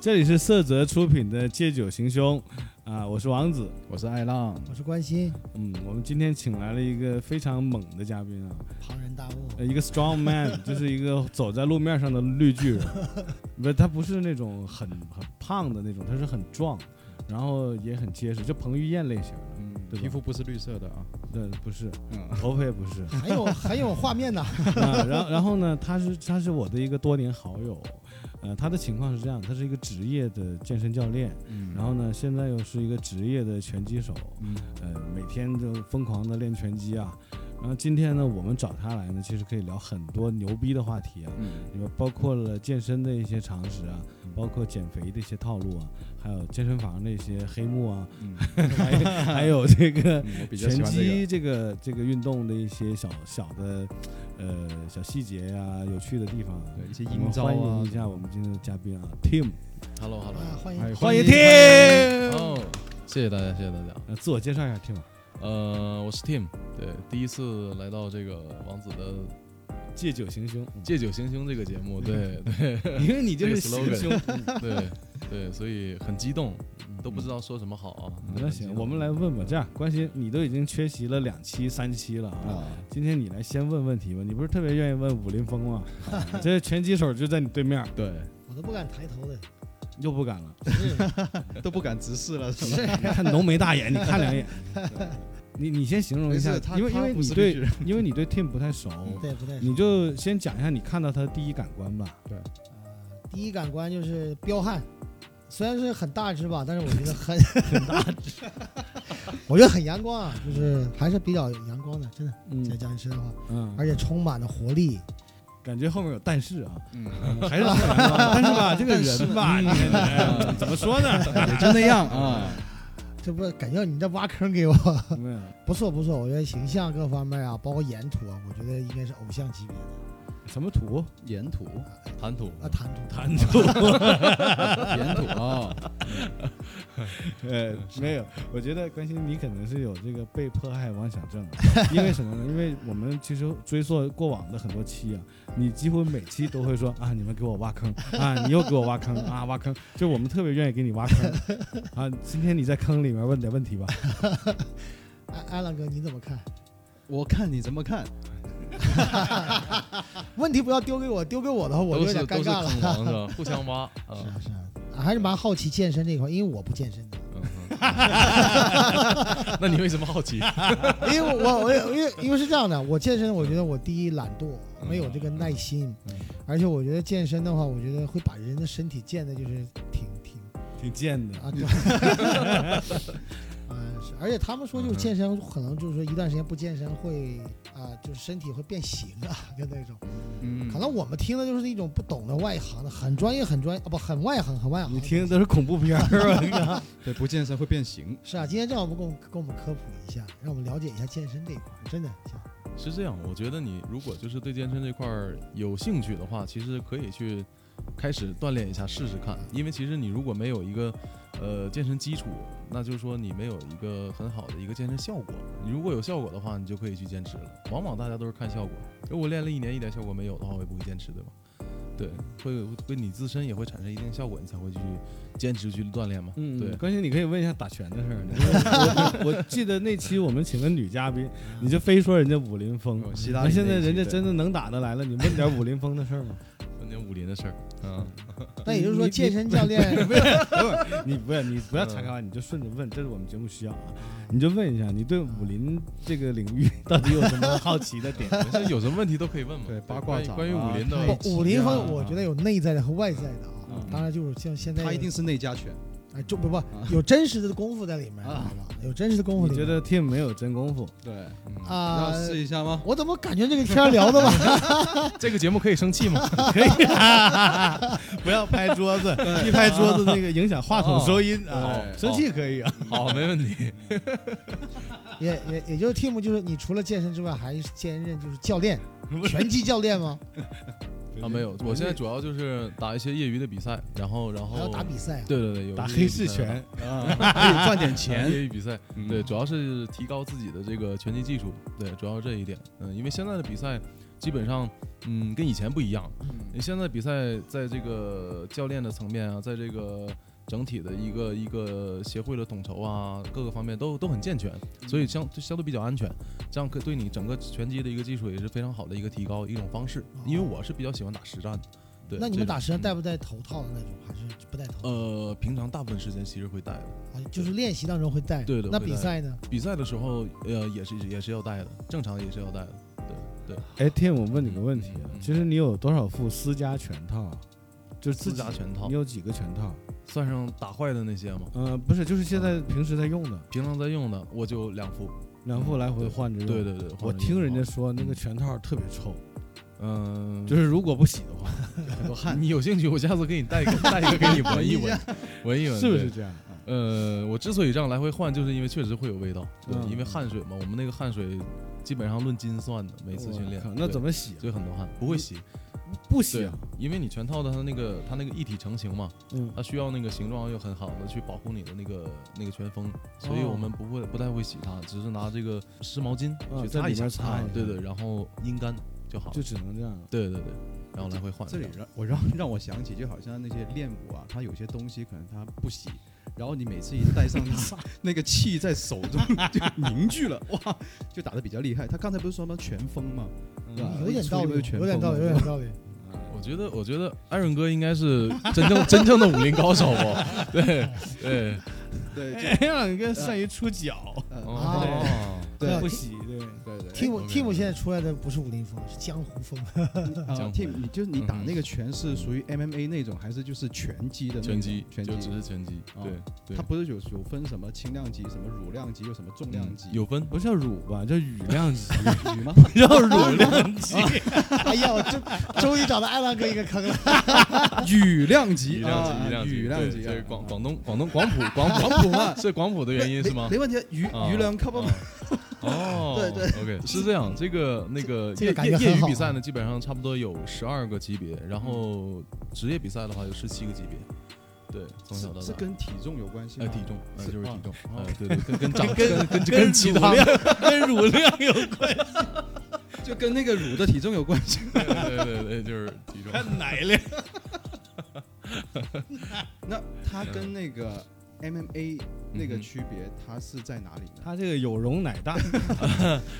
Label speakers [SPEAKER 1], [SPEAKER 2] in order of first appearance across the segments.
[SPEAKER 1] 这里是色泽出品的《借酒行凶》，啊，我是王子。
[SPEAKER 2] 我是爱浪，
[SPEAKER 3] 我是关心，
[SPEAKER 1] 嗯，我们今天请来了一个非常猛的嘉宾啊，
[SPEAKER 3] 庞然大物。
[SPEAKER 1] 呃一个 strong man，就是 一个走在路面上的绿巨人。 不是，他不是那种很很胖的那种，他是很壮，然后也很结实，就彭于晏类型的。
[SPEAKER 2] 嗯，
[SPEAKER 1] 对吧
[SPEAKER 2] 皮肤不是绿色的啊，
[SPEAKER 1] 对，不是，
[SPEAKER 2] 嗯，
[SPEAKER 1] 头发也 不是。
[SPEAKER 3] 还有还有画面呢，
[SPEAKER 1] 啊，然后然后呢，他是他是我的一个多年好友，呃，他的情况是这样，他是一个职业的健身教练，
[SPEAKER 2] 嗯
[SPEAKER 1] 然后，呢，现在又是一个职业的拳击手，
[SPEAKER 2] 嗯，
[SPEAKER 1] 呃，每天都疯狂的练拳击啊。然后今天呢，我们找他来呢，其实可以聊很多牛逼的话题啊，
[SPEAKER 2] 嗯，
[SPEAKER 1] 里面包括了健身的一些常识啊，包括减肥的一些套路啊，还有健身房的一些黑幕 啊，
[SPEAKER 2] 嗯，
[SPEAKER 1] 还有还有这个
[SPEAKER 2] 嗯 我比较喜
[SPEAKER 1] 拳
[SPEAKER 2] 欢
[SPEAKER 1] 击
[SPEAKER 2] 这个，
[SPEAKER 1] 这个这个运动的一些小小的呃小细节呀、有趣的地方啊。
[SPEAKER 2] 对一些
[SPEAKER 1] 我们
[SPEAKER 2] 阴招
[SPEAKER 1] 欢
[SPEAKER 2] 啊
[SPEAKER 1] 迎一下我们今天的嘉宾啊，Tim，
[SPEAKER 4] Hello
[SPEAKER 3] 啊
[SPEAKER 4] Hello，
[SPEAKER 3] 欢
[SPEAKER 2] 哎
[SPEAKER 3] 迎
[SPEAKER 1] 迎 Tim。
[SPEAKER 4] 哦，谢谢大家，谢谢大家。
[SPEAKER 1] 呃，自我介绍一下，Tim。
[SPEAKER 4] 呃，我是 Tim，对，第一次来到这个王子的《
[SPEAKER 1] 借酒行凶，
[SPEAKER 3] 嗯
[SPEAKER 4] 借酒行凶》这个节目，对对
[SPEAKER 1] 因为你就
[SPEAKER 4] 这
[SPEAKER 1] 是
[SPEAKER 4] 个
[SPEAKER 1] 行
[SPEAKER 4] slogan
[SPEAKER 1] 凶。
[SPEAKER 4] 对对，所以很激动，都不知道说什么好啊。
[SPEAKER 3] 嗯
[SPEAKER 1] 那
[SPEAKER 4] 对很激
[SPEAKER 1] 行，
[SPEAKER 4] 动
[SPEAKER 1] 我们来问吧。这样，关心你都已经缺席了两期、三期了啊。
[SPEAKER 2] 啊，
[SPEAKER 1] 今天你来先问问题吧。你不是特别愿意问武林风 吗？这拳击手就在你对面，
[SPEAKER 2] 对，
[SPEAKER 3] 我都不敢抬头的，
[SPEAKER 1] 又不敢了。
[SPEAKER 3] 是
[SPEAKER 2] 都不敢直视了，是
[SPEAKER 3] 是
[SPEAKER 2] 吧？
[SPEAKER 1] 看浓眉大眼，你看 两眼。你你先形容一下
[SPEAKER 2] 没事，他
[SPEAKER 1] 因为因
[SPEAKER 2] 他
[SPEAKER 1] 为
[SPEAKER 2] 不
[SPEAKER 1] 你
[SPEAKER 2] 是
[SPEAKER 1] 对
[SPEAKER 2] 绿巨人嗯
[SPEAKER 1] 因为你对 Tim 不太熟，
[SPEAKER 3] 对不对？
[SPEAKER 1] 你就先讲一下你看到他的第一感官吧。
[SPEAKER 3] 呃第一感官就是彪悍，虽然是很大只吧，但是我觉得很很大只，我觉得很阳光啊，就是还是比较阳光的，真的。在
[SPEAKER 1] 嗯
[SPEAKER 3] 健身的话，
[SPEAKER 1] 嗯，
[SPEAKER 3] 而且充满了活力，
[SPEAKER 1] 感觉后面有但是啊，
[SPEAKER 2] 嗯，
[SPEAKER 1] 还是很难忘但是吧，这个人 吧，你看你哎怎么说呢？
[SPEAKER 2] 也就那样啊，
[SPEAKER 3] 这不感觉你在挖坑给我。
[SPEAKER 1] 没有
[SPEAKER 3] 不错不错，我觉得形象各方面啊，包括沿途啊，我觉得应该是偶像级别的
[SPEAKER 1] 什么图
[SPEAKER 2] 沿途，
[SPEAKER 4] 谈吐，
[SPEAKER 3] 啊，谈吐
[SPEAKER 1] 谈吐，
[SPEAKER 2] 沿途啊，
[SPEAKER 1] 呃，没有。我觉得关心你可能是有这个被迫害妄想症，因为什么呢？因为我们其实追溯过往的很多期啊，你几乎每期都会说啊，你们给我挖坑啊，你又给我挖坑啊，挖坑，就我们特别愿意给你挖坑啊。今天你在坑里面问点问题吧。
[SPEAKER 3] 安安浪啊哥，你怎么看？
[SPEAKER 2] 我看你怎么看，
[SPEAKER 3] 问题不要丢给我，丢给我的话，我
[SPEAKER 4] 都
[SPEAKER 3] 就有点
[SPEAKER 4] 是都
[SPEAKER 3] 尴
[SPEAKER 4] 是
[SPEAKER 3] 尬了。
[SPEAKER 4] 坑王是吧？互相挖啊
[SPEAKER 3] 是。啊是啊，啊还是蛮好奇健身这一块，因为我不健身的，
[SPEAKER 4] 嗯 嗯 那你为什么好奇？
[SPEAKER 3] 因为我我因为因为是这样的，我健身，我觉得我第一懒惰，没有这个耐心，
[SPEAKER 2] 嗯
[SPEAKER 3] 而且我觉得健身的话，我觉得会把人的身体健的就是挺挺
[SPEAKER 1] 挺贱 的
[SPEAKER 3] 啊，对，啊是，而且他们说就是健身，可能就是说一段时间不健身会啊，就是身体会变形啊， 就那种。
[SPEAKER 2] 嗯
[SPEAKER 3] 可能我们听的就是一种不懂的外行的，很专业很专业啊，不很外行很外行。
[SPEAKER 1] 你听的都是恐怖片儿吧？
[SPEAKER 2] 对不健身会变形，
[SPEAKER 3] 是啊，今天正好不跟我们跟我们科普一下，让我们了解一下健身这一块儿，真的像
[SPEAKER 4] 是这样，我觉得你如果就是对健身这块儿有兴趣的话，其实可以去开始锻炼一下试试看。因为其实你如果没有一个呃健身基础，那就是说你没有一个很好的一个健身效果。你如果有效果的话，你就可以去坚持了。往往大家都是看效果，如果练了一年一点效果没有的话，我也不会坚持，对吧？对，会有对你自身也会产生一定效果，你才会去坚持去锻炼嘛。
[SPEAKER 1] 嗯，
[SPEAKER 4] 对，
[SPEAKER 1] 关键你可以问一下打拳的事儿。因为我我我记得那期我们请个女嘉宾，你就非说人家武林风。
[SPEAKER 2] 希
[SPEAKER 1] 那现在人家真的能打的来了，你问点武林风的事儿吗？
[SPEAKER 4] 问点武林的事儿，嗯，
[SPEAKER 3] 但也就是
[SPEAKER 1] 你
[SPEAKER 3] 说，
[SPEAKER 1] 你
[SPEAKER 3] 健身教练
[SPEAKER 1] 你不要你不要岔开话，你就顺着问，这是我们节目需要啊。你就问一下，你对武林这个领域到底有什么好奇的 点？
[SPEAKER 4] 没事，有什么问题都可以问嘛。
[SPEAKER 2] 对八卦
[SPEAKER 4] 关于
[SPEAKER 2] 掌
[SPEAKER 4] 关于
[SPEAKER 2] 啊
[SPEAKER 4] 武林的
[SPEAKER 2] 太
[SPEAKER 4] 话
[SPEAKER 3] 不武林
[SPEAKER 2] 啊
[SPEAKER 3] 风，
[SPEAKER 4] 嗯
[SPEAKER 3] 我觉得有内在的和外在的啊
[SPEAKER 2] 嗯。
[SPEAKER 3] 当然就是像现在
[SPEAKER 2] 他一定是内家拳，
[SPEAKER 3] 哎，就不不有真实的功夫在里面，知道
[SPEAKER 2] 啊
[SPEAKER 3] 吧？有真实的功夫
[SPEAKER 1] 你
[SPEAKER 3] 里
[SPEAKER 1] 觉
[SPEAKER 3] 面。
[SPEAKER 1] 得 Tim 没有真功夫？
[SPEAKER 2] 对，
[SPEAKER 4] 嗯，
[SPEAKER 3] 啊
[SPEAKER 2] 要？试一下吗？
[SPEAKER 3] 我怎么感觉这个天儿聊的吧？
[SPEAKER 4] 这个节目可以生气吗？
[SPEAKER 1] 可以、不要拍桌子，一拍桌
[SPEAKER 4] 啊
[SPEAKER 1] 子那个影响话筒收音啊
[SPEAKER 2] 哦。对
[SPEAKER 1] 生气可以啊，
[SPEAKER 4] 好，没问题。
[SPEAKER 3] 也也也就是 Tim，就是你除了健身之外，还兼任就是教练，拳击教练吗？
[SPEAKER 4] 啊，没有，我现在主要就是打一些业余的比赛，然后然后
[SPEAKER 3] 还要打比赛啊？
[SPEAKER 4] 对对对，有
[SPEAKER 1] 打
[SPEAKER 4] 业余
[SPEAKER 1] 黑
[SPEAKER 4] 比
[SPEAKER 1] 市
[SPEAKER 4] 赛
[SPEAKER 1] 拳，
[SPEAKER 2] 啊，可以赚点
[SPEAKER 4] 打 业
[SPEAKER 2] 钱，
[SPEAKER 4] 余比赛，
[SPEAKER 2] 嗯
[SPEAKER 4] 对，主要是提高自己的这个拳击技术，对，主要是这一点。嗯，因为现在的比赛基本上嗯跟以前不一样。
[SPEAKER 2] 嗯
[SPEAKER 4] 你现在比赛在这个教练的层面啊，在这个整体的一个一个协会的统筹啊，各个方面都都很健全，
[SPEAKER 2] 嗯
[SPEAKER 4] 所以相就相对比较安全，这样可对你整个拳击的一个基础也是非常好的一个提高一种方式。因为我是比较喜欢打实战的，对。
[SPEAKER 3] 那你们
[SPEAKER 4] 这
[SPEAKER 3] 打
[SPEAKER 4] 种
[SPEAKER 3] 实战戴
[SPEAKER 4] 嗯
[SPEAKER 3] 不戴头套的那种，还是不戴头套？
[SPEAKER 4] 呃，平常大部分时间其实会戴的，
[SPEAKER 3] 啊，就是练习当中会戴。
[SPEAKER 4] 对的
[SPEAKER 3] 那
[SPEAKER 4] 会
[SPEAKER 3] 比
[SPEAKER 4] 戴
[SPEAKER 3] 赛呢？
[SPEAKER 4] 比赛的时候呃也是也是要戴的，正常也是要戴的。
[SPEAKER 1] 哎，Tim，我问你个问题啊
[SPEAKER 4] 嗯，
[SPEAKER 1] 其实你有多少副私家拳套啊？就是自
[SPEAKER 4] 私
[SPEAKER 1] 己
[SPEAKER 4] 家，拳套
[SPEAKER 1] 你，有几个拳套？
[SPEAKER 4] 算上打坏的那些嘛，
[SPEAKER 1] 呃，不是，就是现在
[SPEAKER 4] 嗯
[SPEAKER 1] 平时在用的，
[SPEAKER 4] 平常在用的我就两副。
[SPEAKER 1] 两副来回换着用。
[SPEAKER 4] 对对对，
[SPEAKER 1] 我
[SPEAKER 4] 换着
[SPEAKER 1] 听
[SPEAKER 4] 用
[SPEAKER 1] 人
[SPEAKER 4] 的
[SPEAKER 1] 家
[SPEAKER 4] 话，
[SPEAKER 1] 说那个拳套特别臭，
[SPEAKER 4] 嗯，
[SPEAKER 1] 就是如果不洗的话，
[SPEAKER 2] 很多汗。
[SPEAKER 4] 你有兴趣，我下次给你带一个带一个给你闻一闻，闻一闻，
[SPEAKER 1] 是不
[SPEAKER 4] 对
[SPEAKER 1] 是？这样？
[SPEAKER 4] 呃，我之所以这样来回换，就是因为确实会有味道，对
[SPEAKER 1] 嗯
[SPEAKER 4] 因为汗水嘛，我们那个汗水基本上论斤算的，每次训练
[SPEAKER 1] 我靠，那怎
[SPEAKER 4] 么
[SPEAKER 1] 么洗啊？
[SPEAKER 4] 就很多汗，不会洗，
[SPEAKER 1] 不洗
[SPEAKER 4] 对
[SPEAKER 1] 啊？，
[SPEAKER 4] 因为你全套的它那个它那个一体成型嘛，
[SPEAKER 1] 嗯，
[SPEAKER 4] 它需要那个形状又很好的去保护你的那个那个拳风，所以
[SPEAKER 1] 哦
[SPEAKER 4] 我们不会不太会洗它，只是拿这个湿毛巾
[SPEAKER 1] 啊
[SPEAKER 4] 去
[SPEAKER 1] 在
[SPEAKER 4] 擦
[SPEAKER 1] 里
[SPEAKER 4] 一下，哎
[SPEAKER 1] 面擦一下
[SPEAKER 4] 对对，然后阴干就好，
[SPEAKER 1] 就只能这样了。
[SPEAKER 4] 对对对，然后来回换
[SPEAKER 2] 这
[SPEAKER 4] 一
[SPEAKER 2] 里
[SPEAKER 4] 下。
[SPEAKER 2] 让我让让我想起，就好像那些练武啊，他有些东西可能他不洗，然后你每次一戴 上它，那个气在手中就凝聚了，哇，就打得比较厉害。他刚才不是说吗？拳风嘛，
[SPEAKER 1] 嗯
[SPEAKER 4] 啊
[SPEAKER 2] 对吧
[SPEAKER 3] 有点道理，
[SPEAKER 2] 一出一拳
[SPEAKER 3] 有点道理，有
[SPEAKER 2] 风嘛
[SPEAKER 3] 点道理。
[SPEAKER 4] 我觉得，我觉得艾伦哥应该是真正 真正的武林高手哦， 对对，
[SPEAKER 2] 对
[SPEAKER 4] 嗯
[SPEAKER 1] 哎
[SPEAKER 2] 就
[SPEAKER 1] 呀，你跟善于出脚，
[SPEAKER 2] 呃
[SPEAKER 1] 啊
[SPEAKER 4] 哦，
[SPEAKER 3] 对
[SPEAKER 1] 不洗对。
[SPEAKER 2] 对对
[SPEAKER 4] 踢
[SPEAKER 3] Tim
[SPEAKER 4] 我
[SPEAKER 3] Tim
[SPEAKER 4] 明白
[SPEAKER 3] 现在出来的不是武林风，是江湖风。
[SPEAKER 2] 啊
[SPEAKER 4] 江湖
[SPEAKER 2] ，Tim，你就是你打
[SPEAKER 4] 嗯
[SPEAKER 2] 那个拳是属于 MMA 那种，还是就是拳击的那种？
[SPEAKER 4] 拳击，
[SPEAKER 2] 拳
[SPEAKER 4] 就只
[SPEAKER 2] 击。
[SPEAKER 4] 是拳击，
[SPEAKER 2] 哦
[SPEAKER 4] 对对，嗯
[SPEAKER 2] 它不是有有分什么轻量级、什么乳量级，有什么重量
[SPEAKER 4] 嗯
[SPEAKER 2] 级？
[SPEAKER 4] 有分，
[SPEAKER 1] 不叫乳吧，叫羽量 级，
[SPEAKER 2] 有吗？
[SPEAKER 1] 叫乳量级。
[SPEAKER 3] 哎呀，我终终于找到艾万哥一个坑了。
[SPEAKER 2] 羽量级，
[SPEAKER 4] 羽量级，
[SPEAKER 2] 羽
[SPEAKER 4] 羽
[SPEAKER 2] 量
[SPEAKER 4] 量
[SPEAKER 2] 级
[SPEAKER 4] 级，
[SPEAKER 2] 啊，
[SPEAKER 4] 对这是广
[SPEAKER 2] 啊
[SPEAKER 4] 广东广东广普广
[SPEAKER 2] 广普
[SPEAKER 4] 普，
[SPEAKER 2] 嘛
[SPEAKER 4] 是广普的原因是吗
[SPEAKER 2] 没？没问题，余
[SPEAKER 4] 啊
[SPEAKER 2] 余量 cover
[SPEAKER 4] 啊哦，
[SPEAKER 2] 对对
[SPEAKER 4] ，OK，是这样，这个那个
[SPEAKER 3] 这这个
[SPEAKER 4] 业
[SPEAKER 3] 感觉
[SPEAKER 4] 业业
[SPEAKER 3] 很
[SPEAKER 4] 余
[SPEAKER 3] 好啊
[SPEAKER 4] 比赛呢，基本上差不多有十二个级别，然后职业比赛的话有十七个级别，对，从小到
[SPEAKER 2] 是
[SPEAKER 4] 大。
[SPEAKER 2] 跟体重有关系吗？
[SPEAKER 4] 呃，体重，呃，
[SPEAKER 2] 是
[SPEAKER 4] 就是
[SPEAKER 2] 啊
[SPEAKER 4] 体重，
[SPEAKER 2] 啊
[SPEAKER 4] 呃，对对，跟跟长
[SPEAKER 1] 跟
[SPEAKER 4] 跟跟
[SPEAKER 1] 跟
[SPEAKER 4] 其
[SPEAKER 1] 乳
[SPEAKER 4] 他
[SPEAKER 1] 量跟乳量有
[SPEAKER 4] 呃
[SPEAKER 2] 就跟那个乳的体重有关系。
[SPEAKER 4] 对对对对，就是体重。
[SPEAKER 1] 关奶量。
[SPEAKER 2] 那它跟那个 MMA 那个
[SPEAKER 4] 嗯哼
[SPEAKER 2] 区别，它是在哪里呢？
[SPEAKER 1] 他这个有容乃 大，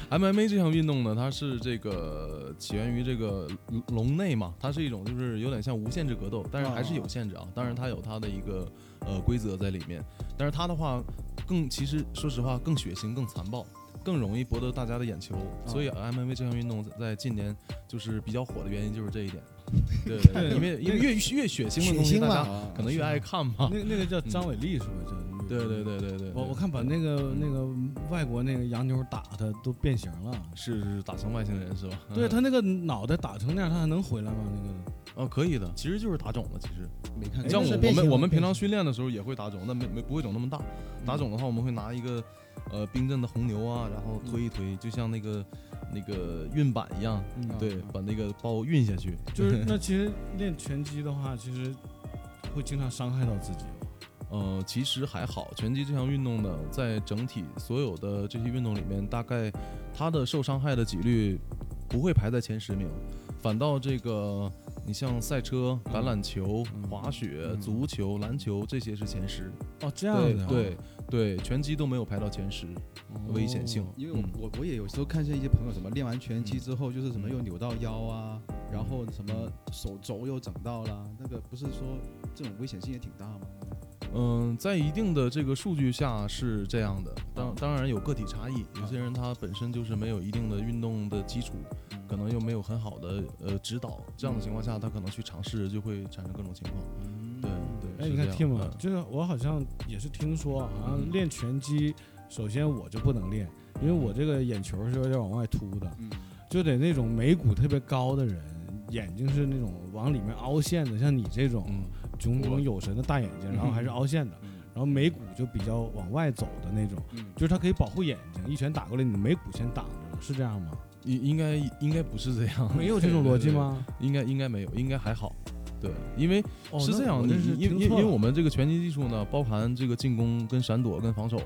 [SPEAKER 4] MMA 这项运动呢，它是这个起源于这个笼笼内嘛，它是一种就是有点像无限制格斗，但是还是有限制啊。当然它有它的一个呃规则在里面，但是它的话更其实说实话更血腥、更残暴，更容易博得大家的眼球。所以啊 MMA 这项运动在在近年就是比较火的原因就是这一点。 对对对，因为因为越越血腥嗯的
[SPEAKER 3] 血
[SPEAKER 4] 东西
[SPEAKER 3] 腥
[SPEAKER 4] 大
[SPEAKER 3] 嘛
[SPEAKER 4] 家
[SPEAKER 2] 啊
[SPEAKER 4] 可能越爱看嘛。
[SPEAKER 1] 那那个叫张伟丽是吧？叫那个
[SPEAKER 4] 嗯对对。对对对，
[SPEAKER 1] 我我看把那个那个外国那个洋妞打的都变形了，
[SPEAKER 4] 是是打成外星人是吧？
[SPEAKER 1] 对
[SPEAKER 4] 嗯
[SPEAKER 1] 他那个脑袋打成那样，他还能回来吗？那个
[SPEAKER 4] 哦，可以的，其实就是打肿了。其实，
[SPEAKER 2] 没看过，
[SPEAKER 4] 你像
[SPEAKER 3] 哎那是
[SPEAKER 4] 我我
[SPEAKER 3] 变形
[SPEAKER 4] 们我
[SPEAKER 3] 了
[SPEAKER 4] 们
[SPEAKER 3] 变
[SPEAKER 4] 平常训练的时候也会打肿，但没没不会肿那么大。打肿的话，我们会拿一个呃冰镇的红牛啊，然后推一推，就像那个那个运板一样，
[SPEAKER 1] 嗯
[SPEAKER 4] 对
[SPEAKER 2] 啊，
[SPEAKER 4] 把那个包运下去。
[SPEAKER 1] 就是那其实练拳击的话，其实会经常伤害到自己。
[SPEAKER 4] 呃，其实还好，拳击这项运动呢，在整体所有的这些运动里面，大概它的受伤害的几率不会排在前十名，反倒这个你像赛车、橄榄球、
[SPEAKER 1] 嗯
[SPEAKER 4] 滑雪、
[SPEAKER 1] 嗯
[SPEAKER 4] 足球、篮球这些是前十，
[SPEAKER 1] 哦，这样
[SPEAKER 4] 对
[SPEAKER 1] 的
[SPEAKER 4] 对对，拳击都没有排到前十，危险性。
[SPEAKER 2] 因为我
[SPEAKER 4] 嗯
[SPEAKER 2] 我我也有时候看见一些朋友什么练完拳击之后，就是什么
[SPEAKER 4] 嗯
[SPEAKER 2] 又扭到腰啊，然后什么手肘又长到了，那个不是说这种危险性也挺大吗？
[SPEAKER 4] 嗯，在一定的这个数据下是这样的，当当然有个体差异，有些人他本身就是没有一定的运动的基础，可能又没有很好的呃指导，这样的情况
[SPEAKER 1] 嗯
[SPEAKER 4] 下，他可能去尝试就会产生各种情况。
[SPEAKER 2] 嗯
[SPEAKER 4] 对对，
[SPEAKER 1] 哎，
[SPEAKER 4] 是
[SPEAKER 1] 你看
[SPEAKER 4] 这样
[SPEAKER 1] Tim，
[SPEAKER 4] 嗯
[SPEAKER 1] 就是我好像也是听说啊，好像
[SPEAKER 4] 嗯
[SPEAKER 1] 练拳击，首先我就不能练，因为我这个眼球是有点往外凸的，
[SPEAKER 2] 嗯，
[SPEAKER 1] 就得那种眉骨特别高的人，眼睛是那种往里面凹陷的，像你这种
[SPEAKER 4] 嗯，
[SPEAKER 1] 炯炯
[SPEAKER 4] 我
[SPEAKER 1] 有神的大眼睛，然后还是凹陷的，
[SPEAKER 2] 嗯
[SPEAKER 1] 然后眉骨就比较往外走的那种，
[SPEAKER 2] 嗯
[SPEAKER 1] 就是它可以保护眼睛，一拳打过来，你的眉骨先挡着了，是这样吗？
[SPEAKER 4] 应应该应该不是这样，
[SPEAKER 1] 没有这种
[SPEAKER 4] 对
[SPEAKER 1] 逻辑？
[SPEAKER 4] 对对
[SPEAKER 1] 吗？
[SPEAKER 4] 应该应该没有，应该还好。对，因为
[SPEAKER 1] 哦
[SPEAKER 4] 是
[SPEAKER 1] 那
[SPEAKER 4] 这
[SPEAKER 1] 我
[SPEAKER 4] 样，你
[SPEAKER 1] 真是
[SPEAKER 4] 你因
[SPEAKER 1] 听
[SPEAKER 4] 因因
[SPEAKER 1] 错
[SPEAKER 4] 为
[SPEAKER 1] 了
[SPEAKER 4] 我们这个拳击技术呢，包含这个进攻、跟闪躲、跟防守。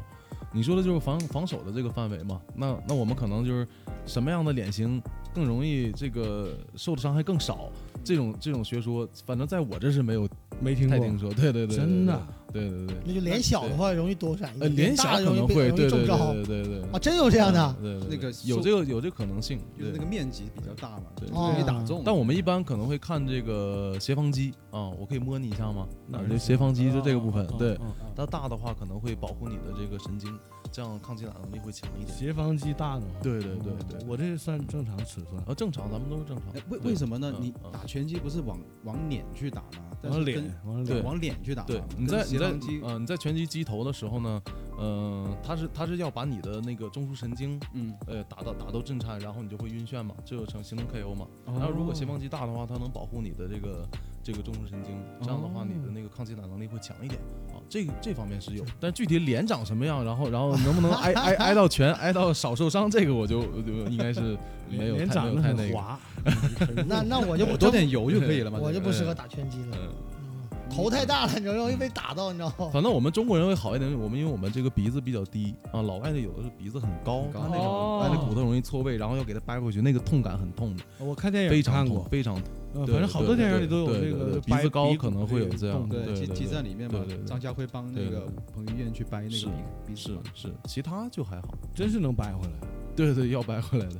[SPEAKER 4] 你说的就是防防守的这个范围嘛？那那我们可能就是什么样的脸型更容易这个受的伤害更少。这种这种学说，反正在我这是没有
[SPEAKER 1] 没听
[SPEAKER 4] 太
[SPEAKER 1] 过，
[SPEAKER 4] 听说。对对对，对
[SPEAKER 1] 真的，
[SPEAKER 4] 对对对，
[SPEAKER 3] 那就脸小的话容易躲闪一
[SPEAKER 4] 呃，
[SPEAKER 3] 点，
[SPEAKER 4] 联
[SPEAKER 3] 大
[SPEAKER 4] 想
[SPEAKER 3] 的
[SPEAKER 4] 可
[SPEAKER 3] 容易
[SPEAKER 4] 能
[SPEAKER 3] 被
[SPEAKER 4] 会，
[SPEAKER 3] 容
[SPEAKER 4] 对
[SPEAKER 3] 易
[SPEAKER 4] 对
[SPEAKER 3] 中
[SPEAKER 4] 对
[SPEAKER 3] 招
[SPEAKER 4] 对对对，
[SPEAKER 3] 啊，真有这样的。
[SPEAKER 4] 嗯，对
[SPEAKER 2] 那
[SPEAKER 4] 对
[SPEAKER 2] 个
[SPEAKER 4] 对有
[SPEAKER 2] 受
[SPEAKER 4] 这个有这个可能性，
[SPEAKER 2] 就是那
[SPEAKER 4] 对
[SPEAKER 2] 个面积比较大嘛，
[SPEAKER 4] 对
[SPEAKER 2] 容易
[SPEAKER 3] 哦
[SPEAKER 2] 打中。
[SPEAKER 4] 但我们一般可能会看这个斜方肌啊，我可以摸你一下吗？
[SPEAKER 1] 哪
[SPEAKER 4] 啊
[SPEAKER 1] 儿
[SPEAKER 4] 就是斜方肌就这个部分
[SPEAKER 1] 哦，
[SPEAKER 4] 对，
[SPEAKER 1] 哦哦
[SPEAKER 4] 它大的话可能会保护你的这个神经，这样抗击打能力会强一点。
[SPEAKER 1] 斜方肌大的话，
[SPEAKER 4] 对对对对
[SPEAKER 1] 哦我这算正常尺寸，
[SPEAKER 4] 啊，正常，咱们都是正常
[SPEAKER 2] 哎。为
[SPEAKER 4] 对
[SPEAKER 2] 为什么呢？
[SPEAKER 4] 嗯
[SPEAKER 2] 你
[SPEAKER 4] 嗯
[SPEAKER 2] 打拳击不是往往脸去打吗？但是
[SPEAKER 1] 往
[SPEAKER 2] 跟
[SPEAKER 1] 脸往
[SPEAKER 2] 对
[SPEAKER 1] 脸
[SPEAKER 2] 往脸去打嘛。
[SPEAKER 4] 对，
[SPEAKER 2] 啊跟
[SPEAKER 4] 你在你
[SPEAKER 2] 斜
[SPEAKER 4] 在
[SPEAKER 2] 方肌，
[SPEAKER 4] 嗯，你在拳击击头的时候呢，嗯，它是它是要把你的那个中枢神经
[SPEAKER 2] 嗯，
[SPEAKER 4] 呃打到打到震颤，然后你就会晕眩嘛，这就成形成 KO 嘛。
[SPEAKER 2] 然
[SPEAKER 4] 然后如
[SPEAKER 1] 哦
[SPEAKER 4] 果斜方肌大的话，它能保护你的这个这个中枢神经，这样的话你
[SPEAKER 1] 哦
[SPEAKER 4] 的那个抗击打能力会强一点啊。这个这方面是有，但具体脸长什么样，然后然后能不 能挨挨挨到拳，挨到少受伤，这个我就我就应该是没有
[SPEAKER 1] 脸
[SPEAKER 4] 太
[SPEAKER 1] 长
[SPEAKER 4] 没
[SPEAKER 1] 得
[SPEAKER 4] 有太
[SPEAKER 1] 很
[SPEAKER 4] 那个。
[SPEAKER 1] 滑，
[SPEAKER 3] 那那我就不
[SPEAKER 2] 多点油就可以了嘛。
[SPEAKER 3] 我就
[SPEAKER 2] 对
[SPEAKER 3] 不适合打拳击了，
[SPEAKER 4] 嗯，
[SPEAKER 3] 嗯头太大了，你容易被打到，你知道吗？
[SPEAKER 4] 反正我们中国人会好一点，我们因为我们这个鼻子比较低啊，老外的有的是鼻子很高，
[SPEAKER 2] 很高
[SPEAKER 4] 他啊那
[SPEAKER 1] 哦
[SPEAKER 4] 种挨着骨头容易错位，然后要给它掰回去，那个痛感很痛的，
[SPEAKER 1] 我看电
[SPEAKER 4] 非
[SPEAKER 1] 影
[SPEAKER 4] 常
[SPEAKER 1] 看
[SPEAKER 4] 痛，
[SPEAKER 1] 过，
[SPEAKER 4] 非常痛。
[SPEAKER 1] 呃，
[SPEAKER 4] 对
[SPEAKER 1] 反正好多
[SPEAKER 4] 对
[SPEAKER 1] 电影里
[SPEAKER 4] 对
[SPEAKER 1] 都有这
[SPEAKER 4] 对对
[SPEAKER 1] 个
[SPEAKER 4] 对
[SPEAKER 1] 掰
[SPEAKER 4] 鼻子高
[SPEAKER 1] 骨
[SPEAKER 4] 可能会有这样
[SPEAKER 1] 动
[SPEAKER 4] 对
[SPEAKER 1] 作
[SPEAKER 2] 嗯对，激
[SPEAKER 4] 对对
[SPEAKER 2] 激战里面嘛
[SPEAKER 4] 对对，对
[SPEAKER 2] 张家辉帮那
[SPEAKER 4] 对
[SPEAKER 2] 个
[SPEAKER 4] 对对
[SPEAKER 2] 彭于晏去掰那
[SPEAKER 4] 是
[SPEAKER 2] 个鼻鼻子
[SPEAKER 4] 是
[SPEAKER 2] 嘛。
[SPEAKER 4] 是，其他就还好。
[SPEAKER 1] 真是能掰回来，
[SPEAKER 4] 对对，要掰回来的，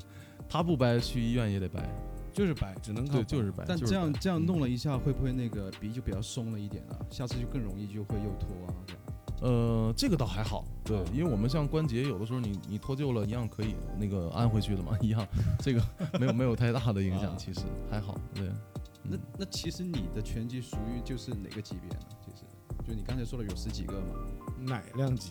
[SPEAKER 4] 他不掰去医院也得掰，
[SPEAKER 1] 就是掰，只能靠
[SPEAKER 4] 对，就是掰。
[SPEAKER 2] 但
[SPEAKER 4] 哎
[SPEAKER 2] 这
[SPEAKER 4] 就是
[SPEAKER 2] 样
[SPEAKER 4] 掰
[SPEAKER 2] 这样弄，
[SPEAKER 4] 嗯
[SPEAKER 2] 了一下，会不会那个鼻就比较松了一点啊？下次就更容易就会又脱啊。
[SPEAKER 4] 嗯
[SPEAKER 2] 这样
[SPEAKER 4] 呃，这个倒还好，对，因为我们像关节，有的时候你你脱臼了，一样可以那个安回去的嘛，一样，这个没有没有太大的影
[SPEAKER 2] 啊
[SPEAKER 4] 响，其实还好，对。
[SPEAKER 2] 那那其实你的拳击属于就是哪个级别呢？就是就你刚才说了有十几个嘛，
[SPEAKER 1] 奶量 级，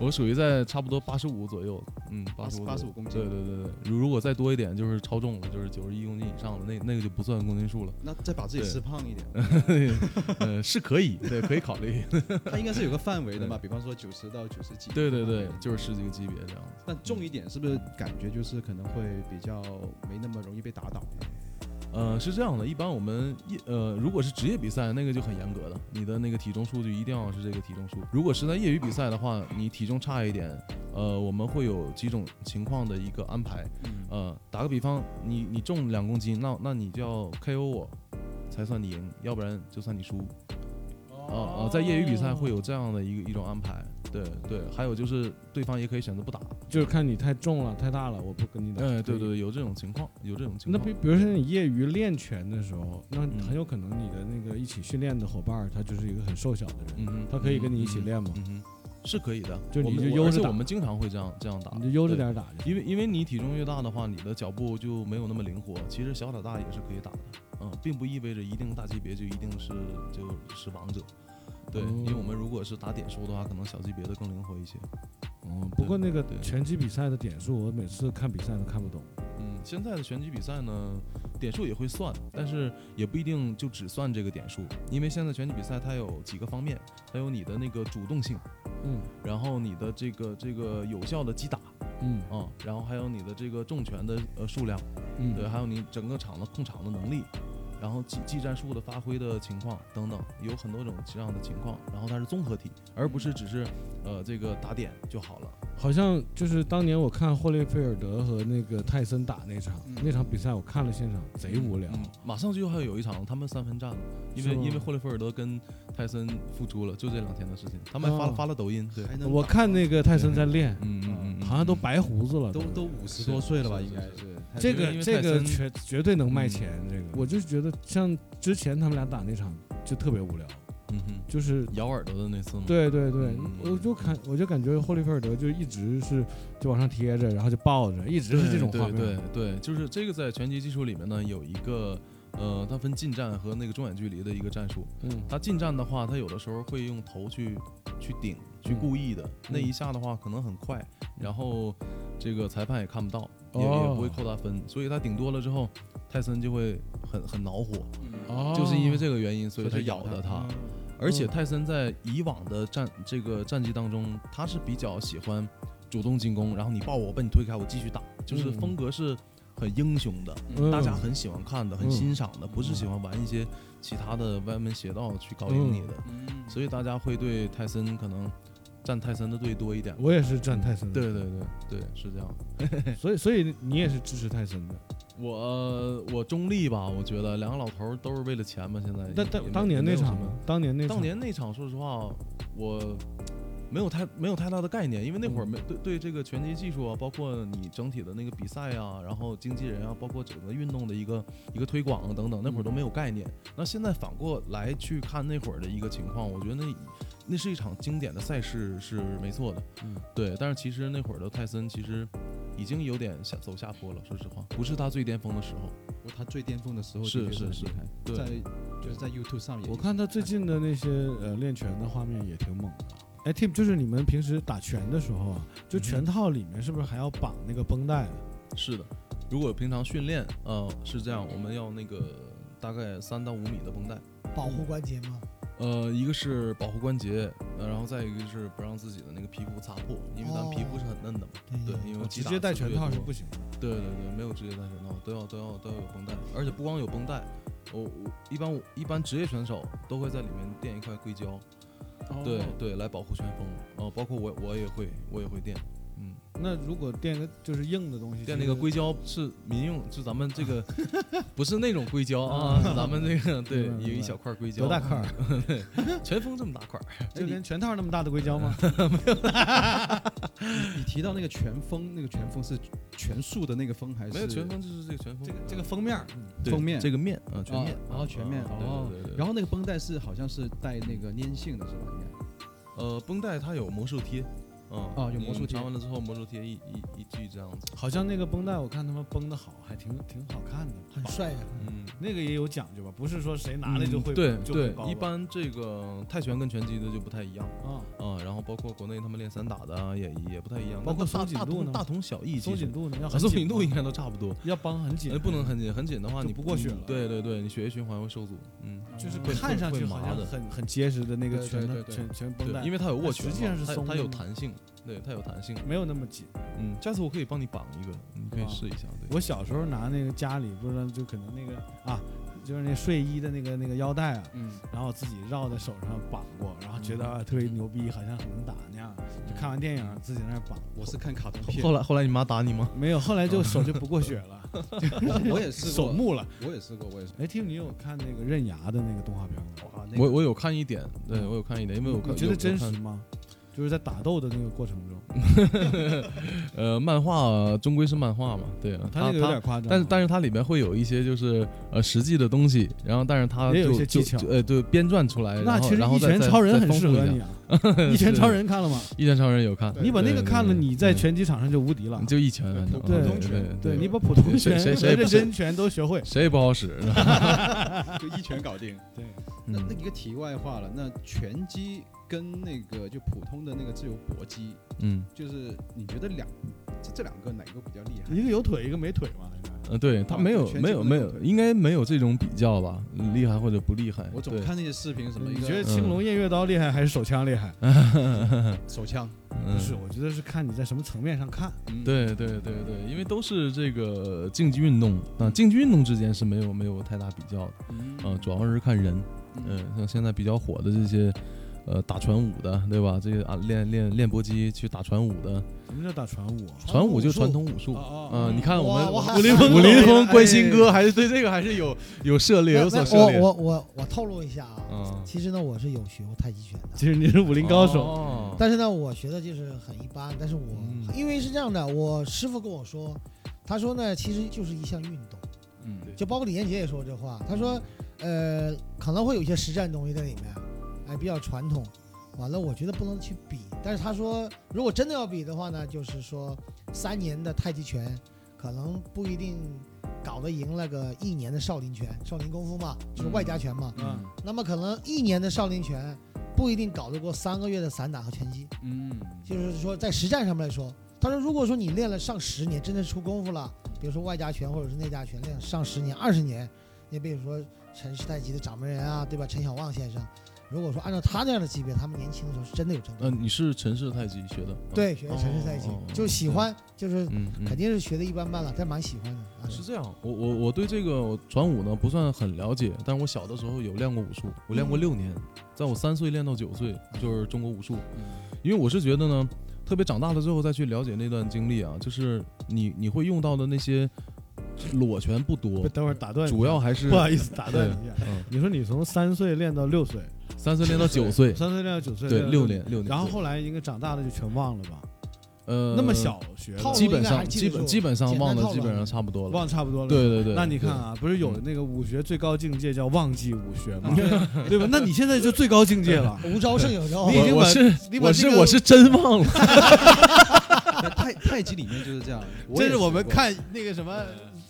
[SPEAKER 4] 我属于在差不多八十五左右，嗯，八
[SPEAKER 2] 十
[SPEAKER 4] 十五
[SPEAKER 2] 八十五公斤
[SPEAKER 4] 对。对对对，如如果再多一点就是超重了，就是九十一公斤以上的，那那个就不算公斤数了。
[SPEAKER 2] 那再把自己
[SPEAKER 4] 对
[SPEAKER 2] 吃胖一点，
[SPEAKER 4] 呃，是可以，对，可以考虑。
[SPEAKER 2] 它应该是有个范围的嘛，比方说九十到九十几。
[SPEAKER 4] 对对对，就是十几个级别这样子。
[SPEAKER 2] 但重一点是不是感觉就是可能会比较没那么容易被打倒？哎
[SPEAKER 4] 呃，是这样的，一般我们一呃，如果是职业比赛，那个就很严格的，你的那个体重数据一定要是这个体重数。如果是在业余比赛的话，你体重差一点，呃，我们会有几种情况的一个安排。
[SPEAKER 2] 嗯，
[SPEAKER 4] 呃，打个比方，你你重两公斤，那那你就要 KO 我，才算你赢，要不然就算你输。呃呃，在业余比赛会有这样的一个一种安排。对对，还有就是对方也可以选择不打。
[SPEAKER 1] 就是看你太重了，太大了，我不跟你打。
[SPEAKER 4] 哎，对对，对，有这种情况，有这种情
[SPEAKER 1] 那
[SPEAKER 4] 况。
[SPEAKER 1] 比比如说你业余练拳的时候，那
[SPEAKER 4] 嗯
[SPEAKER 1] 很有可能你的那个一起训练的伙伴儿，他就是一个很瘦小的人，
[SPEAKER 4] 嗯哼，
[SPEAKER 1] 他可以跟你一起练吗
[SPEAKER 4] 嗯哼，嗯哼是可以的。
[SPEAKER 1] 就你
[SPEAKER 4] 我们
[SPEAKER 1] 就
[SPEAKER 4] 我
[SPEAKER 1] 悠
[SPEAKER 4] 而
[SPEAKER 1] 着
[SPEAKER 4] 且
[SPEAKER 1] 打
[SPEAKER 4] 我们经常会这样这样打，
[SPEAKER 1] 你就悠着
[SPEAKER 4] 嗯对。
[SPEAKER 1] 点儿打就行。
[SPEAKER 4] 因为因为你体重越大的话，你的脚步就没有那么灵活。其实小打大也是可以打的，嗯，并不意味着一定大级别就一定是就是王者。对，
[SPEAKER 1] 哦
[SPEAKER 4] 因为我们如果是打点数的话，可能小级别的更灵活一些。
[SPEAKER 1] 嗯，不过那个
[SPEAKER 4] 对
[SPEAKER 1] 拳击比赛的点数，我每次看比赛都看不懂。
[SPEAKER 4] 嗯，现在的拳击比赛呢，点数也会算，但是也不一定就只算这个点数，因为现在拳击比赛它有几个方面，它有你的那个主动性，
[SPEAKER 1] 嗯
[SPEAKER 4] 然后你的这个这个有效的击打，
[SPEAKER 1] 嗯
[SPEAKER 4] 嗯，然后还有你的这个重拳的呃数量，
[SPEAKER 1] 嗯
[SPEAKER 4] 对，还有你整个场的控场的能力，然后技技战术的发挥的情况等等，有很多种这样的情况，然后它是综合体，而不是只是呃这个打点就好了。
[SPEAKER 1] 好像就是当年我看霍利菲尔德和那个泰森打那场，
[SPEAKER 2] 嗯
[SPEAKER 1] 那场比赛我看了现场，贼无聊。
[SPEAKER 4] 嗯，马上就还有一场他们三分战了，因为
[SPEAKER 1] 是吗
[SPEAKER 4] 因为霍利菲尔德跟泰森复出了，就这两天的事情，他们还发了、
[SPEAKER 1] 哦
[SPEAKER 4] 发了抖音，对，
[SPEAKER 2] 还能
[SPEAKER 1] 我
[SPEAKER 2] 打
[SPEAKER 1] 看那个泰森在练，
[SPEAKER 4] 嗯嗯嗯，
[SPEAKER 1] 好像都白胡子了，
[SPEAKER 2] 都都五十多岁了吧，
[SPEAKER 4] 是
[SPEAKER 2] 应
[SPEAKER 4] 是
[SPEAKER 2] 该
[SPEAKER 4] 是
[SPEAKER 2] 是。
[SPEAKER 1] 这
[SPEAKER 4] 因为因
[SPEAKER 1] 个
[SPEAKER 4] 为
[SPEAKER 1] 这
[SPEAKER 4] 泰
[SPEAKER 1] 个
[SPEAKER 4] 森嗯
[SPEAKER 1] 绝绝对能卖钱。这个我就是觉得，像之前他们俩打那场就特别无聊，
[SPEAKER 4] 嗯哼，
[SPEAKER 1] 就是
[SPEAKER 4] 咬耳朵的那次吗？，
[SPEAKER 1] 对对对
[SPEAKER 4] 嗯，
[SPEAKER 1] 我就看我就感觉霍利菲尔德就一直是就往上贴着，然后就抱着，一直
[SPEAKER 4] 就是
[SPEAKER 1] 这种画
[SPEAKER 4] 对
[SPEAKER 1] 面。
[SPEAKER 4] 对对，就是这个在拳击技术里面呢有一个。呃，它分近战和那个中远距离的一个战术。
[SPEAKER 1] 嗯，
[SPEAKER 4] 它近战的话，它有的时候会用头去去顶，去
[SPEAKER 1] 嗯
[SPEAKER 4] 故意的、那一下的话可能很快，然后这个裁判也看不到，也、也不会
[SPEAKER 1] 哦
[SPEAKER 4] 扣他分，所以他顶多了之后，泰森就会很很恼火。
[SPEAKER 1] 哦，
[SPEAKER 4] 就是因为这个原因，所以他咬
[SPEAKER 2] 嗯所以
[SPEAKER 4] 的
[SPEAKER 1] 嗯
[SPEAKER 2] 他
[SPEAKER 4] 他。而且泰森在以往的战这个战绩当中，他是比较喜欢主动进攻，然后你抱我，我把你推开，我继续打，就是
[SPEAKER 1] 嗯
[SPEAKER 4] 风格是很英雄的，
[SPEAKER 1] 嗯
[SPEAKER 4] 大家很喜欢看的，很
[SPEAKER 1] 嗯
[SPEAKER 4] 欣赏的，不是喜欢玩一些其他的歪门邪道去搞赢你的。
[SPEAKER 2] 嗯
[SPEAKER 4] 所以大家会对泰森可能站泰森的队多一点。
[SPEAKER 1] 我也是站泰森的，
[SPEAKER 4] 对对对对，是这样。
[SPEAKER 1] 对，所以所以你也是支持泰森的。
[SPEAKER 4] 我我中立吧，我觉得两个老头儿都是为了钱嘛。现在
[SPEAKER 1] 但
[SPEAKER 4] 呃也
[SPEAKER 1] 当
[SPEAKER 4] 没
[SPEAKER 1] 当年那场
[SPEAKER 4] 也没有什
[SPEAKER 1] 呢
[SPEAKER 4] 么？
[SPEAKER 1] 当年那场
[SPEAKER 4] 当年那场，说实话，我没有太没有太大的概念，因为那会儿
[SPEAKER 1] 嗯
[SPEAKER 4] 没对对这个拳击技术啊，包括你整体的那个比赛啊，然后经纪人啊，包括整个运动的一个一个推广啊等等，那会儿
[SPEAKER 1] 嗯
[SPEAKER 4] 都没有概念。那现在反过来去看那会儿的一个情况，我觉得那那是一场经典的赛事是没错的，
[SPEAKER 1] 嗯，
[SPEAKER 4] 对。但是其实那会儿的泰森其实已经有点下走下坡了，说实话，不是他最巅峰的时候。
[SPEAKER 2] 我他最巅峰的时候
[SPEAKER 4] 是
[SPEAKER 2] 的确
[SPEAKER 4] 是
[SPEAKER 2] 很
[SPEAKER 4] 是
[SPEAKER 2] 厉害，
[SPEAKER 4] 对
[SPEAKER 2] 在就是在 YouTube 上也
[SPEAKER 1] 我看他最近的那些呃练拳的画面也挺猛的。哎，Tim，就是你们平时打拳的时候啊，就
[SPEAKER 4] 嗯哼嗯
[SPEAKER 1] 拳套里面是不是还要绑那个绷带啊？
[SPEAKER 4] 是的，如果平常训练，呃，是这样，我们要那个大概三到五米的绷带，
[SPEAKER 3] 保护关节嘛。
[SPEAKER 4] 呃，一个是保护关节，呃，然后再一个是不让自己的那个皮肤擦破，因为咱
[SPEAKER 3] 哦
[SPEAKER 4] 皮肤是很嫩的嘛，对，因为
[SPEAKER 1] 直
[SPEAKER 4] 击打
[SPEAKER 1] 接戴
[SPEAKER 4] 次数
[SPEAKER 1] 拳
[SPEAKER 4] 越
[SPEAKER 1] 套是
[SPEAKER 4] 多
[SPEAKER 1] 不行的。
[SPEAKER 4] 对对对，没有直接戴拳套，都要都要都要有绷带，而且不光有绷带，我我一般我一般职业选手都会在里面垫一块硅胶，对对，来保护拳锋，哦、包括我我也会我也会垫，嗯。
[SPEAKER 1] 那如果垫个就是硬的东西，
[SPEAKER 4] 垫
[SPEAKER 1] 其
[SPEAKER 4] 那
[SPEAKER 1] 实
[SPEAKER 4] 个硅胶是民用，就咱们 这个不是那种硅胶啊，是咱们这个对
[SPEAKER 1] 明白明白
[SPEAKER 4] 有一小块硅胶，
[SPEAKER 1] 多
[SPEAKER 4] 啊
[SPEAKER 1] 大 块儿？
[SPEAKER 4] 全封这么大块儿，
[SPEAKER 1] 就跟拳套那么大的硅胶吗？
[SPEAKER 2] 你提到那个拳风，那个拳风是拳术的那个风还是
[SPEAKER 4] 没有全封就是这个全封，
[SPEAKER 1] 这个这个封面儿，
[SPEAKER 4] 对
[SPEAKER 2] 封面
[SPEAKER 4] 这个面啊，全面
[SPEAKER 2] 哦，然后全面
[SPEAKER 4] 啊
[SPEAKER 2] 哦
[SPEAKER 4] 对对对对，
[SPEAKER 2] 然后
[SPEAKER 4] 后
[SPEAKER 2] 那个绷带是好像是带那个粘性的是吧？应该
[SPEAKER 4] 呃，绷带它有魔术贴，嗯
[SPEAKER 1] 哦
[SPEAKER 2] 啊有魔术
[SPEAKER 4] 你
[SPEAKER 2] 贴
[SPEAKER 4] 拿完了之后，魔术贴一一一句这样子，
[SPEAKER 1] 好像那个绷带我看他们绷的好，还挺挺好看的，
[SPEAKER 3] 很帅啊呀、
[SPEAKER 4] 嗯。
[SPEAKER 1] 那个也有讲究吧？不是说谁拿了就会
[SPEAKER 4] 对
[SPEAKER 1] 就会
[SPEAKER 4] 对
[SPEAKER 1] 高，吧
[SPEAKER 4] 一般这个泰拳跟拳击的就不太一样
[SPEAKER 1] 啊，
[SPEAKER 4] 啊，然后包括国内他们练散打的啊也也不太一样，
[SPEAKER 1] 包括
[SPEAKER 4] 但大
[SPEAKER 1] 松紧
[SPEAKER 4] 大
[SPEAKER 1] 度
[SPEAKER 4] 同
[SPEAKER 1] 呢
[SPEAKER 4] 大同小异，
[SPEAKER 1] 松
[SPEAKER 4] 其实
[SPEAKER 1] 紧度呢要
[SPEAKER 4] 啊
[SPEAKER 1] 很
[SPEAKER 4] 松
[SPEAKER 1] 紧
[SPEAKER 4] 紧度
[SPEAKER 1] 绷
[SPEAKER 4] 应该都差不多，
[SPEAKER 1] 要绷很紧
[SPEAKER 4] 哎，，不能很紧，很紧的话
[SPEAKER 1] 就
[SPEAKER 4] 你
[SPEAKER 1] 不过血
[SPEAKER 4] 嗯
[SPEAKER 1] 了
[SPEAKER 4] 对对对，你血液循环会受阻。嗯，
[SPEAKER 1] 就是
[SPEAKER 4] 会
[SPEAKER 1] 看上去
[SPEAKER 4] 会麻
[SPEAKER 1] 好像
[SPEAKER 4] 的
[SPEAKER 1] 很很结实的那个
[SPEAKER 4] 对
[SPEAKER 1] 全
[SPEAKER 4] 对
[SPEAKER 1] 的
[SPEAKER 4] 对
[SPEAKER 1] 全全绷带
[SPEAKER 4] 对，，因为它有握拳
[SPEAKER 1] 哎实
[SPEAKER 4] 嘛，
[SPEAKER 1] 际上是
[SPEAKER 4] 它
[SPEAKER 1] 松
[SPEAKER 4] 它
[SPEAKER 1] 的
[SPEAKER 4] 有
[SPEAKER 1] 嘛
[SPEAKER 4] 弹性，对，它有弹性。
[SPEAKER 1] 没有那么紧。
[SPEAKER 4] 嗯，下次我可以帮你绑一个，你可以
[SPEAKER 1] 啊
[SPEAKER 4] 试一下。对，
[SPEAKER 1] 我小时候拿那个家里不知道就可能那个啊，就是那睡衣的那个那个腰带啊，
[SPEAKER 2] 嗯，
[SPEAKER 1] 然后自己绕在手上绑过，然后觉
[SPEAKER 4] 嗯
[SPEAKER 1] 得啊特别牛逼，好像很能打那样。就看完电影自己在那儿绑，
[SPEAKER 2] 我是看卡通
[SPEAKER 4] 后
[SPEAKER 2] 片，
[SPEAKER 4] 后来后来你妈打你吗？
[SPEAKER 1] 没有，后来就手就不过血 了，
[SPEAKER 2] 我也试
[SPEAKER 1] 手
[SPEAKER 2] 过，
[SPEAKER 1] 木了。
[SPEAKER 2] 我也试过，我也试过。
[SPEAKER 1] 哎，Tim，你有看那个刃牙的那个动画片吗？
[SPEAKER 2] 哇，那
[SPEAKER 4] 我
[SPEAKER 2] 个
[SPEAKER 4] 我有看一点，对我有看一点，因为我
[SPEAKER 1] 你
[SPEAKER 4] 看
[SPEAKER 1] 觉
[SPEAKER 4] 有
[SPEAKER 1] 得真
[SPEAKER 4] 有
[SPEAKER 1] 实
[SPEAKER 4] 看
[SPEAKER 1] 吗？就是在打斗的那个过程中，
[SPEAKER 4] 呃，漫画终归是漫画嘛，对啊，
[SPEAKER 1] 他那个有点夸张啊，
[SPEAKER 4] 但是但是它里面会有一些就是呃实际的东西，然后但是它
[SPEAKER 1] 也有
[SPEAKER 4] 就
[SPEAKER 1] 一些技
[SPEAKER 4] 就
[SPEAKER 1] 巧
[SPEAKER 4] 就呃对编撰出来，
[SPEAKER 1] 那
[SPEAKER 4] 然
[SPEAKER 1] 其
[SPEAKER 4] 后
[SPEAKER 1] 实
[SPEAKER 4] 然后
[SPEAKER 1] 一
[SPEAKER 4] 再
[SPEAKER 1] 拳
[SPEAKER 4] 再
[SPEAKER 1] 超人
[SPEAKER 4] 再
[SPEAKER 1] 很
[SPEAKER 4] 丰
[SPEAKER 1] 适
[SPEAKER 4] 富一
[SPEAKER 1] 合
[SPEAKER 4] 点
[SPEAKER 1] 你啊！一拳超人看了吗？
[SPEAKER 4] 一拳超人有看，
[SPEAKER 1] 你把那
[SPEAKER 4] 对
[SPEAKER 1] 个
[SPEAKER 4] 对
[SPEAKER 1] 看了，
[SPEAKER 4] 对
[SPEAKER 1] 你在
[SPEAKER 4] 对
[SPEAKER 1] 拳击场上就无敌了
[SPEAKER 4] 你。就一拳
[SPEAKER 2] 对
[SPEAKER 4] 反正，
[SPEAKER 2] 普
[SPEAKER 1] 普
[SPEAKER 2] 通拳
[SPEAKER 4] 对
[SPEAKER 1] 啊对你把普通
[SPEAKER 4] 谁
[SPEAKER 1] 拳
[SPEAKER 4] 谁
[SPEAKER 1] 和
[SPEAKER 4] 谁
[SPEAKER 1] 认真拳都学会。
[SPEAKER 4] 谁也不好使。是吧
[SPEAKER 2] 就一拳搞定。
[SPEAKER 1] 对，
[SPEAKER 2] 那
[SPEAKER 4] 嗯
[SPEAKER 2] 那一个题外话了，那拳击跟那个就普通的那个自由搏击，
[SPEAKER 4] 嗯，
[SPEAKER 2] 就是你觉得两这这两个哪个比较厉
[SPEAKER 4] 嗯
[SPEAKER 2] 害？
[SPEAKER 1] 一个有腿，一个没腿嘛。
[SPEAKER 4] 呃，对他
[SPEAKER 2] 啊
[SPEAKER 4] 没
[SPEAKER 2] 就
[SPEAKER 4] 有
[SPEAKER 2] 全
[SPEAKER 4] 没
[SPEAKER 2] 击
[SPEAKER 4] 有
[SPEAKER 2] 不能
[SPEAKER 4] 没
[SPEAKER 2] 用
[SPEAKER 4] 有，
[SPEAKER 2] 腿
[SPEAKER 4] 应该没有这种比较吧，厉害或者不厉害。
[SPEAKER 2] 我总
[SPEAKER 4] 对，
[SPEAKER 2] 看那些视频，什么一
[SPEAKER 1] 你
[SPEAKER 4] 嗯
[SPEAKER 1] 觉得
[SPEAKER 2] 个
[SPEAKER 1] 青龙偃月刀厉害还是手枪厉害？
[SPEAKER 2] 手枪，
[SPEAKER 4] 嗯
[SPEAKER 1] 不是，我觉得是看你在什么层面上看。
[SPEAKER 2] 嗯，
[SPEAKER 4] 对对对对，因为都是这个竞技运动，那竞技运动之间是没有没有太大比较的，
[SPEAKER 2] 嗯
[SPEAKER 4] 啊，主要是看人，嗯，像现在比较火的这些，呃，打传武的，对吧？这个啊，练练练搏击去打传武的，
[SPEAKER 1] 什么叫打传武啊？
[SPEAKER 4] 传武就传统武术，
[SPEAKER 1] 啊
[SPEAKER 4] 啊，你看我
[SPEAKER 3] 哇
[SPEAKER 4] 们
[SPEAKER 3] 我还
[SPEAKER 4] 武林
[SPEAKER 3] 还
[SPEAKER 4] 风
[SPEAKER 3] 以
[SPEAKER 4] 武林
[SPEAKER 3] 为
[SPEAKER 4] 风
[SPEAKER 2] 哎
[SPEAKER 4] 关心哥还是对这个还是有有涉猎，有所涉
[SPEAKER 3] 我
[SPEAKER 4] 猎。
[SPEAKER 3] 我我我透露一下啊，
[SPEAKER 4] 嗯
[SPEAKER 3] 其实呢我是有学过太极拳的，
[SPEAKER 1] 其实你是武林高手，
[SPEAKER 4] 哦
[SPEAKER 3] 但是呢我学的就是很一般。但是我、
[SPEAKER 4] 嗯
[SPEAKER 3] 因为是这样的，我师傅跟我说，他说呢其实就是一项运动，
[SPEAKER 2] 嗯，
[SPEAKER 3] 就包括李连杰也说这话，他说呃可能会有一些实战东西在里面，哎比较传统。完了，我觉得不能去比，但是他说，如果真的要比的话呢，就是说三年的太极拳，可能不一定搞得赢那个一年的少林拳、少林功夫嘛，就是外家拳嘛。
[SPEAKER 2] 啊
[SPEAKER 1] 嗯，
[SPEAKER 3] 那么可能一年的少林拳不一定搞得过三个月的散打和拳击，
[SPEAKER 2] 嗯，
[SPEAKER 3] 就是说在实战上面来说，他说如果说你练了上十年，真的出功夫了，比如说外家拳或者是内家拳，练上十年、二十年，你比如说陈氏太极的掌门人啊，对吧？陈小旺先生，如果说按照他那样的级别，他们年轻的时候是真的有争
[SPEAKER 4] 呃，
[SPEAKER 3] 斗。
[SPEAKER 4] 你是陈氏太极学的？啊，
[SPEAKER 3] 对，学的城市赛季
[SPEAKER 4] 哦哦哦
[SPEAKER 3] 就喜欢，就是
[SPEAKER 4] 嗯，嗯
[SPEAKER 3] 肯定是学的一般般了，但蛮喜欢的。啊
[SPEAKER 4] 是这样，我我我对这个传武呢不算很了解，但是我小的时候有练过武术，我练过六年，在
[SPEAKER 1] 嗯
[SPEAKER 4] 我三岁练到九岁，就是中国武术。
[SPEAKER 2] 嗯
[SPEAKER 4] 因为我是觉得呢，特别长大了之后再去了解那段经历啊，就是你你会用到的那些裸拳不多
[SPEAKER 1] 不，等会儿打断你，
[SPEAKER 4] 主要还是
[SPEAKER 1] 不好意思打断
[SPEAKER 4] 对
[SPEAKER 1] 你一下。
[SPEAKER 4] 嗯
[SPEAKER 1] 你说你从三岁练到六岁，
[SPEAKER 4] 三岁练到九 岁，
[SPEAKER 1] 三岁练到九岁，
[SPEAKER 4] 对
[SPEAKER 1] 练到
[SPEAKER 4] 六年六年，
[SPEAKER 1] 然后后来应该长大了就全忘了吧？
[SPEAKER 4] 呃
[SPEAKER 1] 那么小学
[SPEAKER 3] 套路
[SPEAKER 4] 基本
[SPEAKER 3] 应该
[SPEAKER 4] 上
[SPEAKER 3] 还记
[SPEAKER 4] 基
[SPEAKER 3] 得
[SPEAKER 4] 本
[SPEAKER 3] 住
[SPEAKER 4] 基本上
[SPEAKER 3] 简单
[SPEAKER 4] 忘
[SPEAKER 3] 套
[SPEAKER 4] 了，
[SPEAKER 3] 路
[SPEAKER 4] 基本
[SPEAKER 3] 还
[SPEAKER 4] 上
[SPEAKER 3] 是
[SPEAKER 4] 差不多了。
[SPEAKER 1] 忘差不多了。
[SPEAKER 4] 对对对，
[SPEAKER 1] 那你看
[SPEAKER 4] 对
[SPEAKER 1] 啊，不是有那个武学最高境界叫忘记武学吗？
[SPEAKER 4] 嗯
[SPEAKER 1] 对吧？那你现在就最高境界了。
[SPEAKER 3] 无招胜有招，
[SPEAKER 1] 你已经
[SPEAKER 4] 我
[SPEAKER 1] 把
[SPEAKER 4] 我是
[SPEAKER 1] 你把这
[SPEAKER 4] 我是
[SPEAKER 1] 个啊
[SPEAKER 4] 我是真忘了，
[SPEAKER 2] 太太极里面就是这样，
[SPEAKER 1] 这
[SPEAKER 2] 也
[SPEAKER 1] 是我们
[SPEAKER 2] 学过
[SPEAKER 1] 看那个什么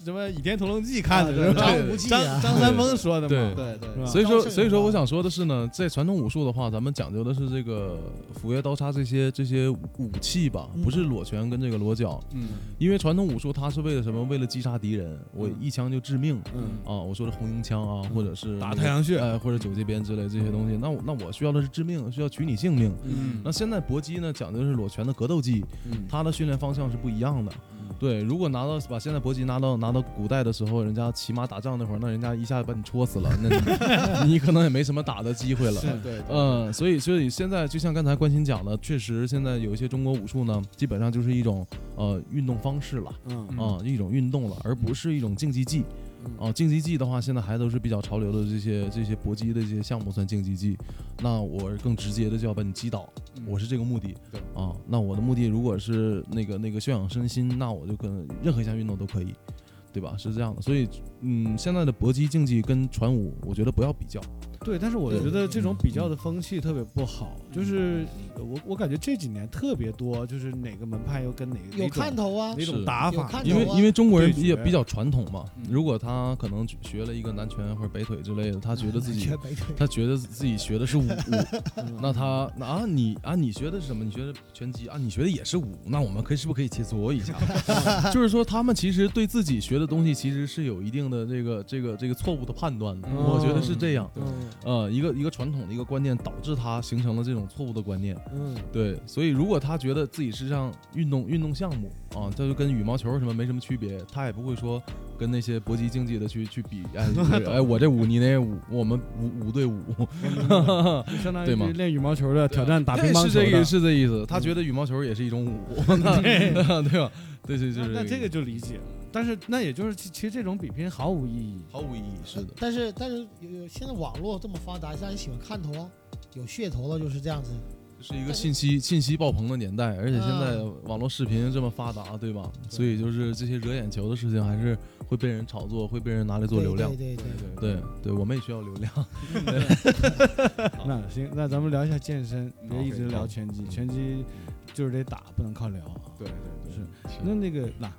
[SPEAKER 1] 什么《倚天屠龙记》看的，
[SPEAKER 2] 啊
[SPEAKER 1] 是吧？
[SPEAKER 3] 张无忌
[SPEAKER 1] 张
[SPEAKER 3] 啊，
[SPEAKER 1] 张三丰说的嘛。
[SPEAKER 2] 对对
[SPEAKER 1] 是吧
[SPEAKER 4] 所以
[SPEAKER 3] 高
[SPEAKER 4] 说
[SPEAKER 3] 胜
[SPEAKER 4] 所以
[SPEAKER 3] 有
[SPEAKER 4] 说
[SPEAKER 1] 啊
[SPEAKER 4] 我
[SPEAKER 3] 招
[SPEAKER 4] 想说的是呢，在传统武术的话，咱们讲究的是这个斧钺刀叉这些这些武器吧，
[SPEAKER 3] 嗯
[SPEAKER 4] 不是裸拳跟这个裸脚，
[SPEAKER 2] 嗯
[SPEAKER 4] 因为传统武术它是为了什么？为了击杀敌人，我
[SPEAKER 1] 嗯
[SPEAKER 4] 一枪就致命。
[SPEAKER 1] 嗯，
[SPEAKER 4] 啊，我说的红缨枪啊，或者是
[SPEAKER 1] 打
[SPEAKER 4] 那个
[SPEAKER 1] 太阳穴
[SPEAKER 4] 哎，或者九节鞭之类这些东西。那我那我需要的是致命，需要取你性命。
[SPEAKER 2] 嗯
[SPEAKER 4] 那现在搏击呢，讲究是裸拳的格斗技，
[SPEAKER 1] 嗯
[SPEAKER 4] 它的训练方向是不一样的。对，如果拿到把现在搏击拿到拿到古代的时候，人家骑马打仗那会儿，那人家一下把你戳死了，那你 你可能也没什么打的机会了。
[SPEAKER 1] 是
[SPEAKER 2] 对对
[SPEAKER 4] 嗯，所以所以现在就像刚才关心讲的，确实现在有一些中国武术呢，基本上就是一种呃运动方式了。
[SPEAKER 1] 嗯
[SPEAKER 4] 啊、一种运动了，而不是一种竞技技。啊、竞技技的话，现在还都是比较潮流的这些这些搏击的这些项目算竞技技。那我更直接的就要把你击倒，我是这个目的。
[SPEAKER 2] 对
[SPEAKER 4] 啊、那我的目的如果是那个那个休养身心，那我就跟任何一项运动都可以，对吧？是这样的。所以，嗯，现在的搏击竞技跟传武，我觉得不要比较。
[SPEAKER 1] 对，但是我
[SPEAKER 4] 对
[SPEAKER 1] 觉得这种比较的风气特别不好，就是我我感觉这几年特别多，就是哪个门派又跟哪个
[SPEAKER 3] 有看头啊，
[SPEAKER 1] 哪种
[SPEAKER 4] 是
[SPEAKER 1] 打
[SPEAKER 3] 有
[SPEAKER 1] 法，
[SPEAKER 3] 看
[SPEAKER 4] 因
[SPEAKER 3] 头
[SPEAKER 4] 为
[SPEAKER 3] 啊
[SPEAKER 4] 因为中国人
[SPEAKER 1] 对
[SPEAKER 4] 比较
[SPEAKER 1] 决
[SPEAKER 4] 比较传统嘛
[SPEAKER 2] 嗯，
[SPEAKER 4] 如果他可能学了一个南拳或者北腿之类的，他觉得自己
[SPEAKER 3] 学北腿
[SPEAKER 4] 他觉得自己学的是武 武，
[SPEAKER 1] 嗯
[SPEAKER 4] 那他那啊你啊你学的是什么？你学的拳击啊？你学的也是武？那我们可以是不是可以切磋一下？就是说他们其实对自己学的东西其实是有一定的这个这个这个错误的判断的，
[SPEAKER 1] 嗯
[SPEAKER 4] 我觉得是这样。
[SPEAKER 1] 嗯
[SPEAKER 4] 呃，一个一个传统的一个观念导致他形成了这种错误的观念。
[SPEAKER 1] 嗯，
[SPEAKER 4] 对，所以如果他觉得自己是上运动运动项目啊，这就跟羽毛球什么没什么区别，他也不会说跟那些搏击竞技的去去比，哎 哎，我这五你那五，我们五五对五，
[SPEAKER 1] 就相当
[SPEAKER 4] 对吗
[SPEAKER 1] 于练羽毛球的挑战打乒
[SPEAKER 4] 对
[SPEAKER 1] 乓
[SPEAKER 4] 是
[SPEAKER 1] 球
[SPEAKER 4] 这
[SPEAKER 1] 的
[SPEAKER 4] 个。是这意思，他觉得羽毛球也是一种武，那对吧？对对对，
[SPEAKER 1] 那那这个
[SPEAKER 4] 个
[SPEAKER 1] 就理解了，但是那也就是其其实这种比拼毫无意义。
[SPEAKER 4] 毫无意义，是的，
[SPEAKER 3] 但是但是有有现在网络这么发达，大家喜欢看头啊，有噱头了就是这样子。
[SPEAKER 4] 是一个信息信息爆棚的年代，而且现在
[SPEAKER 3] 嗯
[SPEAKER 4] 网络视频这么发达，对吧？所以就是这些惹眼球的事情，还是会被人炒作，会被人拿来做流量。
[SPEAKER 3] 对对对对。
[SPEAKER 4] 对对，我们也需要流量。
[SPEAKER 1] 那行，那咱们聊一下健身，别一直
[SPEAKER 2] OK，
[SPEAKER 1] 聊
[SPEAKER 4] 好嗯
[SPEAKER 1] 拳击，拳击就是得打，不能靠聊啊。
[SPEAKER 2] 对对
[SPEAKER 1] 是那那个那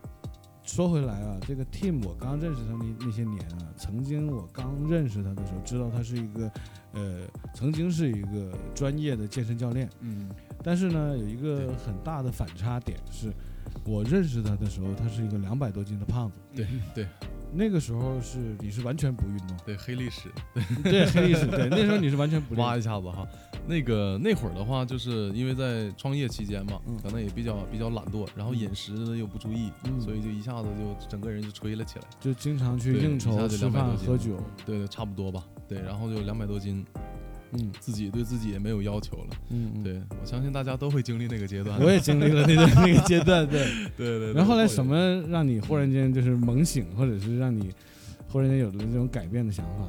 [SPEAKER 1] 说回来啊，这个 Tim 我刚认识他那那些年啊，曾经我刚认识他的时候，知道他是一个呃，曾经是一个专业的健身教练，
[SPEAKER 2] 嗯
[SPEAKER 1] 但是呢，有一个很大的反差点是，我认识他的时候，他是一个两百多斤的胖子。
[SPEAKER 4] 对
[SPEAKER 2] 嗯
[SPEAKER 4] 对，
[SPEAKER 1] 那个时候是你是完全不运动
[SPEAKER 4] 对，黑历史
[SPEAKER 1] 对黑历史，对那时候你是完全不练
[SPEAKER 4] 挖一下子哈。那个那会儿的话，就是因为在创业期间嘛，
[SPEAKER 1] 嗯
[SPEAKER 4] 可能也比较比较懒惰，然后饮食呢又不注意，
[SPEAKER 1] 嗯
[SPEAKER 4] 所以就一下子就整个人就吹了起来。
[SPEAKER 1] 就经常去
[SPEAKER 4] 对
[SPEAKER 1] 应
[SPEAKER 4] 一
[SPEAKER 1] 酬、
[SPEAKER 4] 下就
[SPEAKER 1] 吃
[SPEAKER 4] 200
[SPEAKER 1] 饭、
[SPEAKER 4] 多斤
[SPEAKER 1] 喝酒，
[SPEAKER 4] 对对，差不多吧。对，然后就两百多斤，
[SPEAKER 1] 嗯
[SPEAKER 4] 自己对自己也没有要求了。
[SPEAKER 1] 嗯嗯，
[SPEAKER 4] 对我相信大家都会经历那个阶段。
[SPEAKER 1] 我也经历了 那段那个阶段，对。
[SPEAKER 4] 对对对。
[SPEAKER 1] 然后后来
[SPEAKER 4] 我
[SPEAKER 1] 什么让你忽然间就是猛醒，或者是让你忽然间有了这种改变的想法？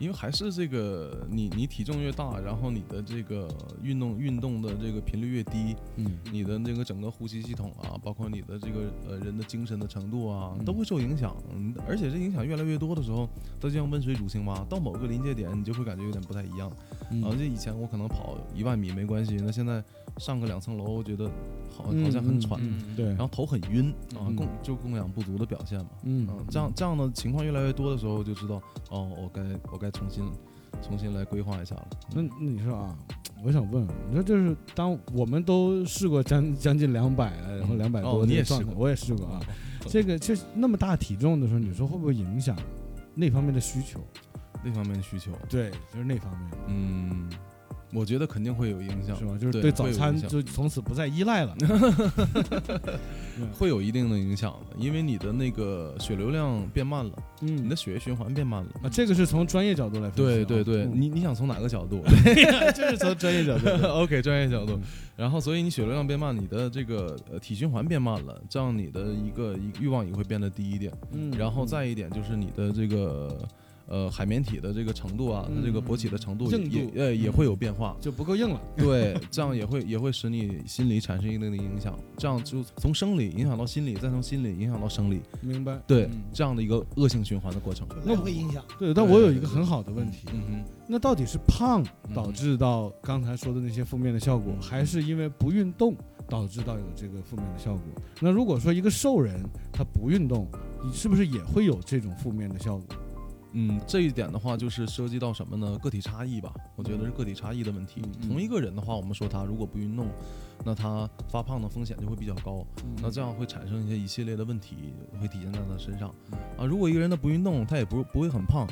[SPEAKER 4] 因为还是这个，你你体重越大，然后你的这个运动运动的这个频率越低，
[SPEAKER 1] 嗯
[SPEAKER 4] 你的这个整个呼吸系统啊，包括你的这个呃人的精神的程度啊
[SPEAKER 1] 嗯，
[SPEAKER 4] 都会受影响。嗯而且这影响越来越多的时候，它就像温水煮青蛙，到某个临界点，你就会感觉有点不太一样。
[SPEAKER 1] 嗯
[SPEAKER 4] 啊，就以前我可能跑一万米没关系，那现在上个两层楼，我觉得好
[SPEAKER 1] 嗯
[SPEAKER 4] 好像很喘，
[SPEAKER 1] 嗯对
[SPEAKER 4] 然，后头很晕啊，
[SPEAKER 1] 嗯
[SPEAKER 4] 供就供氧不足的表现嘛。
[SPEAKER 1] 嗯
[SPEAKER 4] 嗯，这样这样的情况越来越多的时候，我就知道哦，我该我该重新重新来规划一下了。
[SPEAKER 1] 那那你说啊，我想问，你说就是当我们都试过将将近两百了，然后
[SPEAKER 4] 嗯
[SPEAKER 1] 两百
[SPEAKER 4] 哦
[SPEAKER 1] 多
[SPEAKER 4] 你
[SPEAKER 1] 的
[SPEAKER 4] 也
[SPEAKER 1] 状
[SPEAKER 4] 试
[SPEAKER 1] 态，
[SPEAKER 4] 过
[SPEAKER 1] 我也试过啊
[SPEAKER 4] 嗯。
[SPEAKER 1] 这个就是那么大体重的时候，你说会不会影响那方面的需求？
[SPEAKER 4] 那方面的需求，
[SPEAKER 1] 对，就是那方面，
[SPEAKER 4] 嗯，我觉得肯定会有影响
[SPEAKER 1] 是，吧？就是
[SPEAKER 4] 啊对
[SPEAKER 1] 早
[SPEAKER 4] 会有
[SPEAKER 1] 餐
[SPEAKER 4] 影响
[SPEAKER 1] 就从此不再依赖 了。
[SPEAKER 4] 会有一定的影响的，因为你的那个血流量变慢了，你
[SPEAKER 1] 嗯
[SPEAKER 4] 的，血液循环变慢了。
[SPEAKER 1] 啊，这个是从专业角度来分析啊。
[SPEAKER 4] 对对对，
[SPEAKER 1] 嗯
[SPEAKER 4] 你你想从哪个角 度
[SPEAKER 1] 就是从专业角度。
[SPEAKER 4] ？OK，专业角度
[SPEAKER 1] 嗯。
[SPEAKER 4] 然后，所以你血流量变慢，你的这个呃体循环变慢了，这样你的一个一欲望也会变得低一点。
[SPEAKER 1] 嗯
[SPEAKER 4] 然后再一点就是你的这个呃海绵体的这个程度啊，它这个勃起的程度也
[SPEAKER 1] 嗯硬
[SPEAKER 4] 也
[SPEAKER 1] 度嗯
[SPEAKER 4] 呃也会有 变化。
[SPEAKER 1] 就不够硬了。
[SPEAKER 4] 对，这样也会也会使你心理产生一定的影响，这样就从生理影响到心理，再从心理影响到生理，
[SPEAKER 1] 明白。
[SPEAKER 4] 对
[SPEAKER 1] 嗯
[SPEAKER 4] 这样的一个恶性循环的过程。
[SPEAKER 3] 那会影响。
[SPEAKER 1] 对，但我有一个很好的问题，
[SPEAKER 4] 嗯
[SPEAKER 1] 那到底是胖
[SPEAKER 4] 哼，
[SPEAKER 1] 导致到刚才说的那些负面的效果，
[SPEAKER 4] 嗯
[SPEAKER 1] 还是因为不运动导致到有这个负面的效果？那如果说一个瘦人他不运动，你是不是也会有这种负面的效果？
[SPEAKER 4] 嗯，这一点的话，就是涉及到什么呢？个体差异吧，我觉得是个体差异的问题。
[SPEAKER 1] 嗯
[SPEAKER 4] 同一个人的话，我们说他如果不运动，那他发胖的风险就会比较高，那这样会产生一些一系列的问题，会体现在他身上。啊，如果一个人他不运动，他也不不会很胖，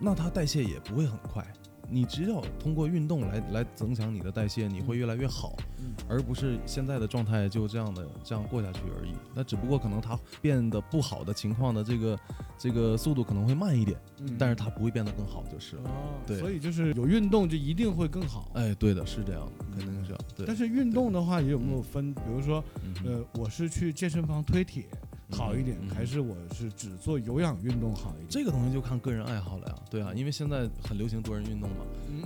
[SPEAKER 4] 那他代谢也不会很快。你只要通过运动来来增强你的代谢，你会越来越好，
[SPEAKER 1] 嗯
[SPEAKER 4] 而不是现在的状态就这样的这样过下去而已。那只不过可能他变得不好的情况的这个这个速度可能会慢一点，
[SPEAKER 1] 嗯
[SPEAKER 4] 但是它不会变得更好就是了。
[SPEAKER 1] 哦，
[SPEAKER 4] 对
[SPEAKER 1] 所以就是有运动就一定会更好。
[SPEAKER 4] 哎，对的，是这样的，肯定是这样。对，
[SPEAKER 1] 但是运动的话也有没有分？比如说，
[SPEAKER 4] 嗯哼
[SPEAKER 1] 呃，我是去健身房推铁好一点，
[SPEAKER 4] 嗯嗯
[SPEAKER 1] 还是我是只做有氧运动好一点？
[SPEAKER 4] 这个东西就看个人爱好了呀，对啊，因为现在很流行多人运动嘛，
[SPEAKER 1] 嗯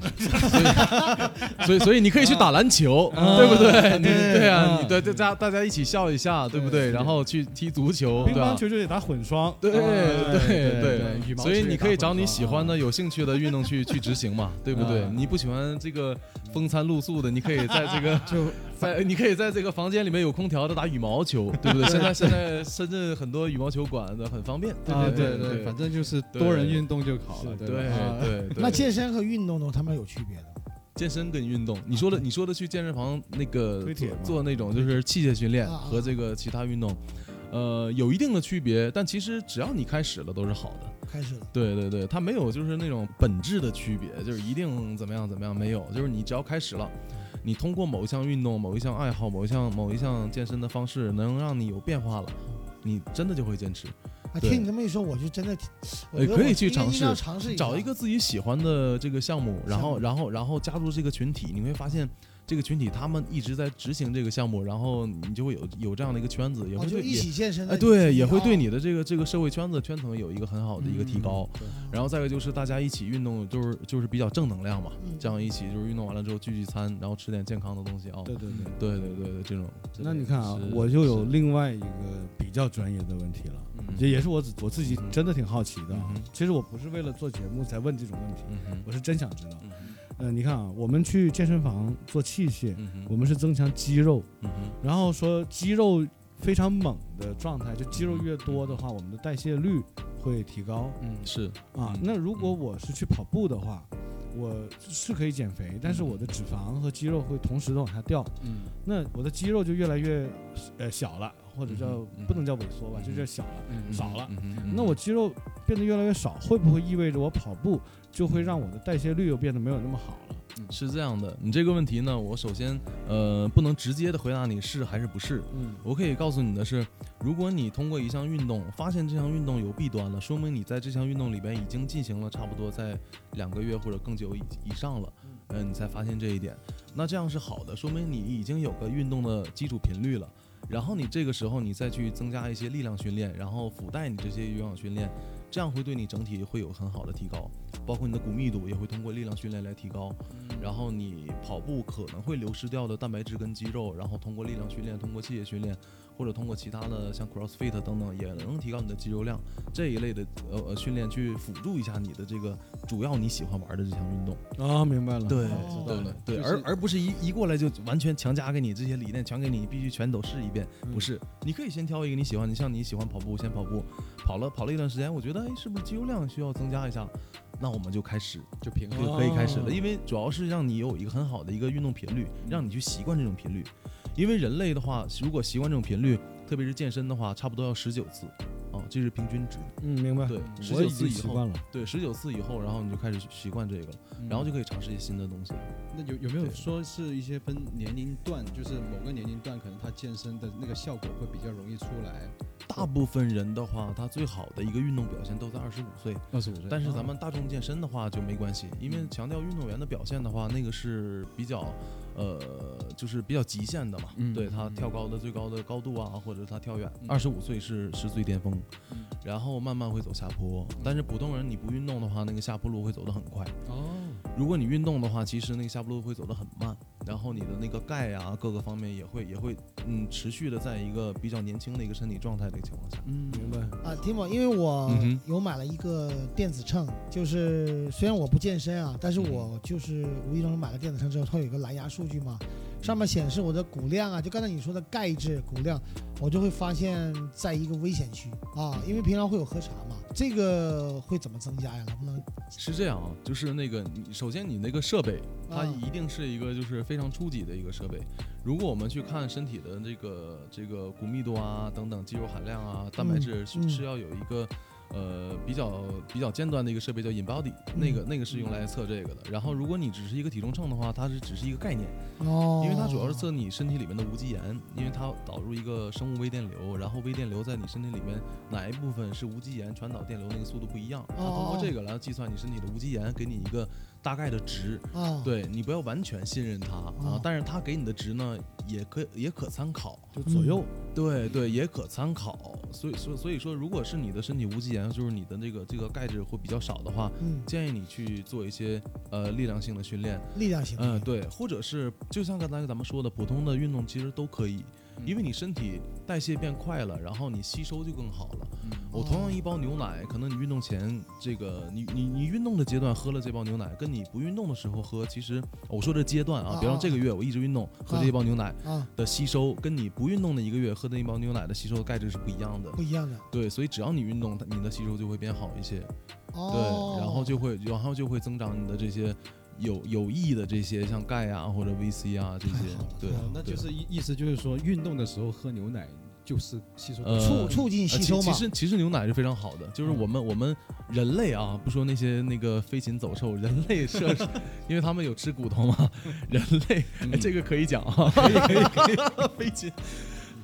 [SPEAKER 4] 所以所以你可以去打篮球，
[SPEAKER 1] 啊
[SPEAKER 4] 对不对？
[SPEAKER 1] 啊
[SPEAKER 4] 你
[SPEAKER 1] 对
[SPEAKER 4] 对啊，
[SPEAKER 1] 啊
[SPEAKER 4] 你对大家大家一起笑一下，对不
[SPEAKER 1] 对
[SPEAKER 4] 对？
[SPEAKER 1] 是
[SPEAKER 4] 然后去踢足球，
[SPEAKER 1] 乒
[SPEAKER 4] 对啊哦吧
[SPEAKER 1] 乓？球就得打混双，
[SPEAKER 4] 对对
[SPEAKER 1] 对
[SPEAKER 4] 对，
[SPEAKER 2] 羽毛
[SPEAKER 4] 所以
[SPEAKER 2] 球也
[SPEAKER 4] 你
[SPEAKER 2] 打
[SPEAKER 4] 可以
[SPEAKER 2] 混
[SPEAKER 4] 找你
[SPEAKER 2] 双
[SPEAKER 4] 喜欢的、有兴趣的运动去 去执行嘛，对不对
[SPEAKER 1] 啊？
[SPEAKER 4] 你不喜欢这个风餐露宿的，你可以在这个
[SPEAKER 1] 就
[SPEAKER 4] 在你可以在这个房间里面有空调的打羽毛球，对不对？现在现在深圳很多羽毛球馆的很方便，
[SPEAKER 2] 啊
[SPEAKER 4] 对
[SPEAKER 2] 对对，反正就是
[SPEAKER 4] 对
[SPEAKER 2] 多人运动就好了，
[SPEAKER 1] 是
[SPEAKER 2] 对
[SPEAKER 4] 对
[SPEAKER 2] 吧？啊
[SPEAKER 4] 对对。
[SPEAKER 3] 那健身和运动中他们有区别的吗？
[SPEAKER 4] 健身跟运动，你说的你说的去健身房那个
[SPEAKER 1] 推
[SPEAKER 4] 做
[SPEAKER 1] 铁吗
[SPEAKER 4] 做那种就是器械训练
[SPEAKER 3] 啊啊
[SPEAKER 4] 和这个其他运动，呃，有一定的区别，但其实只要你开始了都是好的。
[SPEAKER 3] 开始了，
[SPEAKER 4] 对对对，它没有就是那种本质的区别，就是一定怎么样怎么样没有，就是你只要开始了，你通过某一项运动、某一项爱好、某一项某一项健身的方式，能让你有变化了，你真的就会坚持。
[SPEAKER 3] 啊，
[SPEAKER 4] 对
[SPEAKER 3] 听你这么一说，我就真的挺，我
[SPEAKER 4] 哎
[SPEAKER 3] 觉得
[SPEAKER 4] 可
[SPEAKER 3] 我
[SPEAKER 4] 以去
[SPEAKER 3] 应该
[SPEAKER 4] 尝
[SPEAKER 3] 应该要
[SPEAKER 4] 试
[SPEAKER 3] 尝试哦
[SPEAKER 4] 找一个自己喜欢的这个项目，然后然后然后加入这个群体，你会发现这个群体他们一直在执行这个项目，然后你就会有有这样的一个圈子，也
[SPEAKER 3] 哦
[SPEAKER 4] 会
[SPEAKER 3] 就
[SPEAKER 4] 对
[SPEAKER 3] 一
[SPEAKER 4] 也
[SPEAKER 3] 起健身的
[SPEAKER 4] 哎
[SPEAKER 3] 群
[SPEAKER 4] 对，
[SPEAKER 3] 体
[SPEAKER 4] 也会
[SPEAKER 3] 哦
[SPEAKER 4] 对你的这个这个社会圈子圈层有一个很好的一个提高。
[SPEAKER 3] 哦
[SPEAKER 4] 然后再一个就是大家一起运动，就是就是比较正能量嘛，
[SPEAKER 3] 嗯
[SPEAKER 4] 这样一起就是运动完了之后聚聚餐，然后吃点健康的东西啊、
[SPEAKER 1] 对对对。
[SPEAKER 4] 对对对对，这种。这
[SPEAKER 1] 那
[SPEAKER 4] 种
[SPEAKER 1] 你看啊
[SPEAKER 4] 是，
[SPEAKER 1] 我就有
[SPEAKER 4] 是
[SPEAKER 1] 另外一个比较专业的问题了，
[SPEAKER 4] 嗯
[SPEAKER 1] 这也是我自我自己
[SPEAKER 4] 嗯
[SPEAKER 1] 真的挺好奇的啊
[SPEAKER 4] 嗯哼。
[SPEAKER 1] 其实我不是为了做节目才问这种问题，
[SPEAKER 4] 嗯哼
[SPEAKER 1] 我是真想知道。
[SPEAKER 4] 嗯哼
[SPEAKER 1] 嗯、你看啊，我们去健身房做器械，
[SPEAKER 4] 嗯哼
[SPEAKER 1] 我们是增强肌肉，
[SPEAKER 4] 嗯哼
[SPEAKER 1] 然后说肌肉非常猛的状态，就肌肉越多的话，我们的代谢率会提高
[SPEAKER 2] 嗯，
[SPEAKER 4] 是
[SPEAKER 1] 啊
[SPEAKER 4] 嗯。
[SPEAKER 1] 那如果
[SPEAKER 4] 嗯
[SPEAKER 1] 我是去跑步的话，我是可以减肥，但是
[SPEAKER 4] 嗯
[SPEAKER 1] 我的脂肪和肌肉会同时的往下掉。
[SPEAKER 2] 嗯
[SPEAKER 1] 那我的肌肉就越来越呃小了，或者叫、
[SPEAKER 4] 嗯哼嗯哼
[SPEAKER 1] 不能叫萎缩吧，
[SPEAKER 4] 嗯哼
[SPEAKER 1] 就叫小了。
[SPEAKER 2] 嗯
[SPEAKER 1] 少了
[SPEAKER 4] 嗯哼嗯哼
[SPEAKER 1] 那我肌肉变得越来越少，会不会意味着我跑步就会让我的代谢率又变得没有那么好了？
[SPEAKER 4] 是这样的，你这个问题呢，我首先呃不能直接的回答你是还是不是。
[SPEAKER 1] 嗯
[SPEAKER 4] 我可以告诉你的是，如果你通过一项运动发现这项运动有弊端了，说明你在这项运动里边已经进行了差不多在两个月或者更久以以上了，呃，你才发现这一点，那这样是好的，说明你已经有个运动的基础频率了。然后你这个时候你再去增加一些力量训练，然后附带你这些有氧训练，这样会对你整体会有很好的提高，包括你的骨密度也会通过力量训练来提高。
[SPEAKER 2] 嗯
[SPEAKER 4] 然后你跑步可能会流失掉的蛋白质跟肌肉，然后通过力量训练、通过器械训练，或者通过其他的像 CrossFit 等等，也能提高你的肌肉量这一类的呃呃训练，去辅助一下你的这个主要你喜欢玩的这项运动。
[SPEAKER 1] 啊，明白了。
[SPEAKER 4] 对，
[SPEAKER 3] 哦
[SPEAKER 4] 对
[SPEAKER 2] 知道
[SPEAKER 4] 对
[SPEAKER 2] 了
[SPEAKER 4] 对，
[SPEAKER 2] 就是
[SPEAKER 4] 而而不是一一过来就完全强加给你这些理念，全给你，你必须全都试一遍。
[SPEAKER 1] 嗯
[SPEAKER 4] 不是，你可以先挑一个你喜欢的，像你喜欢跑步，先跑步，跑了跑了一段时间，我觉得哎，是不是肌肉量需要增加一下？那我们就开始
[SPEAKER 2] 就平衡。
[SPEAKER 4] 就可以开始了。
[SPEAKER 1] 哦
[SPEAKER 4] 因为主要是让你有一个很好的一个运动频率，让你去习惯这种频率。因为人类的话，如果习惯这种频率，特别是健身的话，差不多要十九次。啊，这是平均值。
[SPEAKER 1] 嗯，明白。
[SPEAKER 4] 对，十
[SPEAKER 1] 我
[SPEAKER 4] 九
[SPEAKER 1] 已
[SPEAKER 4] 次
[SPEAKER 1] 经
[SPEAKER 4] 以
[SPEAKER 1] 习
[SPEAKER 4] 后，
[SPEAKER 1] 惯了。嗯
[SPEAKER 4] 对，十九次以后，然后你就开始习惯这个了，然后就可以尝试一些新的东西。
[SPEAKER 2] 嗯那有有没有
[SPEAKER 4] 对
[SPEAKER 2] 说是一些分年龄段，就是某个年龄段可能他健身的那个效果会比较容易出来？
[SPEAKER 4] 大部分人的话，他最好的一个运动表现都在二十五岁，
[SPEAKER 2] 二十五岁
[SPEAKER 4] 但是咱们大众健身的话就没关系，因为强调运动员的表现的话，那个是比较，呃，就是比较极限的嘛，
[SPEAKER 2] 嗯
[SPEAKER 4] 对他
[SPEAKER 2] 嗯
[SPEAKER 4] 跳高的最高的高度啊，或者他跳远，
[SPEAKER 2] 嗯
[SPEAKER 4] 二十五岁是是最巅峰
[SPEAKER 2] 嗯，
[SPEAKER 4] 然后慢慢会走下坡。但是普通人你不运动的话，那个下坡路会走得很快。
[SPEAKER 2] 哦，
[SPEAKER 4] 如果你运动的话，其实那个下坡路会走得很慢，然后你的那个钙啊各个方面也会也会嗯持续的在一个比较年轻的一个身体状态的一个情况下，
[SPEAKER 2] 嗯，
[SPEAKER 1] 明白。
[SPEAKER 3] 啊，Timo，因为我
[SPEAKER 4] 嗯哼
[SPEAKER 3] 有买了一个电子秤，就是虽然我不健身啊，但是
[SPEAKER 4] 嗯
[SPEAKER 3] 我就是无意中买了电子秤之后，它有一个蓝牙数据嘛，上面显示我的骨量啊，就刚才你说的钙质、骨量，我就会发现在一个危险区啊，因为平常会有喝茶嘛，这个会怎么增加呀？能不能
[SPEAKER 4] 是这样啊，就是那个你首先你那个设备它
[SPEAKER 3] 啊
[SPEAKER 4] 一定是一个就是非常初级的一个设备。如果我们去看身体的这个这个骨密度啊等等肌肉含量啊蛋白质是、
[SPEAKER 3] 嗯
[SPEAKER 4] 是要有一个。呃，比较比较尖端的一个设备叫 InBody，、那
[SPEAKER 3] 嗯
[SPEAKER 4] 个那个是用来测这个的。然后，如果你只是一个体重秤的话，它是只是一个概念，
[SPEAKER 3] 哦，
[SPEAKER 4] 因为它主要是测你身体里面的无机盐，因为它导入一个生物微电流，然后微电流在你身体里面哪一部分是无机盐传导电流那个速度不一样，它通
[SPEAKER 3] 哦
[SPEAKER 4] 过这个来计算你身体的无机盐，给你一个大概的值。
[SPEAKER 3] 啊，，
[SPEAKER 4] 对你不要完全信任它啊
[SPEAKER 3] 哦，
[SPEAKER 4] 但是它给你的值呢，也可也可参考。
[SPEAKER 1] 就左右，
[SPEAKER 4] 对对，也可参考。所以所以所以说，如果是你的身体无机盐，就是你的这个这个钙质会比较少的话，
[SPEAKER 3] 嗯，
[SPEAKER 4] 建议你去做一些呃力量性的训练。
[SPEAKER 3] 力量型的，
[SPEAKER 4] 嗯，对，或者是就像刚才咱们说的，普通的运动其实都可以，
[SPEAKER 2] 嗯
[SPEAKER 4] 因为你身体代谢变快了，然后你吸收就更好了。
[SPEAKER 2] 嗯
[SPEAKER 4] 我同
[SPEAKER 3] 哦
[SPEAKER 4] 样一包牛奶，可能你运动前这个你你你运动的阶段喝了这包牛奶，跟你不运动的时候喝，其实我说这阶段啊，
[SPEAKER 3] 啊
[SPEAKER 4] 比方
[SPEAKER 3] 啊
[SPEAKER 4] 这个月我一直运动喝
[SPEAKER 3] 啊
[SPEAKER 4] 这一包牛奶
[SPEAKER 3] 啊，
[SPEAKER 4] 的吸收，跟你不运动的一个月喝那一包牛奶的吸收钙质是不一样的。
[SPEAKER 3] 不一样的，
[SPEAKER 4] 对，所以只要你运动，它你的吸收就会变好一些。
[SPEAKER 3] 哦，
[SPEAKER 4] 对，然后就会，然后就会增长你的这些有有益的这些，像钙啊或者 VC 啊这些
[SPEAKER 3] 太好了，
[SPEAKER 4] 对
[SPEAKER 3] 太好了，
[SPEAKER 2] 嗯那
[SPEAKER 4] 对
[SPEAKER 2] 就是意意思就是说，运动的时候喝牛奶就是吸收
[SPEAKER 4] 呃
[SPEAKER 3] 促促进吸
[SPEAKER 4] 呃其
[SPEAKER 3] 收
[SPEAKER 4] 其
[SPEAKER 3] 嘛，
[SPEAKER 4] 实其实牛奶是非常好的，就是我们、我们人类啊，不说那些那个飞禽走兽，人类是， 因为他们有吃骨头嘛，人类、哎这个可以讲啊，可以可以可以， 飞禽。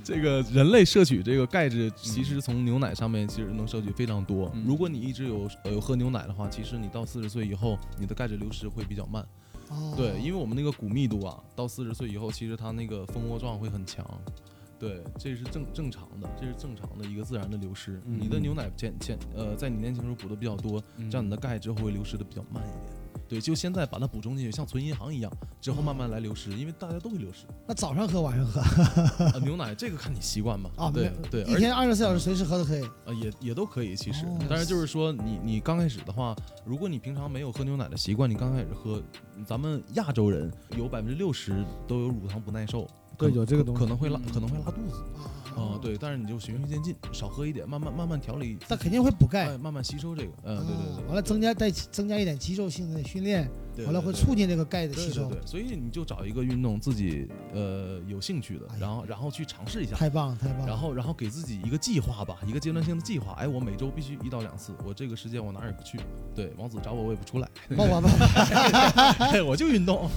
[SPEAKER 4] 这个人类摄取这个钙质，其实从牛奶上面其实能摄取非常多。
[SPEAKER 2] 嗯
[SPEAKER 4] 如果你一直有呃有喝牛奶的话，其实你到四十岁以后，你的钙质流失会比较慢。
[SPEAKER 3] 哦
[SPEAKER 4] 对，因为我们那个骨密度啊，到四十岁以后，其实它那个蜂窝状会很强。对，这是正正常的，这是正常的一个自然的流失。你的
[SPEAKER 2] 嗯
[SPEAKER 4] 牛奶前前呃，在你年轻时候补的比较多，这样你的钙质会流失的比较慢一点。对，就现在把它补充进去，像存银行一样，之后慢慢来流失，因为大家都会流失。
[SPEAKER 3] 那早上喝晚上喝
[SPEAKER 4] 啊，牛奶这个看你习惯吧。
[SPEAKER 3] 啊，
[SPEAKER 4] 对
[SPEAKER 3] 没
[SPEAKER 4] 对，
[SPEAKER 3] 一
[SPEAKER 4] 而且
[SPEAKER 3] 天二十四小时随时喝都可以。
[SPEAKER 4] 呃也也都可以，其实
[SPEAKER 3] 哦，
[SPEAKER 4] 但是就是说你你刚开始的话，如果你平常没有喝牛奶的习惯，你刚开始喝，咱们亚洲人有百分之六十都有乳糖不耐受，可
[SPEAKER 1] 对有这个东西
[SPEAKER 4] 可能会拉
[SPEAKER 2] 嗯
[SPEAKER 4] 可能会拉肚子
[SPEAKER 3] 啊
[SPEAKER 4] 啊，对，但是你就循序渐进，少喝一点，慢慢慢慢调理，
[SPEAKER 3] 但肯定会补钙。
[SPEAKER 4] 哎慢慢吸收这个，嗯，对对
[SPEAKER 3] 啊
[SPEAKER 4] 对，
[SPEAKER 3] 完了增加再增加一点肌肉性的训练，
[SPEAKER 4] 对，
[SPEAKER 3] 完了会
[SPEAKER 4] 对对
[SPEAKER 3] 促进这个钙的
[SPEAKER 4] 对
[SPEAKER 3] 吸
[SPEAKER 4] 对
[SPEAKER 3] 收，
[SPEAKER 4] 对，所以你就找一个运动自己呃有兴趣的
[SPEAKER 3] 哎，呀
[SPEAKER 4] 然后然后去尝试一下，
[SPEAKER 3] 太棒了，太棒
[SPEAKER 4] 然
[SPEAKER 3] 了。
[SPEAKER 4] 后，然后给自己一个计划吧，一个阶段性的计划。哎，我每周必须一到两次，我这个时间我哪儿也不去。对，王子找我我也不出来，
[SPEAKER 3] 抱抱抱抱，
[SPEAKER 4] 哎 我就运动。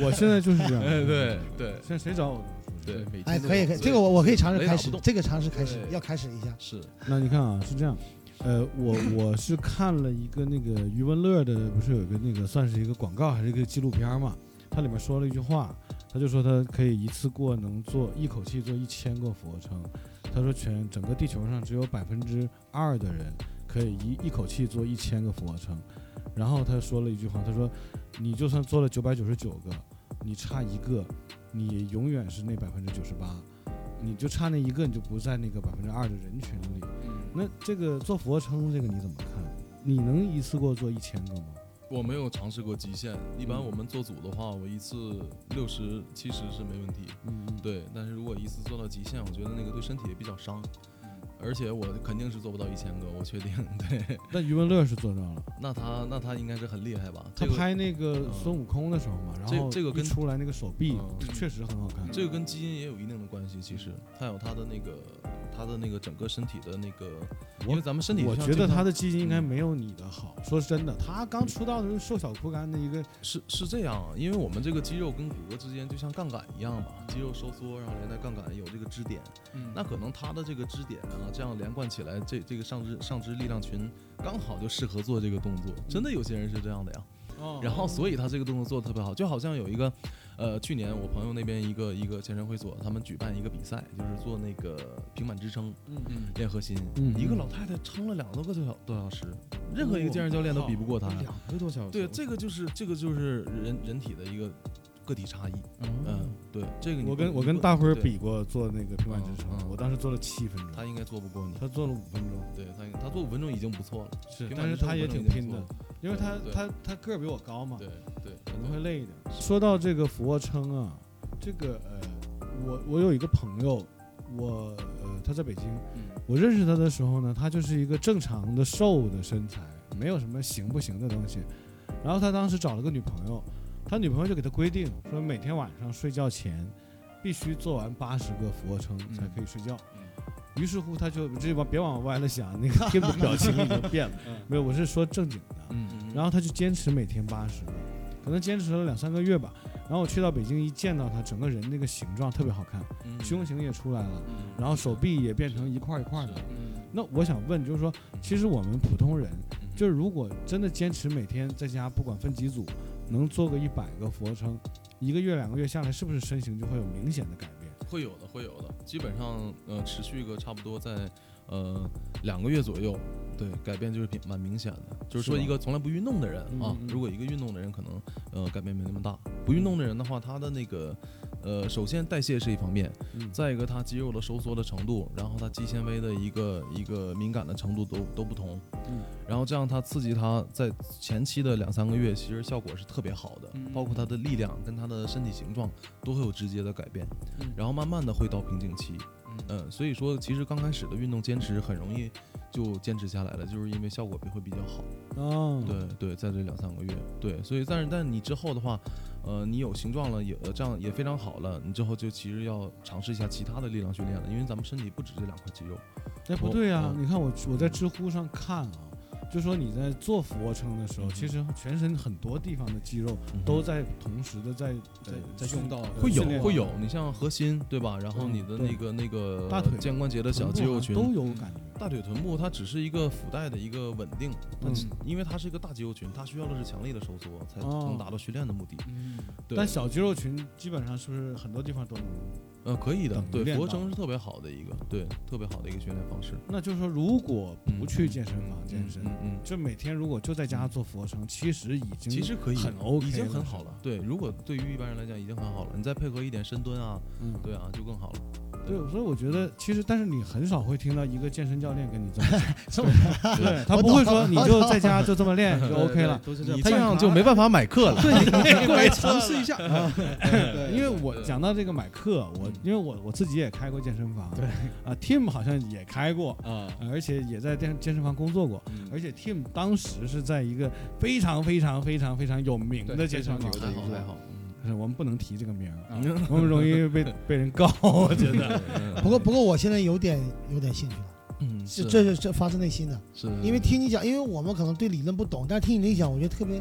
[SPEAKER 1] 我现在就是这样。
[SPEAKER 2] 嗯
[SPEAKER 4] 哎，嗯 对对
[SPEAKER 1] 现在谁找我？
[SPEAKER 4] 对，每
[SPEAKER 3] 哎，
[SPEAKER 4] 天都
[SPEAKER 3] 可以
[SPEAKER 4] 有
[SPEAKER 3] 可以，
[SPEAKER 4] 对
[SPEAKER 3] 这个我我可以尝试
[SPEAKER 4] 雷打
[SPEAKER 3] 开
[SPEAKER 4] 不
[SPEAKER 3] 始
[SPEAKER 4] 动，
[SPEAKER 3] 这个尝试开始
[SPEAKER 4] 对
[SPEAKER 3] 要开始一 下
[SPEAKER 4] 是
[SPEAKER 1] 那你看啊，是这样，呃，我我是看了一个那个余文乐的，不是有一个那个算是一个广告还是一个纪录片儿嘛？它里面说了一句话，他就说他可以一次过能做一口气做一千个俯卧撑，他说全整个地球上只有百分之二的人可以一一口气做一千个俯卧撑，然后他说了一句话，他说你就算做了九百九十九个，你差一个，你永远是那百分之九十八。你就差那一个，你就不在那个百分之二的人群里。那这个做俯卧撑这个你怎么看？你能一次过做一千个吗？
[SPEAKER 4] 我没有尝试过极限。一般我们做组的话，我一次六十七十是没问题。
[SPEAKER 1] 嗯，
[SPEAKER 4] 对，但是如果一次做到极限，我觉得那个对身体也比较伤。
[SPEAKER 2] 嗯
[SPEAKER 4] 而且我肯定是做不到一千个，我确定。 对，
[SPEAKER 1] 那余文乐是做到了，
[SPEAKER 4] 那他那他应该是很厉害吧？
[SPEAKER 1] 他
[SPEAKER 4] 这个嗯
[SPEAKER 1] 拍那个孙悟空的时候嘛，然后
[SPEAKER 4] 这个跟
[SPEAKER 1] 一出来那个手臂
[SPEAKER 4] 嗯
[SPEAKER 1] 确实很好看。
[SPEAKER 4] 这个跟基因也有一定的关系，其实它有它的那个他的那个整个身体的那个，
[SPEAKER 1] 我
[SPEAKER 4] 因为咱们身体
[SPEAKER 1] 我
[SPEAKER 4] 上
[SPEAKER 1] 觉得
[SPEAKER 4] 经常
[SPEAKER 1] 他的基因应
[SPEAKER 4] 嗯
[SPEAKER 1] 该没有你的好。说真的，他刚出道的时候瘦小枯干的一个，
[SPEAKER 4] 是是这样啊，因为我们这个肌肉跟骨骼之间就像杠杆一样嘛，肌肉收缩，然后连带杠杆有这个支点，
[SPEAKER 2] 嗯
[SPEAKER 4] 那可能他的这个支点啊，这样连贯起来，这这个上肢上肢力量群刚好就适合做这个动作。真的有些人是这样的呀，
[SPEAKER 1] 哦
[SPEAKER 4] 然后所以他这个动作做的特别好，就好像有一个，呃，去年我朋友那边一个一个健身会所，他们举办一个比赛，就是做那个平板支撑
[SPEAKER 2] 嗯，
[SPEAKER 4] 练核心，
[SPEAKER 1] 嗯
[SPEAKER 4] 一个老太太撑了两多个多小多小时，任何一个健身教练都比不过她。
[SPEAKER 1] 嗯
[SPEAKER 2] 两个多小时，
[SPEAKER 4] 对，哦这个就是这个就是人人体的一个个体差异。嗯，对，这个你
[SPEAKER 1] 我
[SPEAKER 4] 不
[SPEAKER 1] 跟我
[SPEAKER 4] 你
[SPEAKER 1] 跟
[SPEAKER 4] 不
[SPEAKER 1] 大辉儿
[SPEAKER 4] 对
[SPEAKER 1] 比过做那个平板支
[SPEAKER 4] 嗯
[SPEAKER 1] 撑，
[SPEAKER 4] 嗯
[SPEAKER 1] 我当时做了七分
[SPEAKER 4] 他
[SPEAKER 1] 钟，
[SPEAKER 4] 应该做不过你。
[SPEAKER 1] 他做了五分钟，
[SPEAKER 4] 对他应该，他做五分钟已经不错了。
[SPEAKER 1] 是
[SPEAKER 4] 平，板
[SPEAKER 1] 但是
[SPEAKER 4] 支撑
[SPEAKER 1] 他
[SPEAKER 4] 五
[SPEAKER 1] 也
[SPEAKER 4] 分钟
[SPEAKER 1] 挺
[SPEAKER 4] 已经
[SPEAKER 1] 拼
[SPEAKER 4] 做
[SPEAKER 1] 的
[SPEAKER 4] 了，
[SPEAKER 1] 因为他
[SPEAKER 4] 对
[SPEAKER 1] 他他个儿比我高嘛，
[SPEAKER 4] 对对，
[SPEAKER 1] 可能会累一点。说到这个俯卧撑啊，这个呃，我我有一个朋友，我呃他在北京，
[SPEAKER 2] 嗯
[SPEAKER 1] 我认识他的时候呢，他就是一个正常的瘦的身材，没有什么行不行的东西。然后他当时找了个女朋友，他女朋友就给他规定说，每天晚上睡觉前必须做完八十个俯卧撑才可以睡觉。于是乎，他就这往别往歪了想，那 个听的表情已经变了。没有，我是说正经的。
[SPEAKER 4] 嗯
[SPEAKER 1] 然后他就坚持每天八十个，可能坚持了两三个月吧。然后我去到北京一见到他，整个人那个形状特别好看，
[SPEAKER 4] 后
[SPEAKER 1] 胸型也出来了，
[SPEAKER 2] 嗯
[SPEAKER 1] 然后手臂也变成一块一块的。
[SPEAKER 2] 嗯
[SPEAKER 1] 那我想问，就是说，其实我们普通人，就是是如果真的坚持每天在家，不管分几组，能做个一百个俯卧撑，一个月两个月下来，是不是身形就会有明显的改变？
[SPEAKER 4] 会有的，会有的，基本上呃持续个差不多在呃两个月左右，对，改变就是挺蛮明显的。就是
[SPEAKER 1] 是
[SPEAKER 4] 说
[SPEAKER 1] 吧
[SPEAKER 4] 一个从来不运动的人啊
[SPEAKER 1] 嗯嗯，
[SPEAKER 4] 如果一个运动的人可能呃改变没那么大，不运动的人的话，他的那个呃首先代谢是一方面，
[SPEAKER 1] 嗯
[SPEAKER 4] 再一个它肌肉的收缩的程度，然后它肌纤维的一个一个敏感的程度都都不同，
[SPEAKER 1] 嗯，
[SPEAKER 4] 然后这样它刺激它在前期的两三个月，其实效果是特别好的，
[SPEAKER 2] 嗯
[SPEAKER 4] 包括它的力量跟它的身体形状都会有直接的改变，
[SPEAKER 2] 嗯
[SPEAKER 4] 然后慢慢的会到瓶颈期，嗯，所以说其实刚开始的运动坚持很容易就坚持下来了，就是因为效果会比较好。
[SPEAKER 1] 哦，
[SPEAKER 4] 对对，在这两三个月，对，所以但是但你之后的话，呃，你有形状了，也呃这样也非常好了，你之后就其实要尝试一下其他的力量训练了，因为咱们身体不止这两块肌肉。
[SPEAKER 1] 哎，不对啊
[SPEAKER 4] 哦！
[SPEAKER 1] 你看我我在知乎上看啊，就说你在做俯卧撑的时候，
[SPEAKER 4] 嗯
[SPEAKER 1] 其实全身很多地方的肌肉
[SPEAKER 4] 嗯
[SPEAKER 1] 都在同时的在呃
[SPEAKER 2] 在在
[SPEAKER 1] 训
[SPEAKER 2] 用到
[SPEAKER 1] 呃
[SPEAKER 4] 会有
[SPEAKER 1] 训练
[SPEAKER 4] 会有，你像核心对吧？然后
[SPEAKER 1] 嗯
[SPEAKER 4] 你的
[SPEAKER 1] 对
[SPEAKER 4] 那个那个
[SPEAKER 1] 大腿
[SPEAKER 4] 肩关节的小
[SPEAKER 1] 臀部
[SPEAKER 4] 肌肉
[SPEAKER 1] 好像
[SPEAKER 4] 群，
[SPEAKER 1] 啊都有感觉。
[SPEAKER 4] 大腿、臀部，它只是一个腹带的一个稳定，它只
[SPEAKER 1] 嗯
[SPEAKER 4] 因为它是一个大肌肉群，它需要的是强力的收缩才
[SPEAKER 1] 哦
[SPEAKER 4] 能达到训练的目的。
[SPEAKER 2] 嗯
[SPEAKER 4] 对，
[SPEAKER 1] 但小肌肉群基本上是不是很多地方都能？
[SPEAKER 4] 呃可以的
[SPEAKER 1] 等，
[SPEAKER 4] 对，
[SPEAKER 1] 练
[SPEAKER 4] 俯卧
[SPEAKER 1] 到
[SPEAKER 4] 撑是特别好的一个，对，特别好的一个训练方式。
[SPEAKER 1] 那就是说，如果不去健身房
[SPEAKER 4] 嗯
[SPEAKER 1] 健身，
[SPEAKER 4] 嗯嗯，
[SPEAKER 1] 就每天如果就在家做俯卧撑，其实已经
[SPEAKER 4] 其实可以，
[SPEAKER 1] 很 OK，
[SPEAKER 4] 已经
[SPEAKER 1] 了
[SPEAKER 4] 很好了。对，如果对于一般人来讲已经很好了，你再配合一点深蹲啊，
[SPEAKER 1] 嗯，
[SPEAKER 4] 对啊，就更好 了。
[SPEAKER 1] 对，所以我觉得其实，但是你很少会听到一个健身教练跟你这么讲，
[SPEAKER 3] 这么
[SPEAKER 1] 对他
[SPEAKER 3] 我
[SPEAKER 1] 不
[SPEAKER 3] 懂
[SPEAKER 1] 会说
[SPEAKER 3] 了
[SPEAKER 1] 你就在家就这么练就 OK 了。
[SPEAKER 2] 都是这样，
[SPEAKER 4] 你这样就没办法买课了。
[SPEAKER 2] 对，过来尝试一下， 对
[SPEAKER 1] 因为我
[SPEAKER 4] 对
[SPEAKER 1] 讲到这个买课，我因为我我自己也开过健身房，对啊，Tim 好像也开过，
[SPEAKER 2] 啊，
[SPEAKER 1] 呃而且也在健健身房工作过，
[SPEAKER 4] 嗯
[SPEAKER 1] 而且 Tim 当时是在一个非常非常非常非常有名的
[SPEAKER 2] 对
[SPEAKER 1] 健身房
[SPEAKER 2] 非，
[SPEAKER 4] 还
[SPEAKER 2] 常
[SPEAKER 4] 好
[SPEAKER 2] 有
[SPEAKER 4] 还好，
[SPEAKER 1] 但是我们不能提这个名儿，
[SPEAKER 2] 啊
[SPEAKER 4] 嗯，
[SPEAKER 1] 我们容易被被人告，啊我觉得。
[SPEAKER 4] 得
[SPEAKER 3] 不过不过我现在有点有点兴趣了，
[SPEAKER 4] 嗯
[SPEAKER 3] 这
[SPEAKER 4] 是
[SPEAKER 3] 这是这发自内心的，
[SPEAKER 4] 是，哎
[SPEAKER 3] 因为听你讲，因为我们可能对理论不懂，但是听你这一讲，我觉得特别，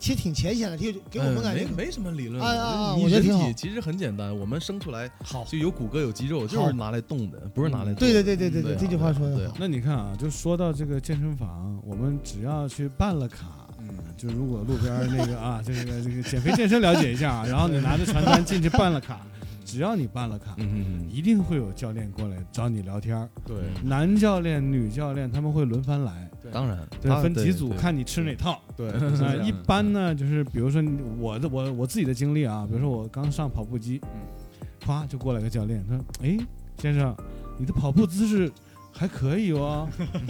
[SPEAKER 3] 其实挺浅显的，挺给我们
[SPEAKER 4] 嗯
[SPEAKER 3] 感觉
[SPEAKER 4] 没没什么理论
[SPEAKER 3] 啊啊
[SPEAKER 4] 的
[SPEAKER 3] 啊
[SPEAKER 4] 你
[SPEAKER 3] 我觉得
[SPEAKER 4] 人
[SPEAKER 3] 挺
[SPEAKER 4] 体
[SPEAKER 3] 好
[SPEAKER 4] 其实很简单，我们生出来
[SPEAKER 3] 好。
[SPEAKER 4] 就有骨骼有肌肉，就是拿来动的，不是拿来做
[SPEAKER 3] 嗯对对
[SPEAKER 4] 的。
[SPEAKER 3] 对对对
[SPEAKER 4] 对啊
[SPEAKER 3] 这句话说
[SPEAKER 4] 对
[SPEAKER 3] 的
[SPEAKER 4] 啊
[SPEAKER 3] 好。
[SPEAKER 1] 那你看啊，就说到这个健身房，我们只要去办了卡，
[SPEAKER 2] 嗯
[SPEAKER 1] 就如果路边儿那个啊，这个这个减肥健身了解一下啊，然后你拿着传单进去办了卡，只要你办了卡，
[SPEAKER 4] 嗯嗯嗯，
[SPEAKER 1] 一定会有教练过来找你聊天儿，
[SPEAKER 2] 对
[SPEAKER 1] 男教练、女教练他们会轮番来，
[SPEAKER 4] 当然，
[SPEAKER 1] 对，
[SPEAKER 4] 它
[SPEAKER 1] 分几
[SPEAKER 4] 对
[SPEAKER 1] 组
[SPEAKER 4] 对
[SPEAKER 1] 看你吃哪套。
[SPEAKER 2] 对
[SPEAKER 1] 啊，一般呢，就是比如说你我的我我自己的经历啊，比如说我刚上跑步机，
[SPEAKER 2] 嗯
[SPEAKER 1] 咵就过来个教练，他说：“哎，先生，你的跑步姿势还可以 哦。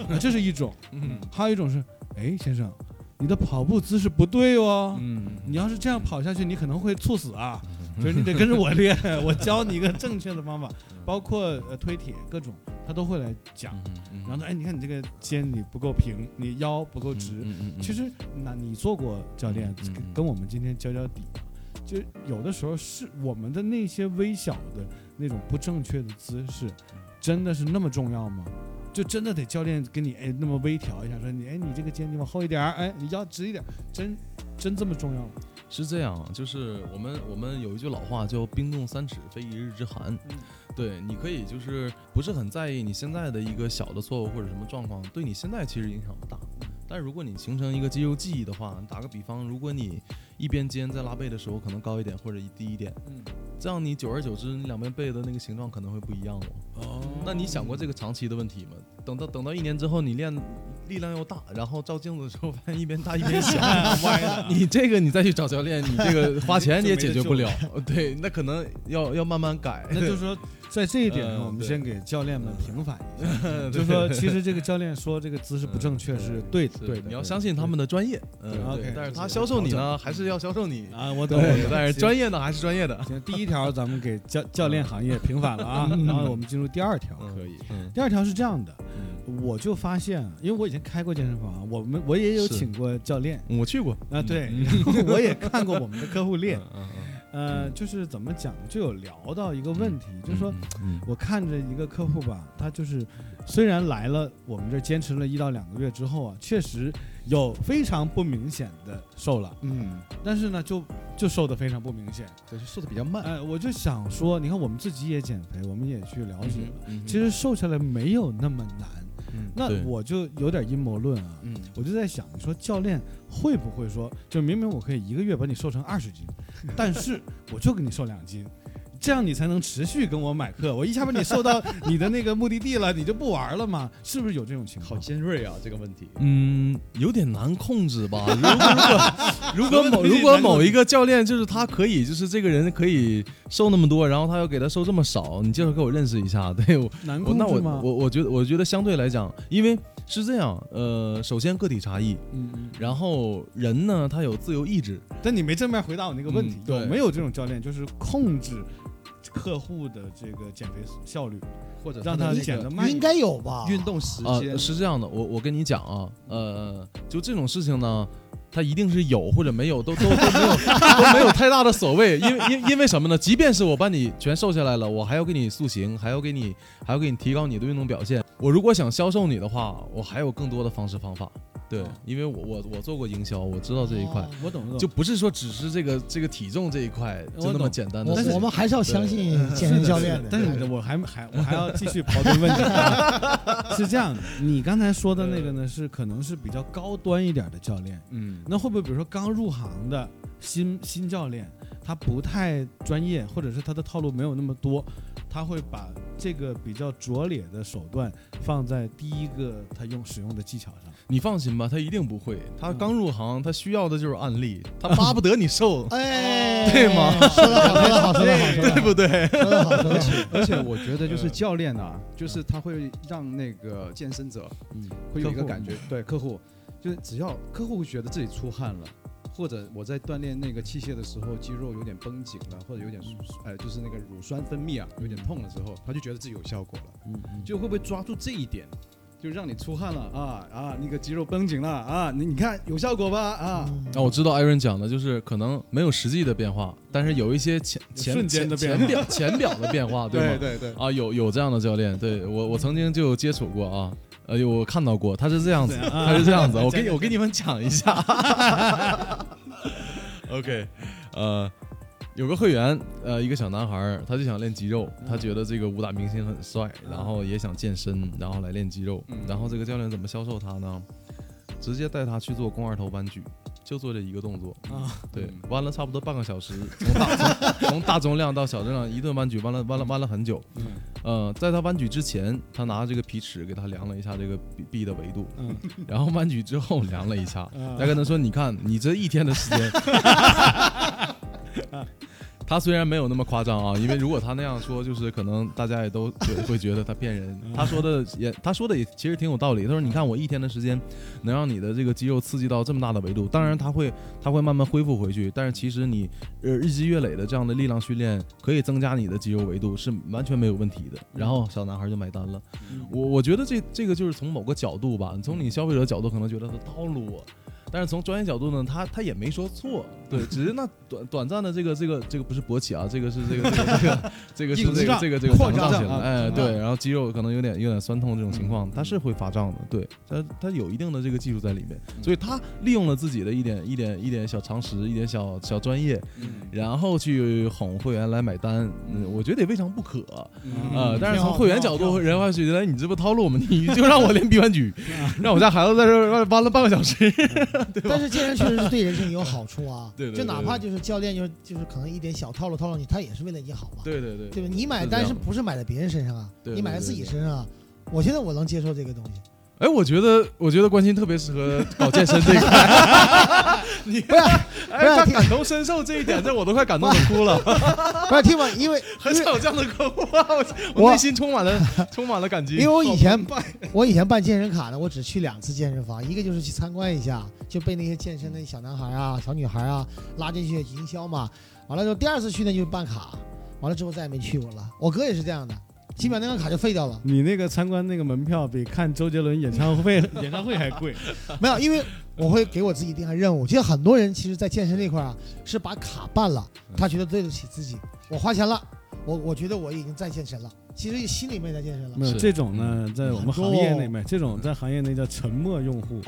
[SPEAKER 1] 啊”这是一种，
[SPEAKER 4] 嗯
[SPEAKER 1] 还有一种是：“哎，先生，你的跑步姿势不对哦。
[SPEAKER 4] 嗯，
[SPEAKER 1] 你要是这样跑下去，你可能会猝死啊！就是你得跟着我练，我教你一个正确的方 法，包括呃推铁各种，他都会来讲。
[SPEAKER 4] 嗯嗯嗯
[SPEAKER 1] 然后他哎，你看你这个肩你不够平，你腰不够直。
[SPEAKER 4] 嗯嗯嗯
[SPEAKER 1] 其实那你做过教练，
[SPEAKER 4] 嗯嗯嗯
[SPEAKER 1] 跟我们今天交交底啊，就有的时候是我们的那些微小的那种不正确的姿势，真的是那么重要吗？就真的得教练给你哎那么微调一下，说你哎你这个肩你往后一点儿，哎你腰直一点儿，真真这么重要吗？
[SPEAKER 4] 是这样啊，就是我们我们有一句老话叫“冰冻三尺，非一日之寒”
[SPEAKER 1] 嗯
[SPEAKER 4] 对，你可以就是不是很在意你现在的一个小的错误或者什么状况，对你现在其实影响不大。但如果你形成一个肌肉记忆的话，打个比方，如果你一边肩在拉背的时候可能高一点或者低一点，
[SPEAKER 1] 嗯，
[SPEAKER 4] 这样你久而久之你两边背的那个形状可能会不一样哦。
[SPEAKER 1] 哦
[SPEAKER 4] 那你想过这个长期的问题吗？等到等到一年之后，你练力量又大，然后照镜子的时候发现一边大一边 小，
[SPEAKER 1] 歪了，
[SPEAKER 4] 你这个你再去找教练，你这个花钱
[SPEAKER 1] 就
[SPEAKER 4] 也
[SPEAKER 1] 没
[SPEAKER 4] 解
[SPEAKER 1] 得
[SPEAKER 4] 决
[SPEAKER 1] 救
[SPEAKER 4] 不 了。对，那可能要要慢慢改。
[SPEAKER 1] 那 就是说在这一点上，
[SPEAKER 4] 哎嗯
[SPEAKER 1] 我们
[SPEAKER 4] 对
[SPEAKER 1] 先给教练们平反一下，
[SPEAKER 4] 对
[SPEAKER 1] 就是说其实这个教练说这个姿势不正确是对的，
[SPEAKER 4] 是
[SPEAKER 1] 对的，
[SPEAKER 4] 你要相信他们的专业。嗯，
[SPEAKER 1] OK，
[SPEAKER 4] 对。但是嗯
[SPEAKER 1] 就
[SPEAKER 4] 他
[SPEAKER 1] 是
[SPEAKER 4] 销售你
[SPEAKER 1] 调
[SPEAKER 4] 呢，还是要销售你
[SPEAKER 1] 对。啊，我懂，
[SPEAKER 4] 对
[SPEAKER 1] 我，懂
[SPEAKER 4] 但是
[SPEAKER 1] 行
[SPEAKER 4] 专业呢还是专业的。
[SPEAKER 1] 行，第一条咱们给教教练行业平反了啊，然后我们进入第二条。
[SPEAKER 4] 嗯
[SPEAKER 2] 可以。
[SPEAKER 4] 嗯
[SPEAKER 1] 第二条是这样的，
[SPEAKER 4] 嗯
[SPEAKER 1] 我就发现，因为我以前开过健身房，啊我们我也有
[SPEAKER 4] 是
[SPEAKER 1] 请过教练
[SPEAKER 4] 嗯我去过。
[SPEAKER 1] 啊，对，然后我也看过我们的客户练，
[SPEAKER 4] 嗯嗯嗯
[SPEAKER 1] 呃，就是怎么讲呢，就有聊到一个问题，就是说
[SPEAKER 4] 嗯嗯
[SPEAKER 1] 我看着一个客户吧，他就是虽然来了我们这儿坚持了一到两个月之后啊，确实有非常不明显的瘦了，
[SPEAKER 2] 嗯，
[SPEAKER 1] 但是呢，就就瘦的非常不明显。
[SPEAKER 2] 对，就瘦的比较慢。
[SPEAKER 1] 哎，我就想说，你看我们自己也减肥，我们也去了解了，
[SPEAKER 4] 嗯嗯
[SPEAKER 1] 其实瘦下来没有那么难。
[SPEAKER 2] 嗯
[SPEAKER 1] 那
[SPEAKER 4] 对
[SPEAKER 1] 我就有点阴谋论啊，
[SPEAKER 2] 嗯，
[SPEAKER 1] 我就在想，你说教练会不会说，就明明我可以一个月把你瘦成二 十斤，但是我就给你瘦两斤，这样你才能持续跟我买课。我一下把你瘦到你的那个目的地了，你就不玩了吗？是不是有这种情
[SPEAKER 2] 好
[SPEAKER 1] 况？
[SPEAKER 2] 尖锐啊，这个问题。
[SPEAKER 4] 嗯，有点难控制 吧。如果如果如果 某如果某一个教练，就是他可以，就是这个人可以瘦那么多，然后他要给他瘦这么少，你介绍给我认识一下。对我
[SPEAKER 1] 难
[SPEAKER 4] 我
[SPEAKER 1] 控
[SPEAKER 4] 哦那我
[SPEAKER 1] 制吗？
[SPEAKER 4] 我我觉得我觉得相对来讲，因为是这样，呃，首先个体差异，
[SPEAKER 1] 嗯嗯。
[SPEAKER 4] 然后人呢他有自由意志，
[SPEAKER 1] 但你没正面回答我那个问题
[SPEAKER 4] 嗯，对
[SPEAKER 1] 有没有这种教练就是控制客户的这个减肥效率，
[SPEAKER 2] 或者
[SPEAKER 1] 让
[SPEAKER 2] 他
[SPEAKER 1] 他
[SPEAKER 2] 的那
[SPEAKER 1] 减
[SPEAKER 2] 个
[SPEAKER 1] 得慢一点？
[SPEAKER 3] 应该有吧？
[SPEAKER 2] 运动时
[SPEAKER 4] 啊，
[SPEAKER 2] 间
[SPEAKER 4] 是这样的，我我跟你讲啊，呃，就这种事情呢，它一定是有或者没有，都都都没有都没有太大的所谓，因为因因为什么呢？即便是我把你全瘦下来了，我还要给你塑形，还要给你还要给你提高你的运动表现。我如果想销售你的话，我还有更多的方式方法。对，因为我我我做过营销，我知道这一块，
[SPEAKER 3] 哦
[SPEAKER 1] 我懂，我懂。
[SPEAKER 4] 就不是说只是这个这个体重这一块
[SPEAKER 1] 我
[SPEAKER 4] 就那么
[SPEAKER 1] 懂
[SPEAKER 4] 简单的
[SPEAKER 3] 我
[SPEAKER 4] 事情。
[SPEAKER 3] 我们还是要相信健身教练的。，
[SPEAKER 1] 但是我还还我还要继续刨根问底啊， 是这样的，你刚才说的那个呢，是可能是比较高端一点的教练，
[SPEAKER 4] 嗯，
[SPEAKER 1] 那会不会比如说刚入行的新新教练，他不太专业，或者是他的套路没有那么多，他会把这个比较拙劣的手段放在第一个他用使用的技巧上，
[SPEAKER 4] 你放心吧，他一定不会。他刚入行，他需要的就是案例，他巴不得你瘦
[SPEAKER 3] 哎，
[SPEAKER 4] 对吗
[SPEAKER 3] 说得好，说得好，说得好，说得
[SPEAKER 4] 对
[SPEAKER 3] 好
[SPEAKER 4] 不对？
[SPEAKER 3] 说得好，说 得好。
[SPEAKER 2] 而且我觉得就是教练啊，就是他会让那个健身者
[SPEAKER 1] 嗯，
[SPEAKER 2] 会有一个
[SPEAKER 1] 客户
[SPEAKER 2] 感觉，对客户，就是只要客户觉得自己出汗了，或者我在锻炼那个器械的时候肌肉有点绷紧了，或者有点呃就是那个乳酸分泌啊有点痛的时候，他就觉得自己有效果了，
[SPEAKER 1] 嗯嗯
[SPEAKER 2] 就会不会抓住这一点？就让你出汗了啊啊，那个肌肉绷紧了啊，你你看有效果吧啊，
[SPEAKER 3] 嗯
[SPEAKER 4] 啊，我知道艾伦讲的就是可能没有实际的变化，但是有一些前前
[SPEAKER 1] 瞬间的变化
[SPEAKER 4] 前表前表的变化，
[SPEAKER 2] 对
[SPEAKER 4] 吗？
[SPEAKER 2] 对对，
[SPEAKER 4] 啊，有有这样的教练，对我我曾经就有接触过啊。呃，有我看到过，他是这样子，他是这样
[SPEAKER 2] 啊
[SPEAKER 4] 子，我给你我给你们讲一下。OK，呃，有个会员，呃，一个小男孩儿，他就想练肌肉，
[SPEAKER 2] 嗯
[SPEAKER 4] 他觉得这个武打明星很帅，然后也想健身，然后来练肌肉
[SPEAKER 2] 嗯。
[SPEAKER 4] 然后这个教练怎么销售他呢？直接带他去做肱二头弯举，就做这一个动作，
[SPEAKER 1] 啊，
[SPEAKER 4] 对
[SPEAKER 2] 嗯，
[SPEAKER 4] 弯了差不多半个小时，从大 从从大重量到小重量一顿弯举，弯了弯了弯了很久。
[SPEAKER 1] 嗯
[SPEAKER 4] 呃，在他弯举之前，他拿这个皮尺给他量了一下这个臂臂的维度，
[SPEAKER 1] 嗯，
[SPEAKER 4] 然后弯举之后量了一下，
[SPEAKER 1] 啊
[SPEAKER 4] 他跟他说：“你看，你这一天的时间。” 他虽然没有那么夸张啊，因为如果他那样说，就是可能大家也都觉会觉得他骗人。他说的也，他说的也其实挺有道理。他说：“你看，我一天的时间能让你的这个肌肉刺激到这么大的维度，当然他会他会慢慢恢复回去，但是其实你呃日积月累的这样的力量训练，可以增加你的肌肉维度，是完全没有问题的。”然后小男孩就买单了。
[SPEAKER 2] 嗯
[SPEAKER 4] 我我觉得这这个就是从某个角度吧，从你消费者角度可能觉得他套路我，但但是从专业角度呢，他他也没说错，对，只是那短短暂的这个这个这个不是勃起啊，这个是这个这个这个这个是这
[SPEAKER 2] 硬
[SPEAKER 4] 个
[SPEAKER 2] 胀
[SPEAKER 4] 这个这个
[SPEAKER 2] 扩
[SPEAKER 4] 胀
[SPEAKER 2] 张
[SPEAKER 4] 起来，
[SPEAKER 2] 啊
[SPEAKER 4] 哎，
[SPEAKER 2] 胀
[SPEAKER 4] 对，然后肌肉可能有点有点酸痛这种情况
[SPEAKER 2] 嗯，
[SPEAKER 4] 它是会发胀的，对，它它有一定的这个技术在里面，
[SPEAKER 2] 嗯
[SPEAKER 4] 所以他利用了自己的一点一点一点小常识，一点小小专业，
[SPEAKER 2] 嗯
[SPEAKER 4] 然后去哄会员来买单，嗯，我觉得也未尝不可。
[SPEAKER 2] 嗯
[SPEAKER 4] 呃，但是从会员角度，人会觉得哎你这不套路我们，你就让我练臂弯 举，让我家孩子在这儿弯了半个小时。
[SPEAKER 3] 但是健身确实是对人性有好处啊。
[SPEAKER 4] 对对对
[SPEAKER 3] 就哪怕就是教练就是就是可能一点小套路套路你，他也是为了你好嘛。
[SPEAKER 4] 对对对，
[SPEAKER 3] 对吧？你买
[SPEAKER 4] 是这样
[SPEAKER 3] 单
[SPEAKER 4] 的
[SPEAKER 3] 是不是买在别人身上啊？
[SPEAKER 4] 对对
[SPEAKER 3] 你买在自己身上啊。我现在我能接受这个东西，
[SPEAKER 4] 哎，我觉得我觉得关心特别适合搞健身这一块。你
[SPEAKER 3] 不是
[SPEAKER 4] 哎，
[SPEAKER 3] 不是
[SPEAKER 4] 他
[SPEAKER 3] 听
[SPEAKER 4] 感同身受这一点，这我都快感动的哭了。
[SPEAKER 3] 不是听我，因 为
[SPEAKER 4] 很少有这样的客户啊，我我
[SPEAKER 3] 我
[SPEAKER 4] 内心充满 了充满了感激。
[SPEAKER 3] 因为我以前
[SPEAKER 4] 好澎湃
[SPEAKER 3] 我以前办健身卡呢，我只去两次健身房，一个就是去参观一下，就被那些健身的小男孩啊、小女孩啊拉进去营销嘛。完了之后，第二次去呢就是办卡，完了之后再也没去过了。我哥也是这样的，基本上那张卡就废掉了。
[SPEAKER 1] 你那个参观那个门票比看周杰伦演唱 会演唱会还贵，
[SPEAKER 3] 没有，因为我会给我自己定下任务。就像很多人其实，在健身这块啊，是把卡办了，他觉得对得起自己，我花钱了，我我觉得我已经在健身了，其实心里面在健身了。
[SPEAKER 1] 没有
[SPEAKER 4] 是
[SPEAKER 1] 这种呢，在我们行业内
[SPEAKER 3] 很
[SPEAKER 1] 面，这种在行业内叫沉默用 户，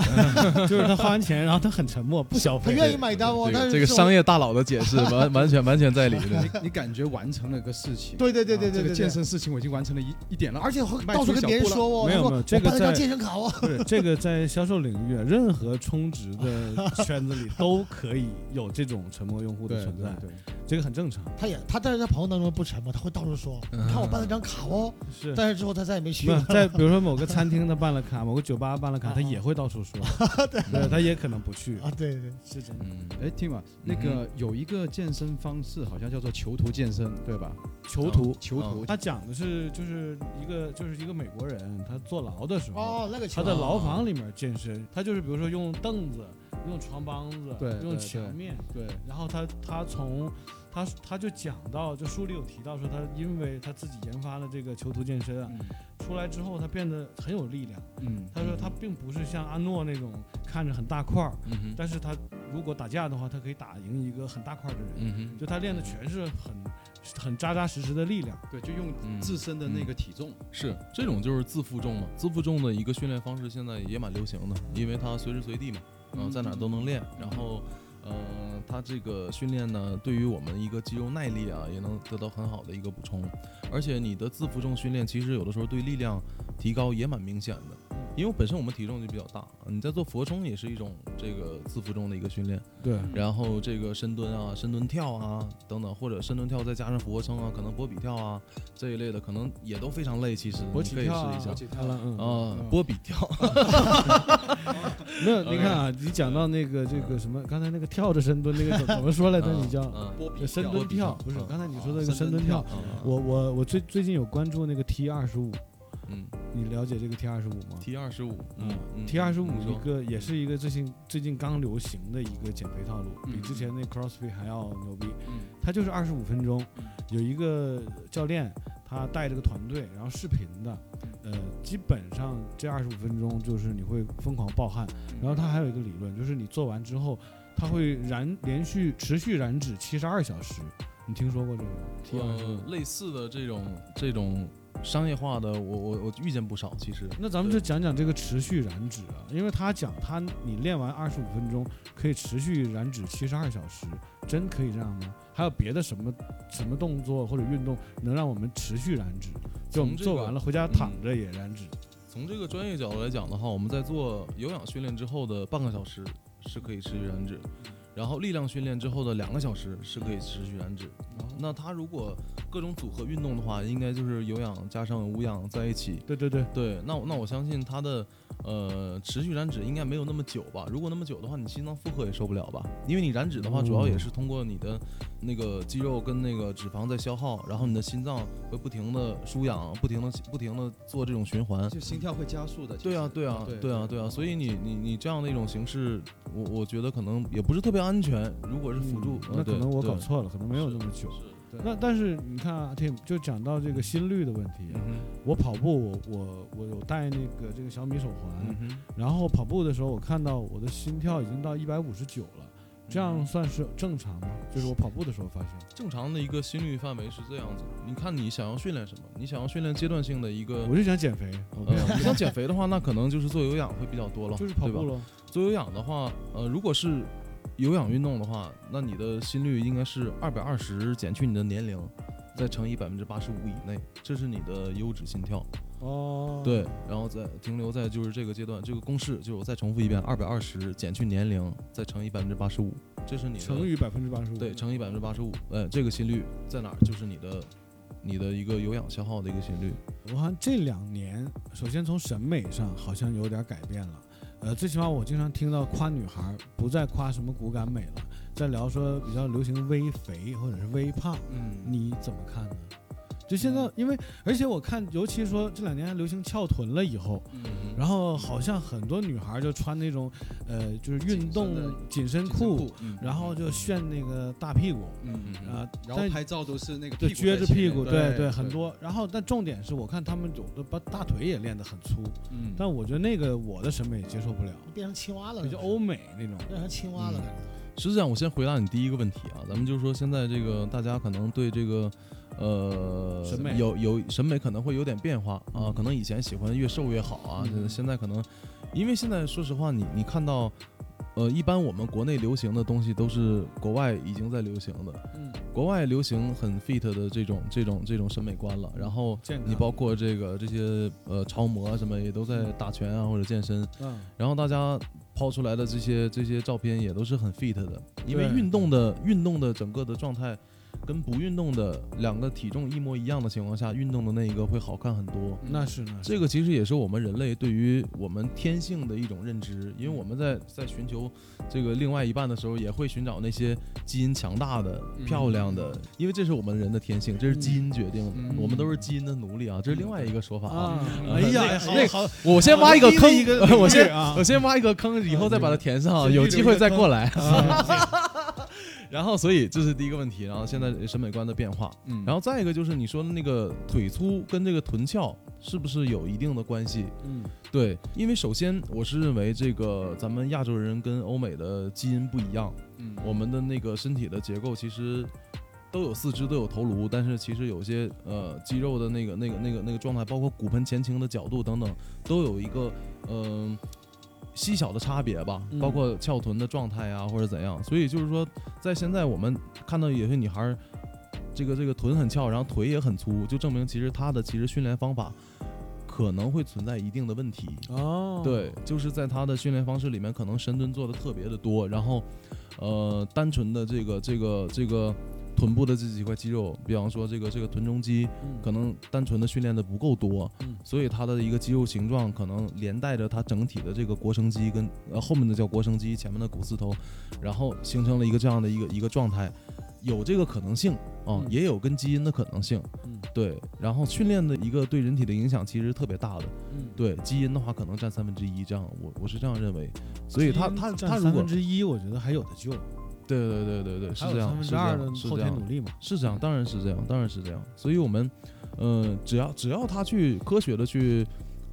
[SPEAKER 1] 就是他花完钱，然后他很沉默，不消
[SPEAKER 3] 他
[SPEAKER 1] 费。
[SPEAKER 3] 愿意买单哦，
[SPEAKER 4] 这
[SPEAKER 3] 但
[SPEAKER 4] 个
[SPEAKER 3] 是
[SPEAKER 4] 这个
[SPEAKER 3] 种
[SPEAKER 4] 商业大佬的解 释完完全完全 在理。对
[SPEAKER 2] 你你感觉完成了个事情，
[SPEAKER 3] 对对对对对
[SPEAKER 2] 啊这
[SPEAKER 3] 对
[SPEAKER 2] 个
[SPEAKER 3] 对
[SPEAKER 2] 健，身事情我已经完成了一一点了，
[SPEAKER 3] 而且会
[SPEAKER 2] 迈
[SPEAKER 3] 到
[SPEAKER 2] 出
[SPEAKER 3] 处跟
[SPEAKER 2] 小
[SPEAKER 3] 别人
[SPEAKER 2] 步了
[SPEAKER 3] 说哦，
[SPEAKER 1] 没有
[SPEAKER 3] 他说
[SPEAKER 1] 没有
[SPEAKER 3] 我
[SPEAKER 1] 这个
[SPEAKER 3] 办了张
[SPEAKER 1] 在
[SPEAKER 3] 健身卡哦。
[SPEAKER 1] 不是这个在销售领域，任何充值的圈子里都可以有这种沉默用户的
[SPEAKER 2] 对
[SPEAKER 1] 存
[SPEAKER 2] 对
[SPEAKER 1] 在，
[SPEAKER 2] 对，
[SPEAKER 1] 这个很正常。
[SPEAKER 3] 他也他但是在朋友当中不沉默，他会到处说，你看我办了张卡哦，
[SPEAKER 1] 是，
[SPEAKER 3] 但是之后他再也没去
[SPEAKER 1] 不
[SPEAKER 3] 了。
[SPEAKER 1] 在比如说某个餐厅他办了卡，某个酒吧办了卡，
[SPEAKER 3] 啊
[SPEAKER 1] 他也会到处说， 对，他也可能不去，
[SPEAKER 3] 啊，对对，
[SPEAKER 1] 是真的。
[SPEAKER 4] 嗯，
[SPEAKER 2] 哎，听嘛，那个有一个健身方式好像叫做囚徒健身，对吧？哦
[SPEAKER 1] 囚徒，嗯
[SPEAKER 2] 囚徒，
[SPEAKER 1] 他讲的是就是一个就是一个美国人，他坐牢的时候，
[SPEAKER 3] 哦，那个球
[SPEAKER 1] 他在牢房里面健身，他就是比如说用凳子、用床帮子
[SPEAKER 2] 对、对
[SPEAKER 1] 用墙面，
[SPEAKER 2] 对，
[SPEAKER 1] 然后他他从他他就讲到，就书里有提到说他因为他自己研发了这个囚徒健身啊，出来之后他变得很有力量。
[SPEAKER 2] 嗯，
[SPEAKER 1] 他说他并不是像阿诺那种看着很大块儿，
[SPEAKER 4] 嗯哼
[SPEAKER 1] 但是他如果打架的话，他可以打赢一个很大块儿的人。
[SPEAKER 4] 嗯哼
[SPEAKER 1] 就他练的全是很很扎扎实实的力量。
[SPEAKER 2] 对，就用
[SPEAKER 4] 嗯
[SPEAKER 2] 自身的那个体重，
[SPEAKER 4] 是这种就是自负重嘛，自负重的一个训练方式现在也蛮流行的，因为它随时随地嘛，然后在哪儿都能练，然后。呃，它这个训练呢，对于我们一个肌肉耐力啊，也能得到很好的一个补充。而且你的自负重训练，其实有的时候对力量提高也蛮明显的，因为本身我们体重就比较大，你在做俯卧撑也是一种这个自负重的一个训练。
[SPEAKER 1] 对
[SPEAKER 4] 然后这个深蹲啊、深蹲跳啊等等，或者深蹲跳再加上俯卧撑啊，可能波比跳啊这一类的，可能也都非常累。其实
[SPEAKER 1] 勃
[SPEAKER 4] 你
[SPEAKER 1] 起
[SPEAKER 4] 可以试
[SPEAKER 1] 跳啊
[SPEAKER 4] 一下
[SPEAKER 1] 勃
[SPEAKER 2] 起跳
[SPEAKER 1] 了，嗯
[SPEAKER 4] 啊
[SPEAKER 2] 嗯，
[SPEAKER 4] 波比跳，
[SPEAKER 1] 没有，你看啊，你讲到那个这个什么，刚才那个跳着深蹲那个怎怎么说来着？你叫
[SPEAKER 4] 嗯
[SPEAKER 2] 波比
[SPEAKER 1] 深
[SPEAKER 2] 跳
[SPEAKER 1] 蹲跳，不是
[SPEAKER 4] 嗯？
[SPEAKER 1] 刚才你说的那
[SPEAKER 2] 啊
[SPEAKER 1] 个深蹲跳
[SPEAKER 2] 深。
[SPEAKER 4] 嗯
[SPEAKER 1] 我我我最最近有关注那个 T 二十五，
[SPEAKER 4] 嗯
[SPEAKER 1] 你了解这个 T 二十五吗
[SPEAKER 4] ，T 二十五，嗯
[SPEAKER 1] ？T 二十五
[SPEAKER 4] 你
[SPEAKER 1] 一
[SPEAKER 4] 说
[SPEAKER 1] 个也是一个最近最近刚流行的一个减肥套路，比
[SPEAKER 2] 嗯
[SPEAKER 1] 之前那 CrossFit 还要牛逼。
[SPEAKER 2] 嗯
[SPEAKER 1] 它就是二十五分钟
[SPEAKER 2] 嗯，
[SPEAKER 1] 有一个教练，他带着个团队，然后视频的，呃，基本上这二十五分钟就是你会疯狂暴汗。然后他还有一个理论，就是你做完之后，他会燃连续持续燃脂七十二小时。你听说过这个吗？T
[SPEAKER 2] 哦
[SPEAKER 1] 二十
[SPEAKER 4] 呃类似的这种这种商业化的，我我我遇见不少，其实。
[SPEAKER 1] 那咱们就讲讲这个持续燃脂啊，因为他讲他你练完二十五分钟可以持续燃脂七十二小时，真可以这样吗？还有别的什么什么动作或者运动能让我们持续燃脂？就我们
[SPEAKER 4] 从这个嗯
[SPEAKER 1] 做完了回家躺着也燃脂，
[SPEAKER 4] 从这个专业角度来讲的话，我们在做有氧训练之后的半个小时是可以持续燃脂，然后力量训练之后的两个小时是可以持续燃脂。啊那它如果各种组合运动的话，应该就是有氧加上无氧在一起。
[SPEAKER 1] 对对对，
[SPEAKER 4] 对，那我那我相信它的呃持续燃脂应该没有那么久吧？如果那么久的话，你心脏负荷也受不了吧？因为你燃脂的话，主要也是通过你的那个肌肉跟那个脂肪在消耗，然后你的心脏会不停的输氧，不停的不停的做这种循环。
[SPEAKER 2] 就心跳会加速的，其
[SPEAKER 4] 对啊
[SPEAKER 2] 实，
[SPEAKER 4] 对啊，对
[SPEAKER 2] 对
[SPEAKER 4] 啊，对啊，所以你你你这样的一种形式，我我觉得可能也不是特别安全。如果是辅助，
[SPEAKER 1] 嗯
[SPEAKER 4] 呃
[SPEAKER 1] 那可能我搞
[SPEAKER 4] 错。
[SPEAKER 1] 错了，可能没有那么久
[SPEAKER 4] 对。是
[SPEAKER 2] 对
[SPEAKER 1] 那但是你看啊，Tim 就讲到这个心率的问题，
[SPEAKER 4] 嗯哼
[SPEAKER 1] 我跑步，我我我有戴那个这个小米手环，
[SPEAKER 4] 嗯哼，
[SPEAKER 1] 然后跑步的时候，我看到我的心跳已经到一百五十九了，这
[SPEAKER 4] 嗯
[SPEAKER 1] 样算是正常吗？就是我跑步的时候发现。
[SPEAKER 4] 正常的一个心率范围是这样子。你看你想要训练什么？你想要训练阶段性的一个
[SPEAKER 1] 我，就想减肥，我不
[SPEAKER 4] 呃，
[SPEAKER 1] 想
[SPEAKER 4] 你想减肥的话，那可能就是做有氧会比较多了，
[SPEAKER 1] 就是跑
[SPEAKER 4] 对吧
[SPEAKER 1] 步喽。
[SPEAKER 4] 做有氧的话，呃，如果是有氧运动的话，那你的心率应该是二百二十减去你的年龄，再乘以百分之八十五以内，这是你的优质心跳。
[SPEAKER 1] 哦，
[SPEAKER 4] 对，然后再停留在就是这个阶段，这个公式就是我再重复一遍：二百二十减去年龄，再乘以百分之八十五，这是你的
[SPEAKER 1] 乘以百分之八十五。
[SPEAKER 4] 对乘以百分之八十五，呃，这个心率在哪儿？就是你的你的一个有氧消耗的一个心率。
[SPEAKER 1] 我好像这两年，首先从审美上好像有点改变了。呃，最起码我经常听到夸女孩儿不再夸什么骨感美了，在聊说比较流行微肥或者是微胖，
[SPEAKER 4] 嗯
[SPEAKER 1] 你怎么看呢？就现在，因为而且我看，尤其说这两年还流行翘臀了以后，
[SPEAKER 4] 嗯
[SPEAKER 1] 然后好像很多女孩儿就穿那种，呃，就是运动紧身裤，，然后就炫那个大屁股，
[SPEAKER 2] 嗯嗯，
[SPEAKER 4] 嗯
[SPEAKER 1] 啊、
[SPEAKER 2] 然
[SPEAKER 1] 但
[SPEAKER 2] 后拍照都是那个
[SPEAKER 1] 就
[SPEAKER 2] 屁股
[SPEAKER 1] 撅着
[SPEAKER 2] 在前
[SPEAKER 1] 屁
[SPEAKER 2] 面
[SPEAKER 1] 股，
[SPEAKER 2] 对
[SPEAKER 1] 对很，多。然后，但重点是我看他们有的把大腿也练得很粗，
[SPEAKER 2] 嗯，
[SPEAKER 1] 但我觉得那个我的审美接受不了，
[SPEAKER 3] 变成青蛙了，
[SPEAKER 1] 比较欧美那种。
[SPEAKER 3] 变成青蛙了，
[SPEAKER 4] 嗯
[SPEAKER 3] 感觉
[SPEAKER 4] 是这样，我先回答你第一个问题啊，咱们就是说现在这个大家可能对这个。呃，
[SPEAKER 1] 审美
[SPEAKER 4] 有有审美可能会有点变化啊
[SPEAKER 1] 嗯，
[SPEAKER 4] 可能以前喜欢越瘦越好啊，
[SPEAKER 1] 嗯
[SPEAKER 4] 现在可能，因为现在说实话，你你看到，呃，一般我们国内流行的东西都是国外已经在流行的，
[SPEAKER 1] 嗯，
[SPEAKER 4] 国外流行很 fit 的这种这种这种审美观了，然后
[SPEAKER 1] 健康
[SPEAKER 4] 你包括这个这些呃超模啊什么也都在打拳啊或者健身，
[SPEAKER 1] 嗯，
[SPEAKER 4] 然后大家抛出来的这些这些照片也都是很 fit 的，因为
[SPEAKER 1] 对
[SPEAKER 4] 运动的运动的整个的状态跟不运动的两个体重一模一样的情况下，运动的那一个会好看很多。
[SPEAKER 1] 那是那是
[SPEAKER 4] 这个其实也是我们人类对于我们天性的一种认知，因为我们在在寻求这个另外一半的时候，也会寻找那些基因强大的、
[SPEAKER 2] 嗯
[SPEAKER 4] 漂亮的，因为这是我们人的天性，这是基因决定的，
[SPEAKER 2] 嗯
[SPEAKER 4] 我们都是基因的奴隶啊，这是另外一个说法啊。
[SPEAKER 1] 啊
[SPEAKER 4] 嗯，
[SPEAKER 1] 哎呀，
[SPEAKER 4] 那
[SPEAKER 1] 好
[SPEAKER 4] 那
[SPEAKER 1] 好，
[SPEAKER 4] 我先挖一个坑，
[SPEAKER 1] 一个
[SPEAKER 4] 我先
[SPEAKER 1] 啊
[SPEAKER 4] 我，先挖一个坑，以后再把它填上啊，
[SPEAKER 1] 先预留
[SPEAKER 4] 有
[SPEAKER 1] 一个
[SPEAKER 4] 机会再过 来。
[SPEAKER 1] 啊
[SPEAKER 4] 然后，所以这是第一个问题，然后现在审美观的变化，
[SPEAKER 2] 嗯
[SPEAKER 4] 然后再一个就是你说的那个腿粗跟这个臀翘是不是有一定的关系？
[SPEAKER 1] 嗯
[SPEAKER 4] 对，因为首先我是认为这个咱们亚洲人跟欧美的基因不一样，
[SPEAKER 2] 嗯
[SPEAKER 4] 我们的那个身体的结构其实都有四肢，都有头颅，但是其实有些呃肌肉的那个那个那个那个状态，包括骨盆前倾的角度等等，都有一个嗯、细小的差别吧，
[SPEAKER 1] 嗯
[SPEAKER 4] 包括翘臀的状态啊或者怎样，所以就是说，在现在我们看到有些女孩儿。这个这个臀很翘，然后腿也很粗，就证明其实她的其实训练方法可能会存在一定的问题。
[SPEAKER 1] 哦，
[SPEAKER 4] 对，就是在他的训练方式里面，可能深蹲做的特别的多，然后，呃，单纯的这个这个这个臀部的这几块肌肉，比方说这个这个臀中肌，
[SPEAKER 1] 嗯，
[SPEAKER 4] 可能单纯的训练的不够多，
[SPEAKER 1] 嗯
[SPEAKER 4] 所以他的一个肌肉形状可能连带着他整体的这个腘绳肌跟呃后面的叫腘绳肌，前面的股四头，然后形成了一个这样的一个一个状态，有这个可能性啊，
[SPEAKER 1] 嗯
[SPEAKER 4] 也有跟基因的可能性，
[SPEAKER 1] 嗯
[SPEAKER 4] 对，然后训练的一个对人体的影响其实特别大的。
[SPEAKER 1] 嗯，
[SPEAKER 4] 对基因的话，可能占三分之一这样，我我是这样认为。所以他他
[SPEAKER 1] 基因占
[SPEAKER 4] 他如
[SPEAKER 1] 三
[SPEAKER 4] 果
[SPEAKER 1] 分之一，我觉得还有的救，
[SPEAKER 4] 对对对对对，是
[SPEAKER 1] 还有三
[SPEAKER 4] 这样，
[SPEAKER 1] 分
[SPEAKER 4] 是
[SPEAKER 1] 之
[SPEAKER 4] 这
[SPEAKER 1] 二的
[SPEAKER 4] 样，是
[SPEAKER 1] 后
[SPEAKER 4] 这
[SPEAKER 1] 天
[SPEAKER 4] 样
[SPEAKER 1] 努，力嘛。
[SPEAKER 4] 是这样，当然是这样，当然是这样。所以我们，呃，只要只要他去科学的去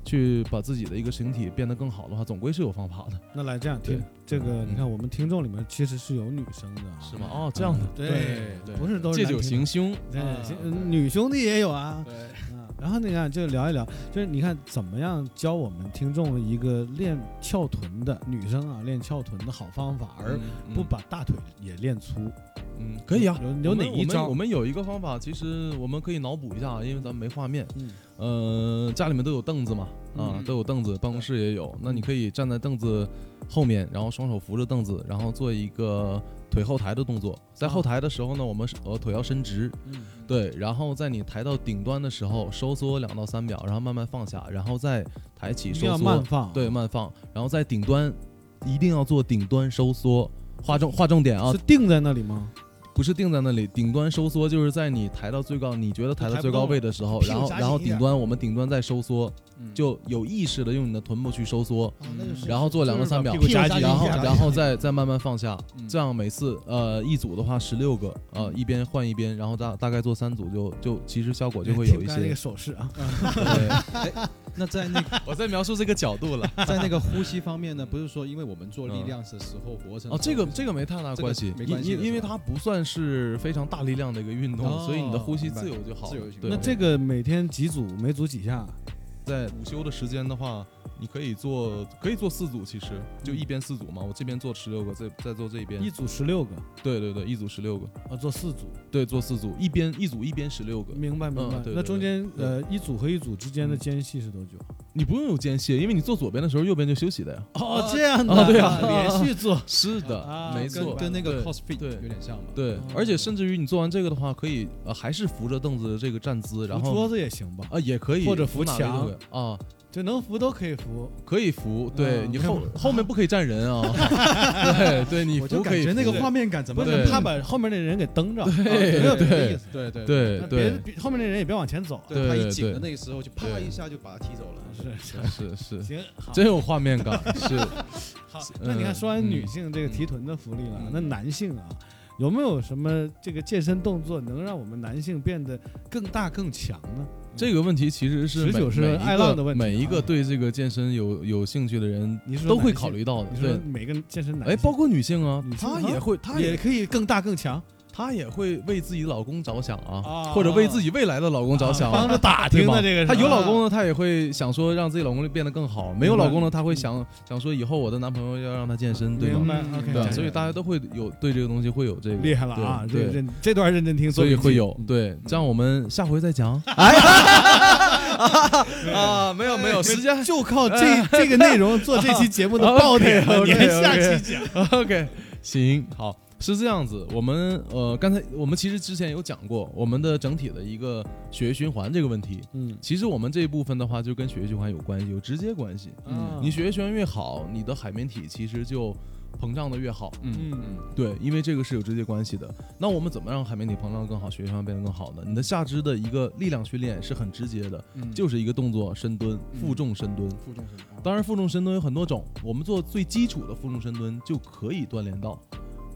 [SPEAKER 4] 去把自己的一个形体变得更好的话，总归是有方法的，
[SPEAKER 1] 那来这样
[SPEAKER 4] 对
[SPEAKER 1] 听，这个
[SPEAKER 4] 嗯
[SPEAKER 1] 你看我们听众里面其实是有女生的啊，
[SPEAKER 4] 是吗？哦，这样的，
[SPEAKER 1] 对
[SPEAKER 4] 对
[SPEAKER 1] 不是都是
[SPEAKER 4] 借
[SPEAKER 1] 男
[SPEAKER 4] 酒
[SPEAKER 1] 听
[SPEAKER 4] 行
[SPEAKER 1] 众
[SPEAKER 4] 凶，
[SPEAKER 1] 对
[SPEAKER 2] 啊
[SPEAKER 1] 行
[SPEAKER 2] 对
[SPEAKER 1] 女兄弟也有啊。
[SPEAKER 2] 对，
[SPEAKER 1] 啊，然后你看，就聊一聊，就是你看怎么样教我们听众一个练翘臀的女生啊，练翘臀的好方法，而
[SPEAKER 4] 嗯
[SPEAKER 1] 不把大腿也练粗。
[SPEAKER 4] 嗯，可以啊。
[SPEAKER 1] 有有
[SPEAKER 4] 我
[SPEAKER 1] 哪
[SPEAKER 4] 们我
[SPEAKER 1] 一
[SPEAKER 4] 们
[SPEAKER 1] 招？
[SPEAKER 4] 我们有一个方法，其实我们可以脑补一下，因为咱们没画面。
[SPEAKER 1] 嗯
[SPEAKER 4] 呃，家里面都有凳子嘛，啊，
[SPEAKER 2] 嗯
[SPEAKER 4] 都有凳子，办公室也
[SPEAKER 3] 嗯
[SPEAKER 4] 有。那你可以站在凳子后面，然后双手扶着凳子，然后做一个腿后抬的动作。在后抬的时候呢，我们是呃腿要伸直，
[SPEAKER 1] 嗯
[SPEAKER 4] 对，然后在你抬到顶端的时候，收缩两到三秒，然后慢慢放下，然后再抬起
[SPEAKER 3] 嗯
[SPEAKER 1] 一
[SPEAKER 4] 收
[SPEAKER 1] 定要
[SPEAKER 4] 缩，
[SPEAKER 1] 慢放。啊
[SPEAKER 4] 对，，慢放，然后在顶端一定要做顶端收缩，划重划重点啊
[SPEAKER 1] 是，定在那里吗？
[SPEAKER 4] 不是定在那里，顶端收缩就是在你抬到最高，你觉得抬到最高位的时候，
[SPEAKER 3] 就抬
[SPEAKER 4] 然
[SPEAKER 3] 不动
[SPEAKER 4] 后
[SPEAKER 3] 了
[SPEAKER 4] 然后
[SPEAKER 3] 屁股夹紧一点
[SPEAKER 4] 顶端我们顶端再收缩，
[SPEAKER 2] 嗯
[SPEAKER 4] 就有意识的用你的臀部去收缩，
[SPEAKER 3] 啊，那就是
[SPEAKER 4] 然后做两到三秒
[SPEAKER 1] 就是把屁股夹紧一
[SPEAKER 3] 夹
[SPEAKER 1] 下，
[SPEAKER 4] 然后
[SPEAKER 3] 夹紧
[SPEAKER 4] 然后再再慢慢放下，
[SPEAKER 2] 嗯
[SPEAKER 4] 这样每次呃一组的话十六个，呃一边换一边，然后大大概做三组就就其实效果就会有一
[SPEAKER 1] 听 刚才那
[SPEAKER 4] 些
[SPEAKER 1] 个。手势啊，
[SPEAKER 4] 对，
[SPEAKER 2] 那在那
[SPEAKER 4] 我在描述这个角度了。
[SPEAKER 2] 在 那个呼吸方面呢，不是说因为我们做力量的时候活成
[SPEAKER 4] 哦，这个这个没太大
[SPEAKER 2] 这个
[SPEAKER 4] 关系，
[SPEAKER 2] 没
[SPEAKER 4] 因
[SPEAKER 2] 关系的
[SPEAKER 4] 因因为
[SPEAKER 2] 是吧
[SPEAKER 4] 它不算是非常大力量的一个运动，
[SPEAKER 2] 哦
[SPEAKER 4] 所以你的呼吸
[SPEAKER 2] 明白
[SPEAKER 4] 自由就好了。
[SPEAKER 2] 自由就行
[SPEAKER 4] 对
[SPEAKER 1] 那这个每天几组，每组几下？
[SPEAKER 4] 在午休的时间的话，你可以做可以做四组，其实就一边四组嘛，我这边做十六个，再再做这边
[SPEAKER 1] 一，组十六个，
[SPEAKER 4] 对对对，一组十六个，
[SPEAKER 1] 啊，做四组。
[SPEAKER 4] 对，做四组，一边一组一边十六个，
[SPEAKER 1] 明白明白。
[SPEAKER 4] 嗯对对
[SPEAKER 1] 那中间
[SPEAKER 4] 对嗯
[SPEAKER 1] 呃一组和一组之间的间隙是多久？
[SPEAKER 4] 你不用有间歇，因为你做左边的时候，右边就休息的呀。
[SPEAKER 1] 哦，这样的，
[SPEAKER 4] 啊对啊
[SPEAKER 1] 连续做。
[SPEAKER 4] 是的，
[SPEAKER 1] 啊
[SPEAKER 4] 没
[SPEAKER 1] 跟嗯
[SPEAKER 4] 错，
[SPEAKER 2] 跟那个
[SPEAKER 4] 对
[SPEAKER 2] cosfit
[SPEAKER 4] 对
[SPEAKER 2] 有点像嘛。
[SPEAKER 4] 对，而且甚至于你做完这个的话，可以呃还是扶着凳子的这个站姿，然
[SPEAKER 1] 扶桌
[SPEAKER 4] 后
[SPEAKER 1] 子也行吧，
[SPEAKER 4] 啊也可以
[SPEAKER 1] 或者
[SPEAKER 4] 扶
[SPEAKER 1] 扶
[SPEAKER 4] 哪里都
[SPEAKER 1] 墙
[SPEAKER 4] 可以啊，
[SPEAKER 1] 就能扶都可以扶。
[SPEAKER 4] 可以扶，对
[SPEAKER 1] 啊
[SPEAKER 4] 你后后面不可以站 人啊，对对，你
[SPEAKER 2] 我就
[SPEAKER 4] 扶
[SPEAKER 2] 感
[SPEAKER 4] 可以
[SPEAKER 2] 觉那个
[SPEAKER 4] 扶
[SPEAKER 2] 画面感怎么
[SPEAKER 1] 不
[SPEAKER 4] 对
[SPEAKER 1] 是怕把后面那人给蹬着，啊没有别的意
[SPEAKER 4] 对
[SPEAKER 1] 思。
[SPEAKER 2] 对对
[SPEAKER 4] 对
[SPEAKER 1] 那别
[SPEAKER 4] 对
[SPEAKER 1] 别后面那人也别往前走啊。
[SPEAKER 4] 对
[SPEAKER 2] 他一
[SPEAKER 4] 对
[SPEAKER 2] 紧
[SPEAKER 4] 对
[SPEAKER 2] 的那个时候就啪
[SPEAKER 4] 对
[SPEAKER 2] 一下就把他踢走了。
[SPEAKER 1] 是
[SPEAKER 4] 是是是，
[SPEAKER 1] 行，好
[SPEAKER 4] 真有画面感，是
[SPEAKER 1] 好。
[SPEAKER 4] 是
[SPEAKER 1] 那你看，
[SPEAKER 4] 嗯
[SPEAKER 1] 说完
[SPEAKER 4] 嗯
[SPEAKER 1] 女性这个提臀的福利了，
[SPEAKER 2] 嗯
[SPEAKER 1] 那男性啊，有没有什么这个健身动作能让我们男性变得更大更强呢？
[SPEAKER 4] 这个问题其实是
[SPEAKER 1] 持久
[SPEAKER 4] 每
[SPEAKER 1] 嗯是
[SPEAKER 4] 每一
[SPEAKER 1] 爱
[SPEAKER 4] 个
[SPEAKER 1] 浪的问题
[SPEAKER 4] 每一
[SPEAKER 1] 啊
[SPEAKER 4] 个对这个健身有有兴趣的人
[SPEAKER 1] 你是说
[SPEAKER 4] 都会
[SPEAKER 1] 男性
[SPEAKER 4] 考虑到的
[SPEAKER 1] 你，说
[SPEAKER 4] 对。
[SPEAKER 1] 每个健身男
[SPEAKER 4] 哎，
[SPEAKER 1] 性
[SPEAKER 4] 包括女性啊
[SPEAKER 1] 女，性
[SPEAKER 4] 她
[SPEAKER 1] 啊
[SPEAKER 4] 也会，她
[SPEAKER 1] 也
[SPEAKER 4] 也
[SPEAKER 1] 可以更大更强
[SPEAKER 4] 她也会为自己老公着想啊
[SPEAKER 1] 啊，
[SPEAKER 4] 或者为自己未来的老公着想
[SPEAKER 1] 帮
[SPEAKER 4] 啊。
[SPEAKER 1] 着打听的这个是吧，
[SPEAKER 4] 她有老公呢，她也会想说让自己老公变得更好；没有老公呢，她会想想说以后我的男朋友要让他健身，对
[SPEAKER 1] 明
[SPEAKER 4] 吗？
[SPEAKER 1] 白
[SPEAKER 2] 嗯
[SPEAKER 1] ？OK，
[SPEAKER 4] 对啊，
[SPEAKER 1] 讲
[SPEAKER 4] 所以
[SPEAKER 1] 讲
[SPEAKER 4] 大家都会有对这个东西会有这个
[SPEAKER 1] 厉害了啊！
[SPEAKER 4] 对
[SPEAKER 1] 这
[SPEAKER 4] 对，
[SPEAKER 1] 认这段认真听，
[SPEAKER 4] 所
[SPEAKER 1] 做
[SPEAKER 4] 以
[SPEAKER 1] 笔记
[SPEAKER 4] 会有
[SPEAKER 1] 嗯
[SPEAKER 4] 对。这样我们下回再 讲。哎啊，没有没
[SPEAKER 2] 哎
[SPEAKER 4] 有，时间哎
[SPEAKER 1] 就靠 这这个内容做这期节 目的爆点了，你
[SPEAKER 4] OK，OK，OK
[SPEAKER 1] 还下期讲。
[SPEAKER 4] OK，行，好，是这样子。我们呃，刚才我们其实之前有讲过我们的整体的一个血液循环这个问题。
[SPEAKER 1] 嗯
[SPEAKER 4] 其实我们这一部分的话，就跟血液循环有关系，有直接关系。
[SPEAKER 2] 嗯
[SPEAKER 4] 你血液循环越好，你的海绵体其实就膨胀的越好。
[SPEAKER 2] 嗯
[SPEAKER 1] 嗯
[SPEAKER 2] 嗯，
[SPEAKER 4] 对，因为这个是有直接关系的。那我们怎么让海绵体膨胀得更好，血液循环变得更好呢？你的下肢的一个力量训练是很直接的，
[SPEAKER 2] 嗯
[SPEAKER 4] 就是一个动作深蹲，负重深蹲。
[SPEAKER 2] 负重很
[SPEAKER 4] 当然，负重深蹲有很多种，我们做最基础的负重深蹲就可以锻炼到。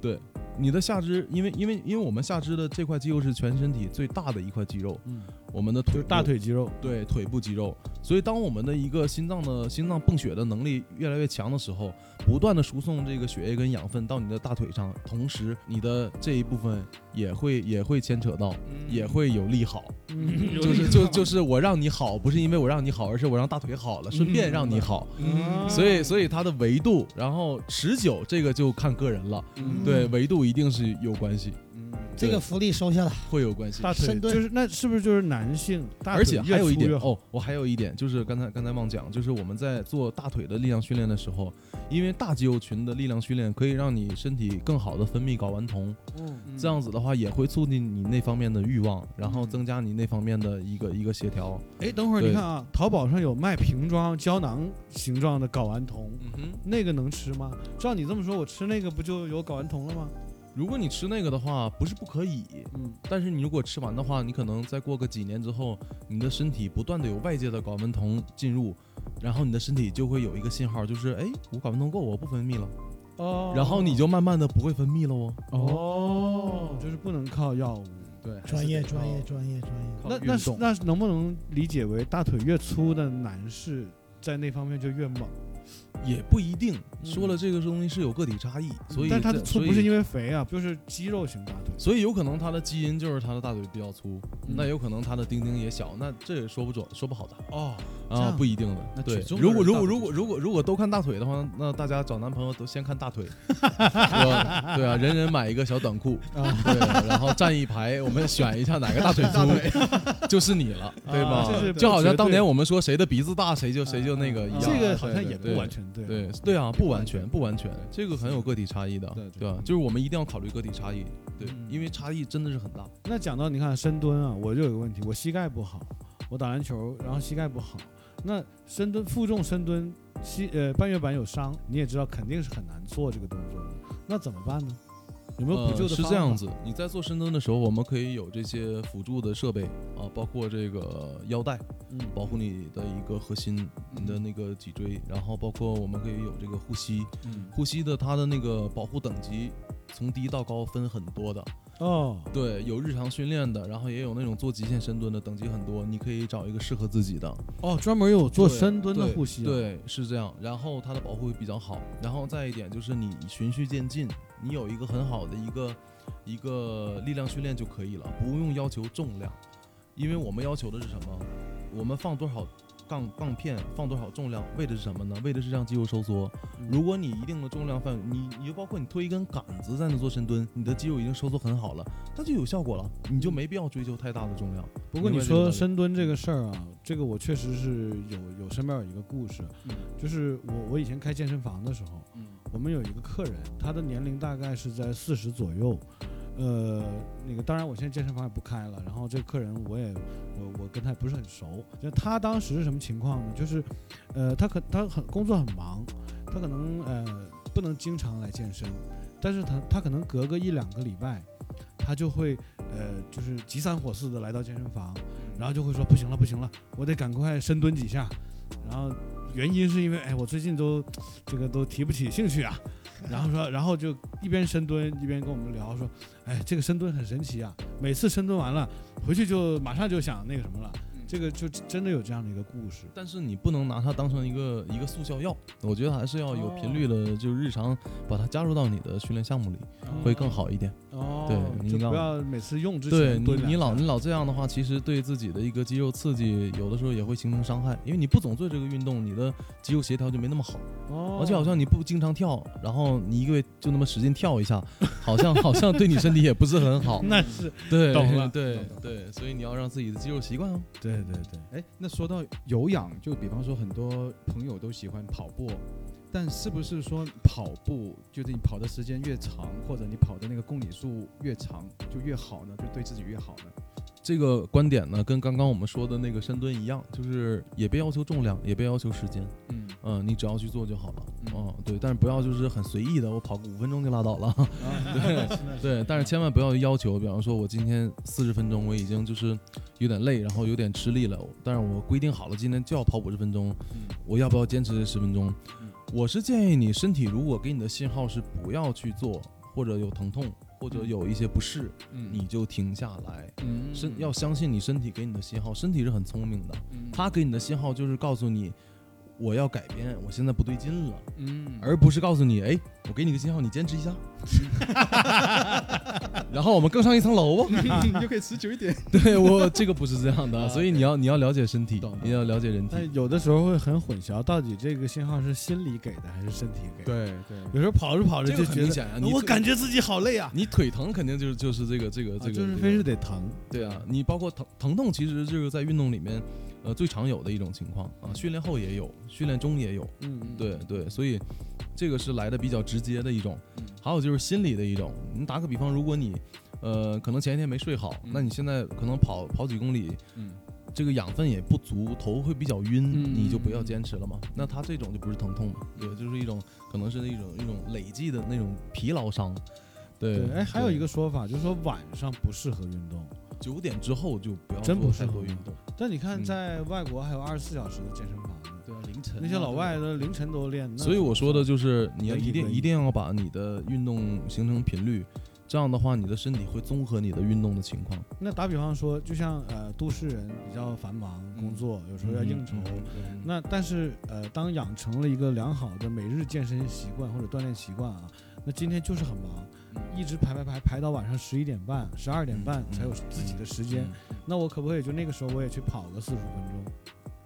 [SPEAKER 4] 对，你的下肢，因为因为因为我们下肢的这块肌肉是全身体最大的一块肌肉，
[SPEAKER 1] 嗯，
[SPEAKER 4] 我们的
[SPEAKER 1] 就
[SPEAKER 4] 腿
[SPEAKER 1] 是大腿肌肉，
[SPEAKER 4] 对腿部肌肉，所以当我们的一个心脏的心脏泵血的能力越来越强的时候，不断的输送这个血液跟养分到你的大腿上，同时你的这一部分也会也会牵扯到，也会有利好。
[SPEAKER 1] 嗯
[SPEAKER 4] 就是就就是我让你好，不是因为我让你好，而是我让大腿好了，顺便让你好。
[SPEAKER 1] 嗯
[SPEAKER 4] 所以，所以它的维度，然后持久，这个就看个人了。
[SPEAKER 2] 嗯
[SPEAKER 4] 对，维度一定是有关系，
[SPEAKER 2] 嗯
[SPEAKER 3] 这个福利收下了，
[SPEAKER 4] 会有关系。
[SPEAKER 1] 大腿
[SPEAKER 3] 深蹲
[SPEAKER 1] 就是那是不是就是男性？大腿
[SPEAKER 4] 而且还有一点
[SPEAKER 1] 越粗越好
[SPEAKER 4] 哦，我还有一点就是刚才刚才忘讲，就是我们在做大腿的力量训练的时候，因为大肌肉群的力量训练可以让你身体更好的分泌睾丸酮，
[SPEAKER 2] 嗯
[SPEAKER 4] 这样子的话也会促进你那方面的欲望，然后
[SPEAKER 2] 嗯
[SPEAKER 4] 增加你那方面的一个一个协调。
[SPEAKER 1] 哎，等会儿
[SPEAKER 4] 对
[SPEAKER 1] 你看啊，淘宝上有卖瓶装胶囊形状的睾丸酮，
[SPEAKER 4] 嗯哼。
[SPEAKER 1] 那个能吃吗？照你这么说，我吃那个不就有睾丸酮了吗？
[SPEAKER 4] 如果你吃那个的话，不是不可以，
[SPEAKER 1] 嗯，
[SPEAKER 4] 但是你如果吃完的话，你可能再过个几年之后，你的身体不断的有外界的睾丸酮进入，然后你的身体就会有一个信号，就是哎，我睾丸酮够，我不分泌了，
[SPEAKER 1] 哦
[SPEAKER 4] 然后你就慢慢的不会分泌了哦。
[SPEAKER 1] 哦，就是不能靠药物。
[SPEAKER 2] 对，
[SPEAKER 3] 专业专业专业专业。
[SPEAKER 1] 那那是
[SPEAKER 2] 那
[SPEAKER 1] 那是能不能理解为大腿越粗的男士在那方面就越猛？啊
[SPEAKER 4] 也不一定，说了这个东西是有个体差异，所以
[SPEAKER 1] 嗯但是他
[SPEAKER 4] 这
[SPEAKER 1] 的粗
[SPEAKER 4] 所以
[SPEAKER 1] 不是因为肥啊，就是肌肉型大腿。
[SPEAKER 4] 所以有可能他的基因就是他的大腿比较粗，那有可能他的丁丁也小，那这也说不准，说不好的。
[SPEAKER 2] 哦，这
[SPEAKER 4] 啊，
[SPEAKER 2] 样
[SPEAKER 4] 不一定的。
[SPEAKER 2] 那
[SPEAKER 4] 对
[SPEAKER 2] 举，重的
[SPEAKER 4] 如果
[SPEAKER 2] 人
[SPEAKER 4] 如
[SPEAKER 2] 大部分
[SPEAKER 4] 果如果
[SPEAKER 2] 是
[SPEAKER 4] 如果如果都看大腿的话，那大家找男朋友都先看大腿。对对啊，人人买一个小短裤，对，然后站一排，我们选一下哪个大腿粗，就是你了，对吧？
[SPEAKER 1] 这是
[SPEAKER 4] 就好像当
[SPEAKER 1] 绝对
[SPEAKER 4] 年我们说谁的鼻子大，谁就谁就那个一样。
[SPEAKER 1] 啊
[SPEAKER 4] 啊
[SPEAKER 1] 这个
[SPEAKER 2] 对
[SPEAKER 1] 好像也
[SPEAKER 4] 对
[SPEAKER 1] 不完全对。
[SPEAKER 4] 对对啊，不完全，
[SPEAKER 2] 对
[SPEAKER 4] 不完全，这个很有个体差异的，
[SPEAKER 2] 对
[SPEAKER 4] 对吧
[SPEAKER 2] 对？
[SPEAKER 4] 就是我们一定要考虑个体差异，对
[SPEAKER 2] 嗯，
[SPEAKER 4] 因为差异真的是很大。
[SPEAKER 1] 那讲到你看深蹲啊，我就有个问题，我膝盖不好，我打篮球然后膝盖不好，那深蹲负重深蹲膝呃半月板有伤，你也知道肯定是很难做这个动作的，那怎么办呢？有没有补救的
[SPEAKER 4] 呃？是
[SPEAKER 1] 方
[SPEAKER 4] 这样
[SPEAKER 1] 法，
[SPEAKER 4] 子，你在做深蹲的时候，我们可以有这些辅助的设备啊，包括这个腰带，
[SPEAKER 1] 嗯，
[SPEAKER 4] 保护你的一个核心，你的那个脊椎，然后包括我们可以有这个护膝，
[SPEAKER 2] 嗯
[SPEAKER 4] 护膝的它的那个保护等级从低到高分很多的，
[SPEAKER 1] 哦，
[SPEAKER 4] 对，有日常训练的，然后也有那种做极限深蹲的，等级很多，你可以找一个适合自己的。
[SPEAKER 1] 哦，专门有做
[SPEAKER 4] 对
[SPEAKER 1] 深蹲的
[SPEAKER 4] 对
[SPEAKER 1] 护膝啊，
[SPEAKER 4] 对，是这样。然后它的保护会比较好。然后再一点就是你循序渐进，你有一个很好的一个一个力量训练就可以了，不用要求重量，因为我们要求的是什么？我们放多少杠杠片，放多少重量，为的是什么呢？为的是让肌肉收缩。
[SPEAKER 1] 嗯
[SPEAKER 4] 如果你一定的重量范围，你你就包括你推一根杆子在那做深蹲，你的肌肉已经收缩很好了，它就有效果了，你
[SPEAKER 1] 嗯
[SPEAKER 4] 就没必要追求太大的重量。
[SPEAKER 1] 不过你
[SPEAKER 4] 明白这个道
[SPEAKER 1] 说
[SPEAKER 4] 理嗯
[SPEAKER 1] 深蹲这个事儿啊，这个我确实是有有身边有一个故事，
[SPEAKER 2] 嗯
[SPEAKER 1] 就是我我以前开健身房的时候，
[SPEAKER 2] 嗯
[SPEAKER 1] 我们有一个客人，他的年龄大概是在四十左右，呃，那个当然我现在健身房也不开了，然后这个客人我也我我跟他也不是很熟，就他当时是什么情况呢？就是，呃，他可他很工作很忙，他可能呃不能经常来健身，但是他他可能隔个一两个礼拜，他就会呃就是急三火四的来到健身房，然后就会说不行了不行了，我得赶快深蹲几下，然后原因是因为哎我最近都这个都提不起兴趣啊，然后说然后就一边深蹲一边跟我们聊说，哎这个深蹲很神奇啊，每次深蹲完了回去就马上就想那个什么了，这个就真的有这样的一个故事，
[SPEAKER 4] 但是你不能拿它当成一个一个速效药，我觉得还是要
[SPEAKER 1] 哦
[SPEAKER 4] 有频率的，就日常把它加入到你的训练项目里，会更好一点。
[SPEAKER 1] 哦，
[SPEAKER 4] 对你
[SPEAKER 1] 就
[SPEAKER 4] 老
[SPEAKER 1] 不要每次用之
[SPEAKER 4] 对
[SPEAKER 1] 前
[SPEAKER 4] 你
[SPEAKER 1] 蹲，
[SPEAKER 4] 你
[SPEAKER 1] 两
[SPEAKER 4] 老
[SPEAKER 1] 下
[SPEAKER 4] 你老这样的话，其实对自己的一个肌肉刺激，有的时候也会形成伤害，因为你不总做这个运动，你的肌肉协调就没那么好。
[SPEAKER 1] 哦，。
[SPEAKER 4] 而且好像你不经常跳，然后你一个月就那么使劲跳一下，好像好像对你身体也不是很好
[SPEAKER 2] 嗯
[SPEAKER 1] 那是
[SPEAKER 4] 对，
[SPEAKER 1] 懂了
[SPEAKER 4] 对
[SPEAKER 1] 懂懂
[SPEAKER 4] 对，所以你要让自己的肌肉习惯哦。
[SPEAKER 1] 对对对，
[SPEAKER 2] 哎，那说到有氧，就比方说很多朋友都喜欢跑步，但是不是说跑步就是你跑的时间越长，或者你跑的那个公里数越长就越好呢？就对自己越好呢？
[SPEAKER 4] 这个观点呢，跟刚刚我们说的那个深蹲一样，就是也别要求重量，也别要求时间。
[SPEAKER 2] 嗯，
[SPEAKER 4] 嗯，你只要去做就好了。
[SPEAKER 2] 嗯啊
[SPEAKER 4] 嗯，对，但是不要就是很随意的，我跑个五分钟就拉倒了。 对对，但是千万不要要求，比方说我今天四十分钟，我已经就是有点累，然后有点吃力了，但是我规定好了今天就要跑五十分钟，
[SPEAKER 2] 嗯
[SPEAKER 4] 我要不要坚持这十分钟？我是建议你身体如果给你的信号是不要去做，或者有疼痛，或者有一些不适，
[SPEAKER 2] 嗯
[SPEAKER 4] 你就停下来。
[SPEAKER 2] 嗯
[SPEAKER 4] 身要相信你身体给你的信号，身体是很聪明的，
[SPEAKER 1] 嗯
[SPEAKER 4] 它给你的信号就是告诉你我要改变，我现在不对劲了，
[SPEAKER 2] 嗯
[SPEAKER 4] 而不是告诉你，哎，我给你个信号，你坚持 一下，然后我们更上一层楼哦吧。
[SPEAKER 2] 你就可以持久一点。
[SPEAKER 4] 对我这个不是这样 的，
[SPEAKER 2] 啊
[SPEAKER 4] 所以你要你要了解身体
[SPEAKER 2] 懂懂，
[SPEAKER 4] 你要了解人体。
[SPEAKER 1] 但有的时候会很混淆，到底这个信号是心理给的还是身体给的？
[SPEAKER 2] 对 对，
[SPEAKER 1] 有时候跑着跑着
[SPEAKER 4] 这
[SPEAKER 1] 就
[SPEAKER 4] 个很
[SPEAKER 1] 觉
[SPEAKER 4] 明
[SPEAKER 1] 得，
[SPEAKER 4] 显啊，
[SPEAKER 1] 呃
[SPEAKER 4] 你
[SPEAKER 1] 我
[SPEAKER 4] 腿
[SPEAKER 1] 感觉自己好累啊，
[SPEAKER 4] 你腿疼肯定就是就是这个这个这
[SPEAKER 1] 啊
[SPEAKER 4] 个，
[SPEAKER 1] 就是
[SPEAKER 4] 这
[SPEAKER 1] 非
[SPEAKER 4] 个
[SPEAKER 1] 是得疼。
[SPEAKER 4] 对啊，你包括疼疼痛，其实就是在运动里面，呃，最常有的一种情况啊，训练后也有，训练中也有，
[SPEAKER 1] 嗯嗯，
[SPEAKER 4] 对对，所以这个是来的比较直接的一种，还有就是心理的一种。你打个比方，如果你呃可能前一天没睡好，
[SPEAKER 2] 嗯
[SPEAKER 4] 那你现在可能跑跑几公里，
[SPEAKER 2] 嗯
[SPEAKER 4] 这个养分也不足，头会比较晕，
[SPEAKER 2] 嗯
[SPEAKER 4] 你就不要坚持了嘛。那他这种就不是疼痛嘛，对，就是一种可能是一种一种累积的那种疲劳伤。对
[SPEAKER 1] 对，哎，还有
[SPEAKER 4] 对
[SPEAKER 1] 一个说法就是说晚上不适合运动，
[SPEAKER 4] 九点之后就不要
[SPEAKER 1] 真
[SPEAKER 4] 做
[SPEAKER 1] 不
[SPEAKER 4] 太
[SPEAKER 1] 适
[SPEAKER 4] 多
[SPEAKER 1] 合
[SPEAKER 4] 运动。
[SPEAKER 1] 但你看
[SPEAKER 4] 嗯
[SPEAKER 1] 在外国还有二十四小时的健身房呢，
[SPEAKER 2] 对啊，凌晨
[SPEAKER 1] 那些老外的凌晨都练。那
[SPEAKER 4] 所以我说的就是你要
[SPEAKER 1] 可以
[SPEAKER 4] 一定
[SPEAKER 1] 可以
[SPEAKER 4] 一定要把你的运动形成频率，这样的话你的身体会综合你的运动的情况。
[SPEAKER 1] 那打比方说，就像呃都市人比较繁忙，工作有时候要应
[SPEAKER 4] 嗯
[SPEAKER 1] 酬，
[SPEAKER 4] 那
[SPEAKER 1] 那但是呃，当养成了一个良好的每日健身习惯或者锻炼习惯啊，那今天就是很忙，一直排排排排到晚上十一点半、十二点半
[SPEAKER 4] 嗯
[SPEAKER 1] 才有自己的时间。那我可不可以就那个时候我也去跑个四十分钟？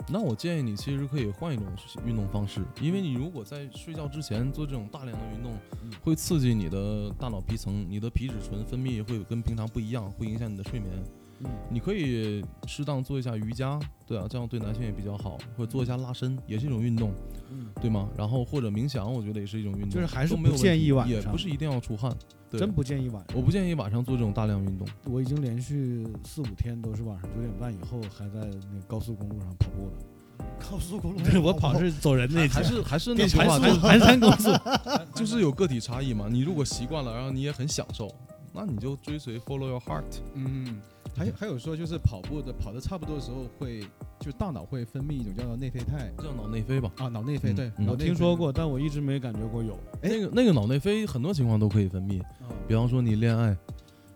[SPEAKER 4] 那我建议你其实可以换一种运动方式，因为你如果在睡觉之前做这种大量的运动，
[SPEAKER 1] 嗯
[SPEAKER 4] 会刺激你的大脑皮层，你的皮质醇分泌会跟平常不一样，会影响你的睡眠。
[SPEAKER 1] 嗯，
[SPEAKER 4] 你可以适当做一下瑜伽，对啊，这样对男性也比较好，或者做一下拉伸，也是一种运动，
[SPEAKER 1] 嗯，
[SPEAKER 4] 对吗？然后或者冥想，我觉得也是一种运动，
[SPEAKER 1] 就是还是
[SPEAKER 4] 都没有
[SPEAKER 1] 不建议
[SPEAKER 4] 问
[SPEAKER 1] 晚
[SPEAKER 4] 题也
[SPEAKER 1] 上
[SPEAKER 4] 不是一定要出汗，对
[SPEAKER 1] 真不建议晚上。
[SPEAKER 4] 我不建议晚上做这种大量运动。
[SPEAKER 1] 我已经连续四五天都是晚上九点半以后还在那个高速公路上跑步了。
[SPEAKER 3] 高速公路
[SPEAKER 1] 对， 我跑是走人那一
[SPEAKER 4] 还
[SPEAKER 1] 条，
[SPEAKER 4] 是还是
[SPEAKER 1] 对
[SPEAKER 4] 那句话，
[SPEAKER 1] 盘盘山公路，
[SPEAKER 4] 就是有个体差异嘛。你如果习惯了，然后你也很享受，那你就追随 follow your heart。
[SPEAKER 2] 嗯，还有还有说就是跑步的跑的差不多的时候会，就大脑会分泌一种叫做内啡肽
[SPEAKER 4] 叫脑内啡吧，
[SPEAKER 2] 啊，脑内啡、
[SPEAKER 4] 嗯
[SPEAKER 2] 对，
[SPEAKER 4] 嗯
[SPEAKER 2] 脑
[SPEAKER 1] 我
[SPEAKER 2] 内
[SPEAKER 1] 听
[SPEAKER 2] 啡
[SPEAKER 1] 说过，但我一直没感觉过有。
[SPEAKER 2] 哎
[SPEAKER 4] 那个那个脑内啡很多情况都可以分泌，
[SPEAKER 2] 哦
[SPEAKER 4] 比方说你恋爱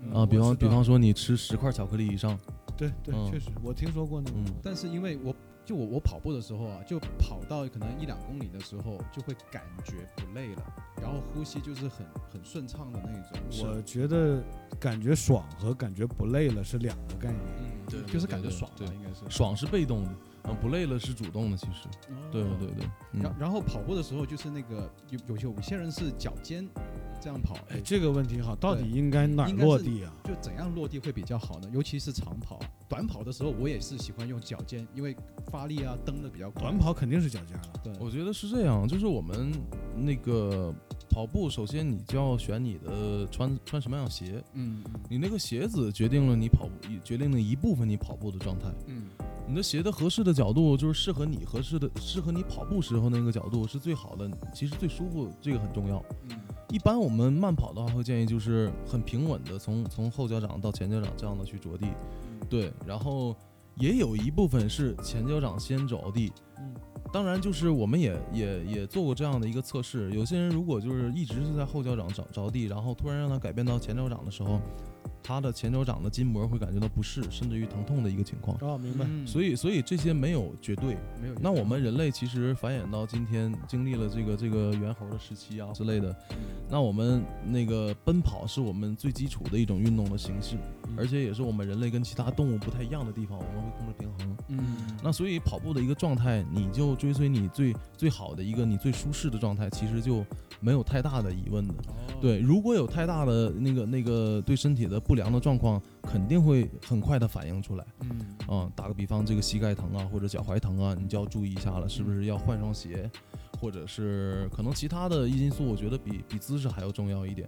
[SPEAKER 1] 嗯
[SPEAKER 4] 啊，比
[SPEAKER 1] 我
[SPEAKER 4] 方
[SPEAKER 1] 知
[SPEAKER 4] 比
[SPEAKER 1] 道
[SPEAKER 4] 方说你吃十块巧克力以上，
[SPEAKER 1] 对对
[SPEAKER 4] 嗯，
[SPEAKER 1] 确实我听说过那个。
[SPEAKER 4] 嗯，
[SPEAKER 2] 但是因为我就我我跑步的时候啊，就跑到可能一两公里的时候，就会感觉不累了，然后呼吸就是很很顺畅的那种。
[SPEAKER 1] 我觉得感觉爽和感觉不累了是两个概念。
[SPEAKER 2] 嗯，
[SPEAKER 4] 对
[SPEAKER 2] 就是
[SPEAKER 4] 对
[SPEAKER 2] 感觉
[SPEAKER 4] 对
[SPEAKER 2] 爽吧，
[SPEAKER 4] 对
[SPEAKER 2] 应该是。
[SPEAKER 4] 爽是被动的，啊，不累了是主动的，其实，对
[SPEAKER 2] 哦
[SPEAKER 4] 对对，
[SPEAKER 2] 然
[SPEAKER 4] 嗯，
[SPEAKER 2] 然后跑步的时候，就是那个有有有些人是脚尖这样跑，
[SPEAKER 1] 哎，这个问题好，到底
[SPEAKER 2] 对
[SPEAKER 1] 应该哪儿
[SPEAKER 2] 应该
[SPEAKER 1] 落
[SPEAKER 2] 是
[SPEAKER 1] 地啊？
[SPEAKER 2] 就怎样落地会比较好呢？尤其是长跑，短跑的时候我也是喜欢用脚尖，因为发力啊，蹬的比较快。
[SPEAKER 1] 短跑肯定是脚尖了，
[SPEAKER 2] 对，
[SPEAKER 4] 我觉得是这样，就是我们那个跑步，首先你就要选你的穿穿什么样的鞋，
[SPEAKER 2] 嗯嗯
[SPEAKER 4] 你那个鞋子决定了你跑步，决定了一部分你跑步的状态。
[SPEAKER 2] 嗯
[SPEAKER 4] 你的鞋的合适的角度，就是适合你合适的，适合你跑步时候那个角度是最好的。其实最舒服，这个很重要。
[SPEAKER 2] 嗯
[SPEAKER 4] 一般我们慢跑的话，会建议就是很平稳的从从后脚掌到前脚掌这样的去着地，
[SPEAKER 2] 嗯，
[SPEAKER 4] 对。然后也有一部分是前脚掌先着地，
[SPEAKER 1] 嗯。
[SPEAKER 4] 当然，就是我们也也也做过这样的一个测试。有些人如果就是一直是在后脚掌着着地，然后突然让他改变到前脚掌的时候，他的前脚掌的筋膜会感觉到不适，甚至于疼痛的一个情况。
[SPEAKER 1] 哦，明白。
[SPEAKER 4] 所以，所以这些嗯没有绝对。
[SPEAKER 2] 没有。
[SPEAKER 4] 那我们人类其实繁衍到今天，经历了这个这个猿猴的时期啊之类的，那我们那个奔跑是我们最基础的一种运动的形式，而且也是我们人类跟其他动物不太一样的地方，我们会控制平衡。
[SPEAKER 2] 嗯，
[SPEAKER 4] 那所以跑步的一个状态，你就追随你最最好的一个你最舒适的状态，其实就没有太大的疑问的。
[SPEAKER 2] 哦，
[SPEAKER 4] 对，如果有太大的那个那个对身体的不良的状况，肯定会很快的反映出来。
[SPEAKER 2] 嗯
[SPEAKER 4] 啊，打个比方，这个膝盖疼啊，或者脚踝疼啊，你就要注意一下了，是不是要换双鞋，或者是可能其他的因素，我觉得比比姿势还要重要一点。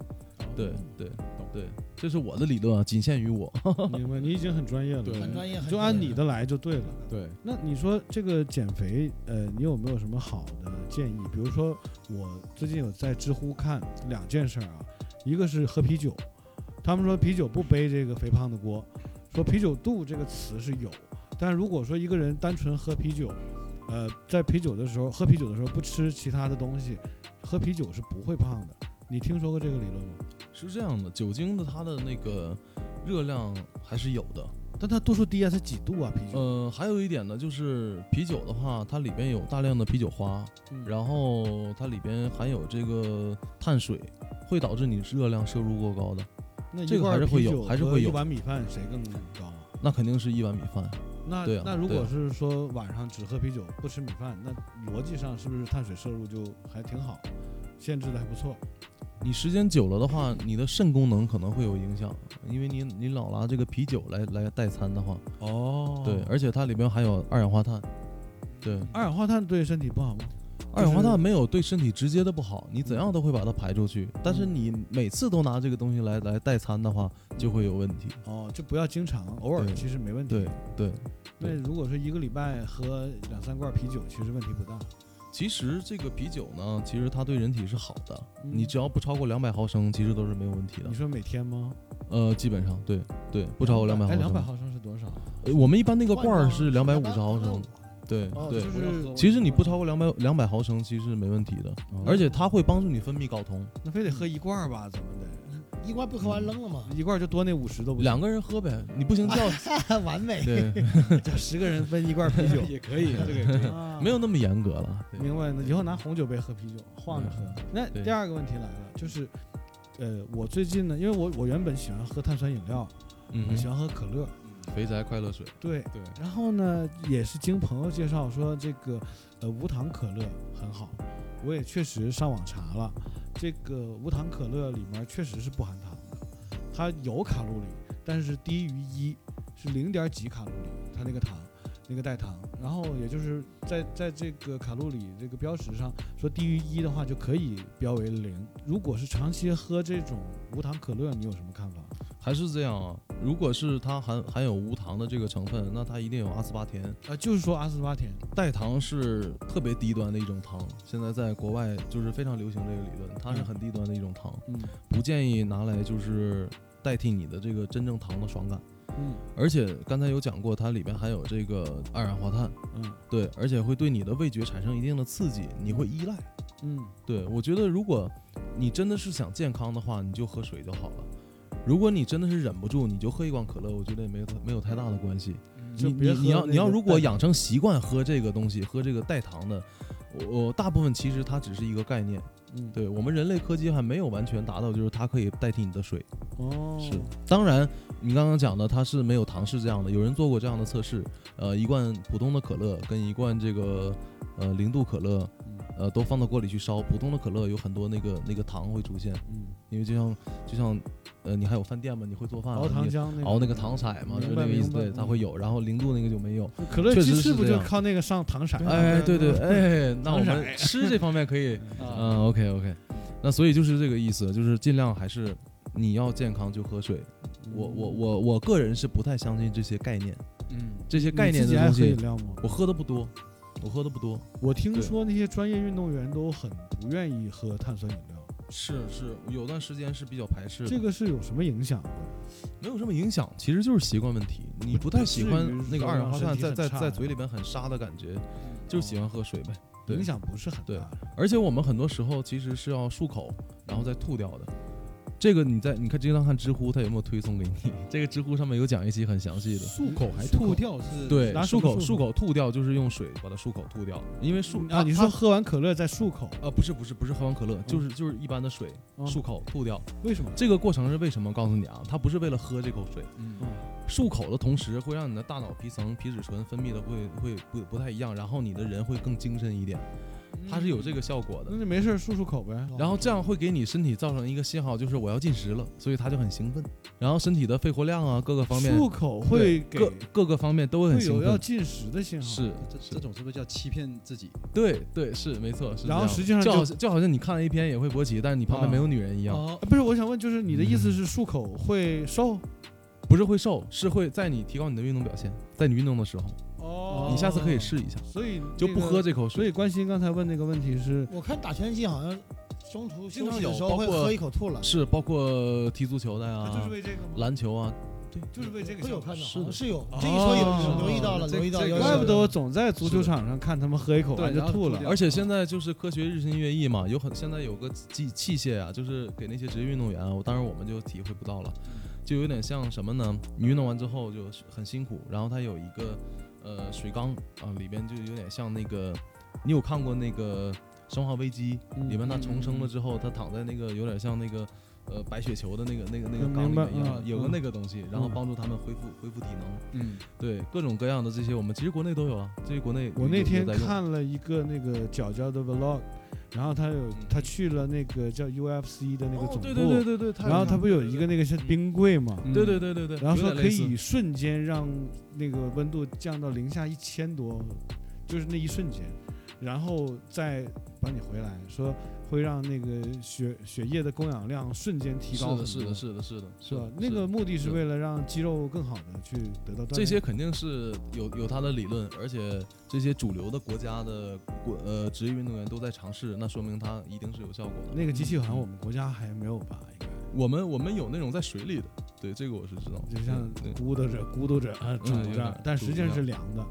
[SPEAKER 4] 对
[SPEAKER 2] 嗯
[SPEAKER 4] 对
[SPEAKER 2] 哦
[SPEAKER 4] 对，这是我的理论啊，仅限于我。
[SPEAKER 1] 明白，嗯你已经很专业了，
[SPEAKER 2] 对
[SPEAKER 3] 很专业，很
[SPEAKER 1] 就
[SPEAKER 3] 专
[SPEAKER 1] 按
[SPEAKER 3] 业
[SPEAKER 1] 你的来就对了。
[SPEAKER 2] 对，，
[SPEAKER 1] 那你说这个减肥，呃，你有没有什么好的建议？比如说，我最近有在知乎看两件事儿啊，一个是喝啤酒，他们说啤酒不背这个肥胖的锅，说啤酒肚这个词是有，但如果说一个人单纯喝啤酒，呃，在啤酒的时候喝啤酒的时候不吃其他的东西，喝啤酒是不会胖的。你听说过这个理论吗？
[SPEAKER 4] 是这样的，酒精的它的那个热量还是有的。
[SPEAKER 1] 但它度数低啊，才几度啊？啤酒，
[SPEAKER 4] 呃，还有一点呢，就是啤酒的话，它里边有大量的啤酒花，
[SPEAKER 1] 嗯
[SPEAKER 4] 然后它里边含有这个碳水，会导致你热量摄入过高的。
[SPEAKER 1] 那一
[SPEAKER 4] 这个
[SPEAKER 1] 罐
[SPEAKER 4] 还是会
[SPEAKER 1] 啤
[SPEAKER 4] 有
[SPEAKER 1] 酒
[SPEAKER 4] 还是
[SPEAKER 1] 和
[SPEAKER 4] 会
[SPEAKER 1] 一
[SPEAKER 4] 有
[SPEAKER 1] 碗米饭谁更高啊？
[SPEAKER 4] 那肯定是一碗米饭，
[SPEAKER 1] 那
[SPEAKER 4] 对啊
[SPEAKER 1] 那如
[SPEAKER 4] 对
[SPEAKER 1] 果
[SPEAKER 4] 啊
[SPEAKER 1] 是说晚上只喝啤酒不吃米饭，那逻辑上是不是碳水摄入就还挺好，限制的还不错？
[SPEAKER 4] 你时间久了的话，你的肾功能可能会有影响，因为你你老拿这个啤酒来来代餐的话，
[SPEAKER 1] 哦
[SPEAKER 4] 对，，而且它里面含有二氧化碳，对，
[SPEAKER 1] 二氧化碳对身体不好吗？
[SPEAKER 4] 二氧化碳没有对身体直接的不好，你怎样都会把它排出去，但是你
[SPEAKER 1] 嗯
[SPEAKER 4] 每次都拿这个东西来来代餐的话，就会有问题。
[SPEAKER 1] 哦，就不要经常，偶尔
[SPEAKER 4] 对
[SPEAKER 1] 其实没问题。
[SPEAKER 4] 对，对，
[SPEAKER 1] 那如果说一个礼拜喝两三罐啤酒，其实问题不大。
[SPEAKER 4] 其实这个啤酒呢，其实它对人体是好的，
[SPEAKER 1] 嗯
[SPEAKER 4] 你只要不超过两百毫升，其实都是没有问题的
[SPEAKER 1] 你。说每天吗？
[SPEAKER 4] 呃，基本上对对，不超过两百毫
[SPEAKER 1] 哎，
[SPEAKER 4] 升。
[SPEAKER 1] 两百毫升是多少？啊
[SPEAKER 4] 呃我们一般那个
[SPEAKER 3] 换
[SPEAKER 4] 罐儿
[SPEAKER 3] 到
[SPEAKER 4] 是两百五十
[SPEAKER 3] 185
[SPEAKER 4] 毫升，对
[SPEAKER 1] 哦，
[SPEAKER 4] 对
[SPEAKER 1] 就。是
[SPEAKER 4] 其实你不超过两百两百毫升，其实是没问题的，而且它会帮助你分泌睾酮。
[SPEAKER 1] 哦那非得喝一罐儿吧？怎么的？
[SPEAKER 3] 一罐不喝完扔了
[SPEAKER 4] 啊
[SPEAKER 3] 嘛，
[SPEAKER 1] 一罐儿就多那五十都不行。
[SPEAKER 4] 两个人喝呗，你不行 叫
[SPEAKER 3] 完美。
[SPEAKER 4] 对，
[SPEAKER 1] 这十个人分一罐儿啤 酒
[SPEAKER 2] 也可以，这个也可以。
[SPEAKER 1] 啊
[SPEAKER 4] 没有那么严格了。对嗯
[SPEAKER 1] 明白了，以后拿红酒杯喝啤酒，晃着喝。那
[SPEAKER 4] 对
[SPEAKER 1] 第二个问题来了，就是，呃，我最近呢，因为我我原本喜欢喝碳酸饮料，
[SPEAKER 4] 嗯
[SPEAKER 1] 我喜
[SPEAKER 4] 行，
[SPEAKER 1] 欢喝可乐，
[SPEAKER 4] 肥宅快乐水，
[SPEAKER 1] 对。
[SPEAKER 4] 对，
[SPEAKER 1] 然后呢，也是经朋友介绍说这个，呃，无糖可乐很好，我也确实上网查了，这个无糖可乐里面确实是不含糖的，它有卡路里，但是低于一，是零点几卡路里，它那个糖。那个代糖，然后也就是在在这个卡路里这个标识上说低于一的话就可以标为零。如果是长期喝这种无糖可乐，你有什么看法？
[SPEAKER 4] 还是这样啊。如果是它含含有无糖的这个成分，那它一定有阿斯巴甜。
[SPEAKER 1] 呃，就是说阿斯巴甜，
[SPEAKER 4] 代糖是特别低端的一种糖，现在在国外就是非常流行这个理论，它是很低端的一种糖，
[SPEAKER 1] 嗯
[SPEAKER 4] 不建议拿来就是代替你的这个真正糖的爽感。
[SPEAKER 1] 嗯
[SPEAKER 4] 而且刚才有讲过，它里边含有这个二氧化碳，
[SPEAKER 1] 嗯
[SPEAKER 4] 对，而且会对你的味觉产生一定的刺激，你会依赖。
[SPEAKER 1] 嗯
[SPEAKER 4] 对我觉得，如果你真的是想健康的话，你就喝水就好了。如果你真的是忍不住，你就喝一罐可乐，我觉得也没有太没有太大的关系。
[SPEAKER 2] 嗯
[SPEAKER 4] 你
[SPEAKER 1] 就别
[SPEAKER 4] 你
[SPEAKER 1] 喝
[SPEAKER 4] 你要
[SPEAKER 1] 那个
[SPEAKER 4] 你要如果
[SPEAKER 1] 代
[SPEAKER 4] 养成习惯喝这个东西，喝这个代糖的，我我大部分其实它只是一个概念。
[SPEAKER 1] 嗯
[SPEAKER 4] 对我们人类科技还没有完全达到，就是它可以代替你的水。
[SPEAKER 1] 哦
[SPEAKER 4] 是，当然你刚刚讲的它是没有糖是这样的，有人做过这样的测试，呃，一罐普通的可乐跟一罐这个呃零度可乐
[SPEAKER 1] 嗯，
[SPEAKER 4] 呃都放到锅里去烧，普通的可乐有很多那个那个糖会出现，
[SPEAKER 1] 嗯
[SPEAKER 4] 因为就像就像呃你还有饭店嘛，你会做饭嘛，
[SPEAKER 1] 熬糖
[SPEAKER 4] 你
[SPEAKER 1] 浆那个
[SPEAKER 4] 熬那个糖色嘛，
[SPEAKER 1] 明
[SPEAKER 4] 就是
[SPEAKER 1] 白
[SPEAKER 4] 那个意思，
[SPEAKER 1] 明白
[SPEAKER 4] 对，它会有，然后零度那个就没有。
[SPEAKER 1] 可乐
[SPEAKER 4] 确
[SPEAKER 1] 鸡
[SPEAKER 4] 实
[SPEAKER 1] 翅
[SPEAKER 4] 是
[SPEAKER 1] 不
[SPEAKER 4] 这
[SPEAKER 1] 就
[SPEAKER 4] 样
[SPEAKER 1] 靠那个上糖色？
[SPEAKER 4] 哎，对对，哎，那我
[SPEAKER 1] 糖
[SPEAKER 4] 们吃这方面 可以，
[SPEAKER 1] 啊，
[SPEAKER 4] 嗯，OK OK，那所以就是这个意思，就是尽量还是你要健康就喝水。我我我我个人是不太相信这些概念，
[SPEAKER 2] 嗯，
[SPEAKER 4] 这些
[SPEAKER 1] 你
[SPEAKER 4] 概念
[SPEAKER 1] 自己
[SPEAKER 4] 的
[SPEAKER 1] 爱
[SPEAKER 4] 东
[SPEAKER 1] 喝饮
[SPEAKER 4] 西，
[SPEAKER 1] 料吗？
[SPEAKER 4] 我喝的不多，我喝的不多。
[SPEAKER 1] 我听
[SPEAKER 4] 对
[SPEAKER 1] 说那些专业运动员都很不愿意喝碳酸饮料，
[SPEAKER 4] 是是，有段时间是比较排斥
[SPEAKER 1] 这
[SPEAKER 4] 这个
[SPEAKER 1] 个是有什么影响的？
[SPEAKER 4] 没有什么影响，其实就是习惯问题。你
[SPEAKER 1] 不
[SPEAKER 4] 不太
[SPEAKER 1] 至
[SPEAKER 4] 喜欢
[SPEAKER 1] 于
[SPEAKER 4] 那个
[SPEAKER 1] 说
[SPEAKER 4] 二氧
[SPEAKER 1] 让
[SPEAKER 4] 化
[SPEAKER 1] 身
[SPEAKER 4] 碳
[SPEAKER 1] 体
[SPEAKER 4] 在
[SPEAKER 1] 很
[SPEAKER 4] 在
[SPEAKER 1] 差哦
[SPEAKER 4] 在嘴里边很沙的感觉，就是喜欢喝水呗。对
[SPEAKER 1] 影响不是很
[SPEAKER 4] 对
[SPEAKER 1] 大。啊
[SPEAKER 4] 而且我们很多时候其实是要漱口，然后再吐掉的。这个你在你看经常看知乎，它有没有推送给你？ 这个知乎上面有讲一期很详细的。
[SPEAKER 2] 漱口还吐掉是？
[SPEAKER 4] 对，
[SPEAKER 1] 拿
[SPEAKER 4] 漱
[SPEAKER 1] 什么
[SPEAKER 4] 口
[SPEAKER 1] 漱
[SPEAKER 4] 漱口吐掉就是用水把它漱口吐掉，因为漱
[SPEAKER 1] 啊，你
[SPEAKER 4] 它
[SPEAKER 1] 说喝完可乐再漱口，
[SPEAKER 4] 啊不是不是不是喝完可乐，就是就是一般的水
[SPEAKER 1] 嗯
[SPEAKER 4] 漱口吐掉。
[SPEAKER 1] 为什么？
[SPEAKER 4] 这个过程是为什么？告诉你啊，它不是为了喝这口水，
[SPEAKER 2] 嗯，
[SPEAKER 4] 漱口的同时会让你的大脑皮层皮质醇分泌的会会不不太一样，然后你的人会更精神一点，
[SPEAKER 1] 嗯
[SPEAKER 4] 它是有这个效果的
[SPEAKER 1] 那。就没事儿漱漱口呗。哦
[SPEAKER 4] 然后这样会给你身体造成一个信号，就是我要进食了，所以它就很兴奋。然后身体的肺活量啊，各个方面，
[SPEAKER 1] 漱口会给
[SPEAKER 4] 各各个方面都会很
[SPEAKER 1] 会有
[SPEAKER 4] 兴
[SPEAKER 1] 要
[SPEAKER 4] 奋。
[SPEAKER 1] 进食的信号。啊
[SPEAKER 4] 是
[SPEAKER 2] 这
[SPEAKER 4] 是
[SPEAKER 2] 这种是不是叫欺骗自己？
[SPEAKER 4] 对对是没错，是这
[SPEAKER 1] 然后
[SPEAKER 4] 样的
[SPEAKER 1] 实际上
[SPEAKER 4] 就
[SPEAKER 1] 就
[SPEAKER 4] 好像就好像你看了一篇也会勃起，但是你旁边
[SPEAKER 1] 啊
[SPEAKER 4] 没有女人一样，
[SPEAKER 2] 哦
[SPEAKER 1] 啊不是，我想问，就是你的意
[SPEAKER 4] 嗯
[SPEAKER 1] 思是漱口会瘦？
[SPEAKER 4] 不是会瘦，是会在你提高你的运动表现，在你运动的时候，
[SPEAKER 1] 哦
[SPEAKER 4] 你下次可以，试一下，
[SPEAKER 1] 所以
[SPEAKER 4] 就不喝
[SPEAKER 1] 这
[SPEAKER 4] 这口
[SPEAKER 1] 个。所
[SPEAKER 4] 水。
[SPEAKER 1] 以关心刚才问那个问题是，
[SPEAKER 3] 我看打拳击好像中途
[SPEAKER 4] 经
[SPEAKER 3] 休
[SPEAKER 4] 常
[SPEAKER 3] 息的
[SPEAKER 4] 有
[SPEAKER 3] 时候
[SPEAKER 4] 包
[SPEAKER 3] 会
[SPEAKER 4] 括
[SPEAKER 3] 喝一口吐了，
[SPEAKER 4] 是包括踢足球的呀、
[SPEAKER 1] 他就是为这个吗？
[SPEAKER 4] 篮球啊，
[SPEAKER 1] 就是为这个
[SPEAKER 3] 啊会有
[SPEAKER 1] 效
[SPEAKER 3] 看
[SPEAKER 1] 果。
[SPEAKER 3] 到，
[SPEAKER 4] 是
[SPEAKER 3] 好像
[SPEAKER 4] 的
[SPEAKER 3] 是有。这一说
[SPEAKER 1] 哦
[SPEAKER 3] 有留意到了，
[SPEAKER 2] 这
[SPEAKER 3] 留意到，
[SPEAKER 2] 这
[SPEAKER 3] 有
[SPEAKER 2] 个
[SPEAKER 1] 怪不得
[SPEAKER 3] 有
[SPEAKER 1] 我总在足球场上看他们喝一口完
[SPEAKER 2] 对
[SPEAKER 1] 就
[SPEAKER 2] 然后
[SPEAKER 1] 吐
[SPEAKER 2] 吐
[SPEAKER 1] 了
[SPEAKER 2] 掉。
[SPEAKER 4] 而且现在就是科学日新月异嘛，有很现在有个器器械啊，就是给那些职业运动员啊，我当然我们就体会不到了，
[SPEAKER 1] 嗯
[SPEAKER 4] 就有点像什么呢？你运动完之后就很辛苦，然后它有一个呃水缸啊，里边就有点像那个，你有看过那个《生化危机》
[SPEAKER 1] 嗯
[SPEAKER 4] 里面它重生了之后，它躺在那个有点像那个。呃，白血球的那个、那个、那个
[SPEAKER 1] 嗯
[SPEAKER 4] 缸里
[SPEAKER 1] 明白
[SPEAKER 4] 面一样，
[SPEAKER 1] 嗯
[SPEAKER 4] 有个
[SPEAKER 1] 嗯
[SPEAKER 4] 那个东西，然后
[SPEAKER 1] 嗯
[SPEAKER 4] 帮助他们恢复恢复体能。
[SPEAKER 2] 嗯，
[SPEAKER 4] 对，各种各样的这些，我们其实国内都有啊。这些国内
[SPEAKER 1] 我那
[SPEAKER 4] 有
[SPEAKER 1] 天
[SPEAKER 4] 有在用
[SPEAKER 1] 看了一个那个角角的 vlog，然后他有他去了那个叫 UFC 的那个
[SPEAKER 4] 哦
[SPEAKER 1] 总部，
[SPEAKER 4] 对对对对对，太
[SPEAKER 1] 然后
[SPEAKER 4] 有
[SPEAKER 1] 他不有一个那个是
[SPEAKER 4] 嗯
[SPEAKER 1] 冰柜嘛，
[SPEAKER 4] 对对对对 对，
[SPEAKER 1] 然后
[SPEAKER 4] 有
[SPEAKER 1] 说
[SPEAKER 4] 点
[SPEAKER 1] 可
[SPEAKER 4] 类似
[SPEAKER 1] 以瞬间让那个温度降到零下一千多，就是那一瞬间，然后再把你回来，说会让那个血血液的供氧量瞬间提高很多，
[SPEAKER 4] 是的，是的，是的，是的，
[SPEAKER 1] 是吧
[SPEAKER 4] 的？
[SPEAKER 1] 那个目的是
[SPEAKER 4] 是
[SPEAKER 1] 为了让肌肉更好的去得到锻炼。
[SPEAKER 4] 这些肯定是有有它的理论，而且这些主流的国家的国呃职业运动员都在尝试，那说明它一定是有效果的。
[SPEAKER 1] 那个机器好像我们国家还没有吧？应该
[SPEAKER 4] 我们我们有那种在水里的，对这个我是知道，
[SPEAKER 1] 就像
[SPEAKER 4] 嗯对
[SPEAKER 1] 咕嘟着咕嘟着啊，
[SPEAKER 4] 嗯
[SPEAKER 1] 杵
[SPEAKER 4] 有
[SPEAKER 1] 着
[SPEAKER 4] 点，
[SPEAKER 1] 但实际上
[SPEAKER 4] 杵着
[SPEAKER 1] 是凉的。
[SPEAKER 4] 对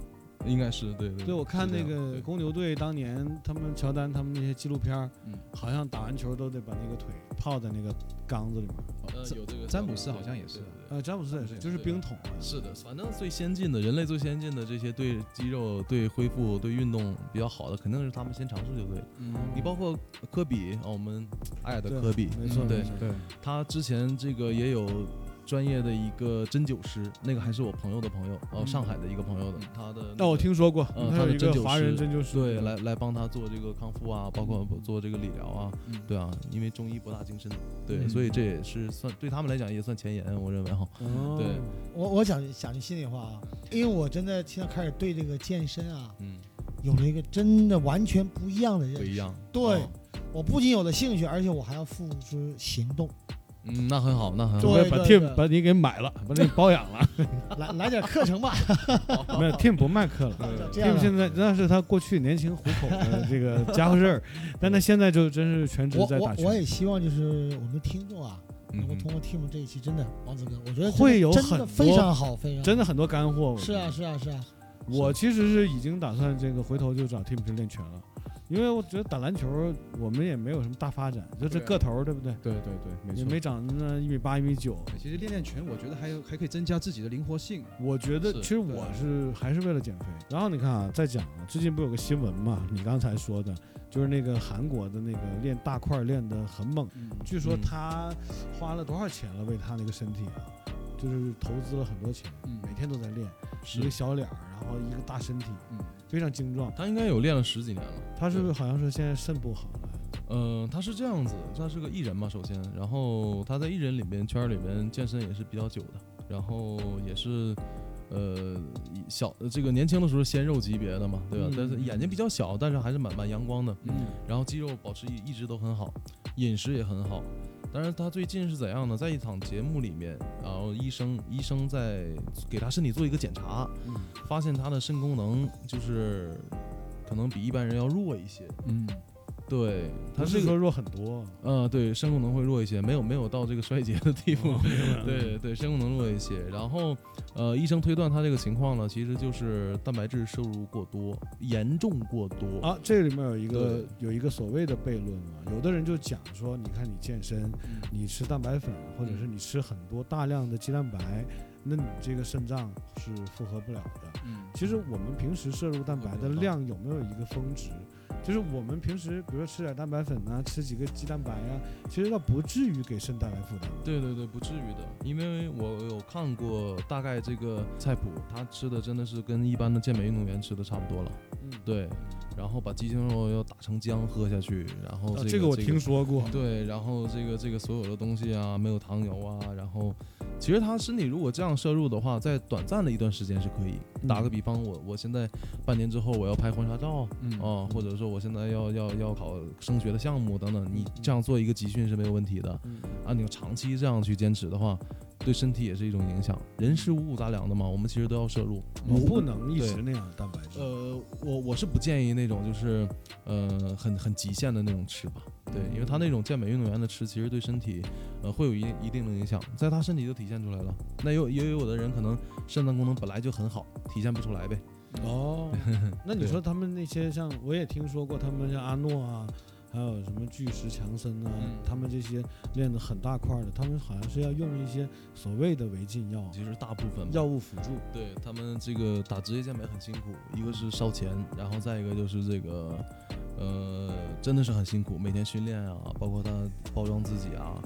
[SPEAKER 4] 应该是对对。
[SPEAKER 1] 对，我看
[SPEAKER 4] 嗯是这
[SPEAKER 1] 那
[SPEAKER 4] 样
[SPEAKER 1] 个
[SPEAKER 4] 对
[SPEAKER 1] 公牛队当年他们乔丹他们那些纪录片儿
[SPEAKER 2] 嗯，
[SPEAKER 1] 好像打完球都得把那个腿泡在那个缸子里面。
[SPEAKER 4] 呃有这个
[SPEAKER 2] 詹
[SPEAKER 4] 效
[SPEAKER 2] 姆
[SPEAKER 4] 果
[SPEAKER 2] 斯好
[SPEAKER 4] 对
[SPEAKER 2] 像也
[SPEAKER 4] 对
[SPEAKER 2] 是
[SPEAKER 4] 对
[SPEAKER 2] 啊
[SPEAKER 4] 对
[SPEAKER 1] 呃，詹姆斯也是，
[SPEAKER 4] 对
[SPEAKER 1] 就是
[SPEAKER 4] 对
[SPEAKER 1] 冰桶嘛。
[SPEAKER 4] 是的，反正最先进的人类最先进的这些对肌肉、对恢复、对运动比较好的，肯定是他们先尝试就对了。你包括科比啊，我们爱
[SPEAKER 1] 嗯
[SPEAKER 4] 的
[SPEAKER 1] 对
[SPEAKER 4] 科比，
[SPEAKER 1] 没错，
[SPEAKER 4] 嗯对
[SPEAKER 1] 没错
[SPEAKER 2] 对，
[SPEAKER 4] 他之前这个也有专业的一个针灸师，那个还是我朋友的朋友，哦，
[SPEAKER 2] 嗯
[SPEAKER 4] 上海的一个朋友的，他的那
[SPEAKER 1] 那嗯哦我
[SPEAKER 4] 个
[SPEAKER 1] 听说过，
[SPEAKER 4] 呃
[SPEAKER 1] 他
[SPEAKER 4] 他
[SPEAKER 1] 有
[SPEAKER 4] 的
[SPEAKER 1] 一
[SPEAKER 4] 针
[SPEAKER 1] 个
[SPEAKER 4] 灸
[SPEAKER 1] 华人
[SPEAKER 4] 师
[SPEAKER 1] 针灸师，
[SPEAKER 4] 对来来帮他做这个康复啊，包括
[SPEAKER 1] 嗯
[SPEAKER 4] 做这个理疗啊，
[SPEAKER 2] 嗯
[SPEAKER 4] 对啊，因为中医博大精深，对，
[SPEAKER 2] 嗯
[SPEAKER 4] 所以这也是算对他们来讲也算前沿，我认为哈，
[SPEAKER 1] 哦，
[SPEAKER 4] 对
[SPEAKER 3] 我我讲讲句心里话啊，因为我真的现在开始对这个健身啊，
[SPEAKER 4] 嗯，
[SPEAKER 3] 有了一个真的完全不一样的认
[SPEAKER 4] 不
[SPEAKER 3] 识。
[SPEAKER 4] 一样，
[SPEAKER 3] 对
[SPEAKER 4] 哦，
[SPEAKER 3] 我不仅有了兴趣，而且我还要付出行动。
[SPEAKER 4] 嗯，那很好，那很好。
[SPEAKER 1] 准
[SPEAKER 3] 对
[SPEAKER 1] 备把 Tim 把你给买了，把你包养了。
[SPEAKER 3] 来来点课程吧，
[SPEAKER 1] 没有，Tim 不卖课了。
[SPEAKER 3] 这样
[SPEAKER 1] Tim
[SPEAKER 3] 啊吧
[SPEAKER 1] 现在那是他过去年轻糊口的这个家伙事 儿，但他现在就真是全职
[SPEAKER 3] 我
[SPEAKER 1] 在打
[SPEAKER 3] 我我
[SPEAKER 1] 拳。
[SPEAKER 3] 也希望就是我们的听众啊，
[SPEAKER 4] 嗯
[SPEAKER 3] 能够
[SPEAKER 4] 哼
[SPEAKER 3] 通过 Team 这一期，真的王子哥，我觉得真的
[SPEAKER 1] 会有
[SPEAKER 3] 真
[SPEAKER 1] 很多
[SPEAKER 3] 的非常好，非常好
[SPEAKER 1] 真的很多干货，我
[SPEAKER 3] 是
[SPEAKER 1] 觉
[SPEAKER 3] 啊
[SPEAKER 1] 得
[SPEAKER 3] 是啊是啊，
[SPEAKER 1] 我其实是已经打算这个回头就找 Tim 去练拳了，因为我觉得打篮球我们也没有什么大发展，就这
[SPEAKER 2] 对啊
[SPEAKER 1] 个头儿对不对？
[SPEAKER 4] 对对对，
[SPEAKER 1] 也
[SPEAKER 4] 没
[SPEAKER 1] 没
[SPEAKER 4] 错。
[SPEAKER 1] 长那一米八一米九。
[SPEAKER 2] 呃其实练练拳，我觉得还有还可以增加自己的灵活性。
[SPEAKER 1] 我觉得
[SPEAKER 4] 是
[SPEAKER 1] 其实
[SPEAKER 2] 对
[SPEAKER 1] 我是还是为了减肥。然后你看啊，再讲啊，最近不有个新闻嘛？你刚才说的，就是那个韩国的那个练大块儿练得很猛，
[SPEAKER 2] 嗯，
[SPEAKER 1] 据说
[SPEAKER 4] 嗯
[SPEAKER 1] 他花了多少钱了？为他那个身体啊，就是投资了很多钱，
[SPEAKER 2] 嗯
[SPEAKER 1] 每天都在练，一个
[SPEAKER 4] 是，
[SPEAKER 1] 小脸儿，然后一个大身体，
[SPEAKER 2] 嗯，
[SPEAKER 1] 非常精壮。
[SPEAKER 4] 他应该有练了十几年了。
[SPEAKER 1] 他是不是好像是现在肾不好了？
[SPEAKER 4] 嗯、他是这样子，他是个艺人嘛，首先，然后他在艺人里面圈儿里面健身也是比较久的，然后也是。呃，小这个年轻的时候鲜肉级别的嘛，对吧？
[SPEAKER 1] 嗯
[SPEAKER 4] 但是眼睛比较小，但是还是蛮蛮阳光的。
[SPEAKER 2] 嗯，
[SPEAKER 4] 然后肌肉保持一一直都很好，饮食也很好。但是他最近是怎样呢？在一场节目里面，然后医生医生在给他身体做一个检查，
[SPEAKER 1] 嗯
[SPEAKER 4] 发现他的肾功能就是可能比一般人要弱一些。
[SPEAKER 2] 嗯，
[SPEAKER 4] 对，他
[SPEAKER 1] 他是
[SPEAKER 4] 这
[SPEAKER 1] 说
[SPEAKER 4] 个
[SPEAKER 1] 弱很多，
[SPEAKER 4] 呃，对，肾功能会弱一些，没有没有到这个衰竭的地步。对对，肾功能弱一些。然后呃，医生推断他这个情况呢，其实就是蛋白质摄入过多，严重过多。
[SPEAKER 1] 啊，这里面有一个
[SPEAKER 4] 对
[SPEAKER 1] 有一个所谓的悖论啊，有的人就讲说，你看你健身，你吃蛋白粉，或者是你吃很多大量的鸡蛋白，那你这个肾脏是负荷不了的。
[SPEAKER 2] 嗯，
[SPEAKER 1] 其实我们平时摄入蛋白的量有没有一个峰值？就是我们平时比如说吃点蛋白粉啊，吃几个鸡蛋白啊，其实倒不至于给肾带来负担。
[SPEAKER 4] 对对对，不至于的，因为我有看过大概这个菜谱，他吃的真的是跟一般的健美运动员吃的差不多了。
[SPEAKER 1] 嗯，
[SPEAKER 4] 对，然后把鸡胸肉要打成浆喝下去，然后
[SPEAKER 1] 啊
[SPEAKER 4] 哦这个、
[SPEAKER 1] 这个我听说过。
[SPEAKER 4] 对，然后这个这个所有的东西啊，没有糖油啊，然后其实他身体如果这样摄入的话，在短暂的一段时间是可以。打
[SPEAKER 1] 嗯
[SPEAKER 4] 个比方，我我现在半年之后我要拍婚纱照，
[SPEAKER 2] 嗯
[SPEAKER 4] 啊，或者说我现在要要要考升学的项目等等，你这样做一个集训是没有问题的。
[SPEAKER 1] 嗯，
[SPEAKER 4] 啊，你要长期这样去坚持的话，对身体也是一种影响。人是五谷杂粮的嘛，我们其实都要摄入。
[SPEAKER 1] 我不能一直那样蛋白质。
[SPEAKER 4] 呃，我我是不建议那种就是呃很很极限的那种吃吧，对，因为他那种健美运动员的吃，其实对身体呃会有一定一定的影响，在他身体就体现出来了。那有也有的人可能肾脏功能本来就很好，体现不出来呗。
[SPEAKER 1] 哦，那你
[SPEAKER 4] 嗯对
[SPEAKER 1] 说他们那些像我也听说过，他们像阿诺啊，还有什么巨石强森啊，
[SPEAKER 2] 嗯
[SPEAKER 1] 他们这些练得很大块儿的，他们好像是要用一些所谓的违禁药
[SPEAKER 4] 其实大部分吧
[SPEAKER 1] 药物辅助。
[SPEAKER 4] 对他们这个打职业健美很辛苦，一个是烧钱，然后再一个就是这个，呃，真的是很辛苦，每天训练啊，包括他包装自己啊，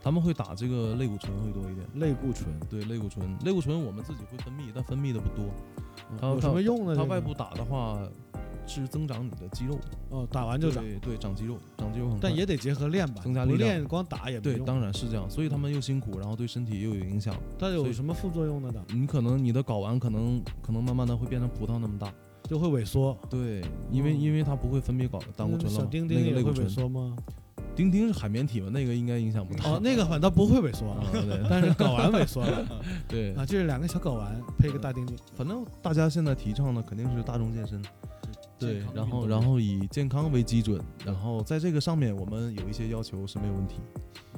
[SPEAKER 4] 他们会打这个类固醇会多一点。
[SPEAKER 1] 类固醇
[SPEAKER 4] 对类固醇，类固醇我们自己会分泌，但分泌的不多。它
[SPEAKER 1] 有什么用呢？
[SPEAKER 4] 它
[SPEAKER 1] 这个
[SPEAKER 4] 外部打的话，是增长你的肌肉，
[SPEAKER 1] 哦，打完就长，
[SPEAKER 4] 对对，长肌肉，长肌肉很快。
[SPEAKER 1] 但也得结合练吧，
[SPEAKER 4] 增加
[SPEAKER 1] 不
[SPEAKER 4] 力量
[SPEAKER 1] 练光打也没
[SPEAKER 4] 对，
[SPEAKER 1] 用。
[SPEAKER 4] 当然是这样，所以他们又辛苦，然后对身体又有影响。
[SPEAKER 1] 它
[SPEAKER 4] 所
[SPEAKER 1] 有
[SPEAKER 4] 以
[SPEAKER 1] 什么副作用呢？打
[SPEAKER 4] 你可能你的睾丸可能可能慢慢的会变成葡萄那么大，
[SPEAKER 1] 就会萎缩。
[SPEAKER 4] 对，因为、
[SPEAKER 1] 嗯
[SPEAKER 4] 因为它不会分泌睾胆固
[SPEAKER 1] 那
[SPEAKER 4] 醇了
[SPEAKER 1] 小
[SPEAKER 4] 嘛，
[SPEAKER 1] 丁
[SPEAKER 4] 那
[SPEAKER 1] 丁
[SPEAKER 4] 个
[SPEAKER 1] 也
[SPEAKER 4] 类
[SPEAKER 1] 会
[SPEAKER 4] 固
[SPEAKER 1] 萎
[SPEAKER 4] 醇，
[SPEAKER 1] 缩 吗？
[SPEAKER 4] 丁丁是海绵体嘛，那个应该影响不大。
[SPEAKER 1] 哦， 那个反倒不会萎缩
[SPEAKER 4] 啊
[SPEAKER 1] 啊，
[SPEAKER 4] 对
[SPEAKER 1] 但是睾丸萎缩了
[SPEAKER 4] 对，
[SPEAKER 1] 啊，就是两个小睾丸配一个大丁丁。
[SPEAKER 4] 反正大家现在提倡的肯定是大众健身，对
[SPEAKER 2] 健康，
[SPEAKER 4] 然
[SPEAKER 2] 运
[SPEAKER 4] 后
[SPEAKER 2] 动
[SPEAKER 4] 然后以健康为基准，然后在这个上面我们有一些要求是没有问题。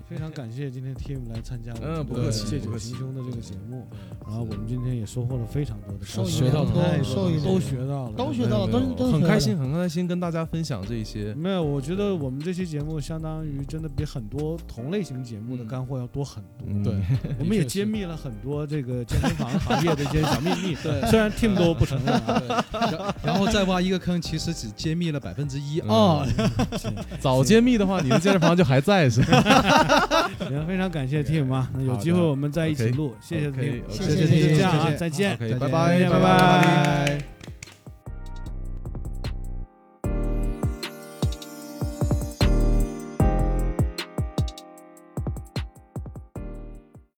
[SPEAKER 1] 非常感谢今天 Tim 来参加我
[SPEAKER 4] 嗯
[SPEAKER 1] 们
[SPEAKER 4] 不
[SPEAKER 1] 这个《
[SPEAKER 4] 客气
[SPEAKER 1] 借
[SPEAKER 4] 不
[SPEAKER 1] 酒
[SPEAKER 4] 客气
[SPEAKER 1] 行凶》的这个节目，
[SPEAKER 4] 对
[SPEAKER 1] 然后我们今天也收获了非常多的
[SPEAKER 3] 受益
[SPEAKER 1] 知识
[SPEAKER 4] 学到
[SPEAKER 3] 良
[SPEAKER 4] 多
[SPEAKER 3] 多，
[SPEAKER 4] 了
[SPEAKER 3] 受益良
[SPEAKER 1] 都
[SPEAKER 3] 多
[SPEAKER 1] 学到了，
[SPEAKER 3] 都学到了，
[SPEAKER 4] 没
[SPEAKER 3] 都
[SPEAKER 4] 有
[SPEAKER 3] 是
[SPEAKER 4] 没有
[SPEAKER 3] 都是学
[SPEAKER 4] 很
[SPEAKER 3] 到
[SPEAKER 4] 开
[SPEAKER 3] 了
[SPEAKER 4] 心，很开心跟大家分享这些。
[SPEAKER 1] 没有，我觉得我们这期节目相当于真的比很多同类型节目的干货要多很多。
[SPEAKER 4] 嗯，
[SPEAKER 2] 对，
[SPEAKER 1] 我们也
[SPEAKER 2] 的确是
[SPEAKER 1] 揭秘了很多这个健身房行业的一些小秘密， 虽然 Tim 都不承认啊。
[SPEAKER 2] 然后再挖一个坑，其实只揭秘了百分之一啊。
[SPEAKER 4] 哦， 早揭秘的话，你的健身房就还在是吧？
[SPEAKER 1] 行，非常感谢 Tim 啊，那有
[SPEAKER 4] 好的
[SPEAKER 1] 机会我们再一起
[SPEAKER 4] OK
[SPEAKER 1] 录，谢谢
[SPEAKER 4] OK，
[SPEAKER 1] Tim，
[SPEAKER 4] 谢
[SPEAKER 1] 那就
[SPEAKER 3] 谢
[SPEAKER 1] 这
[SPEAKER 3] Tim，
[SPEAKER 1] 样啊
[SPEAKER 2] 谢，谢
[SPEAKER 1] 再见。
[SPEAKER 4] OK，
[SPEAKER 2] 再见
[SPEAKER 4] 拜拜
[SPEAKER 1] 拜拜。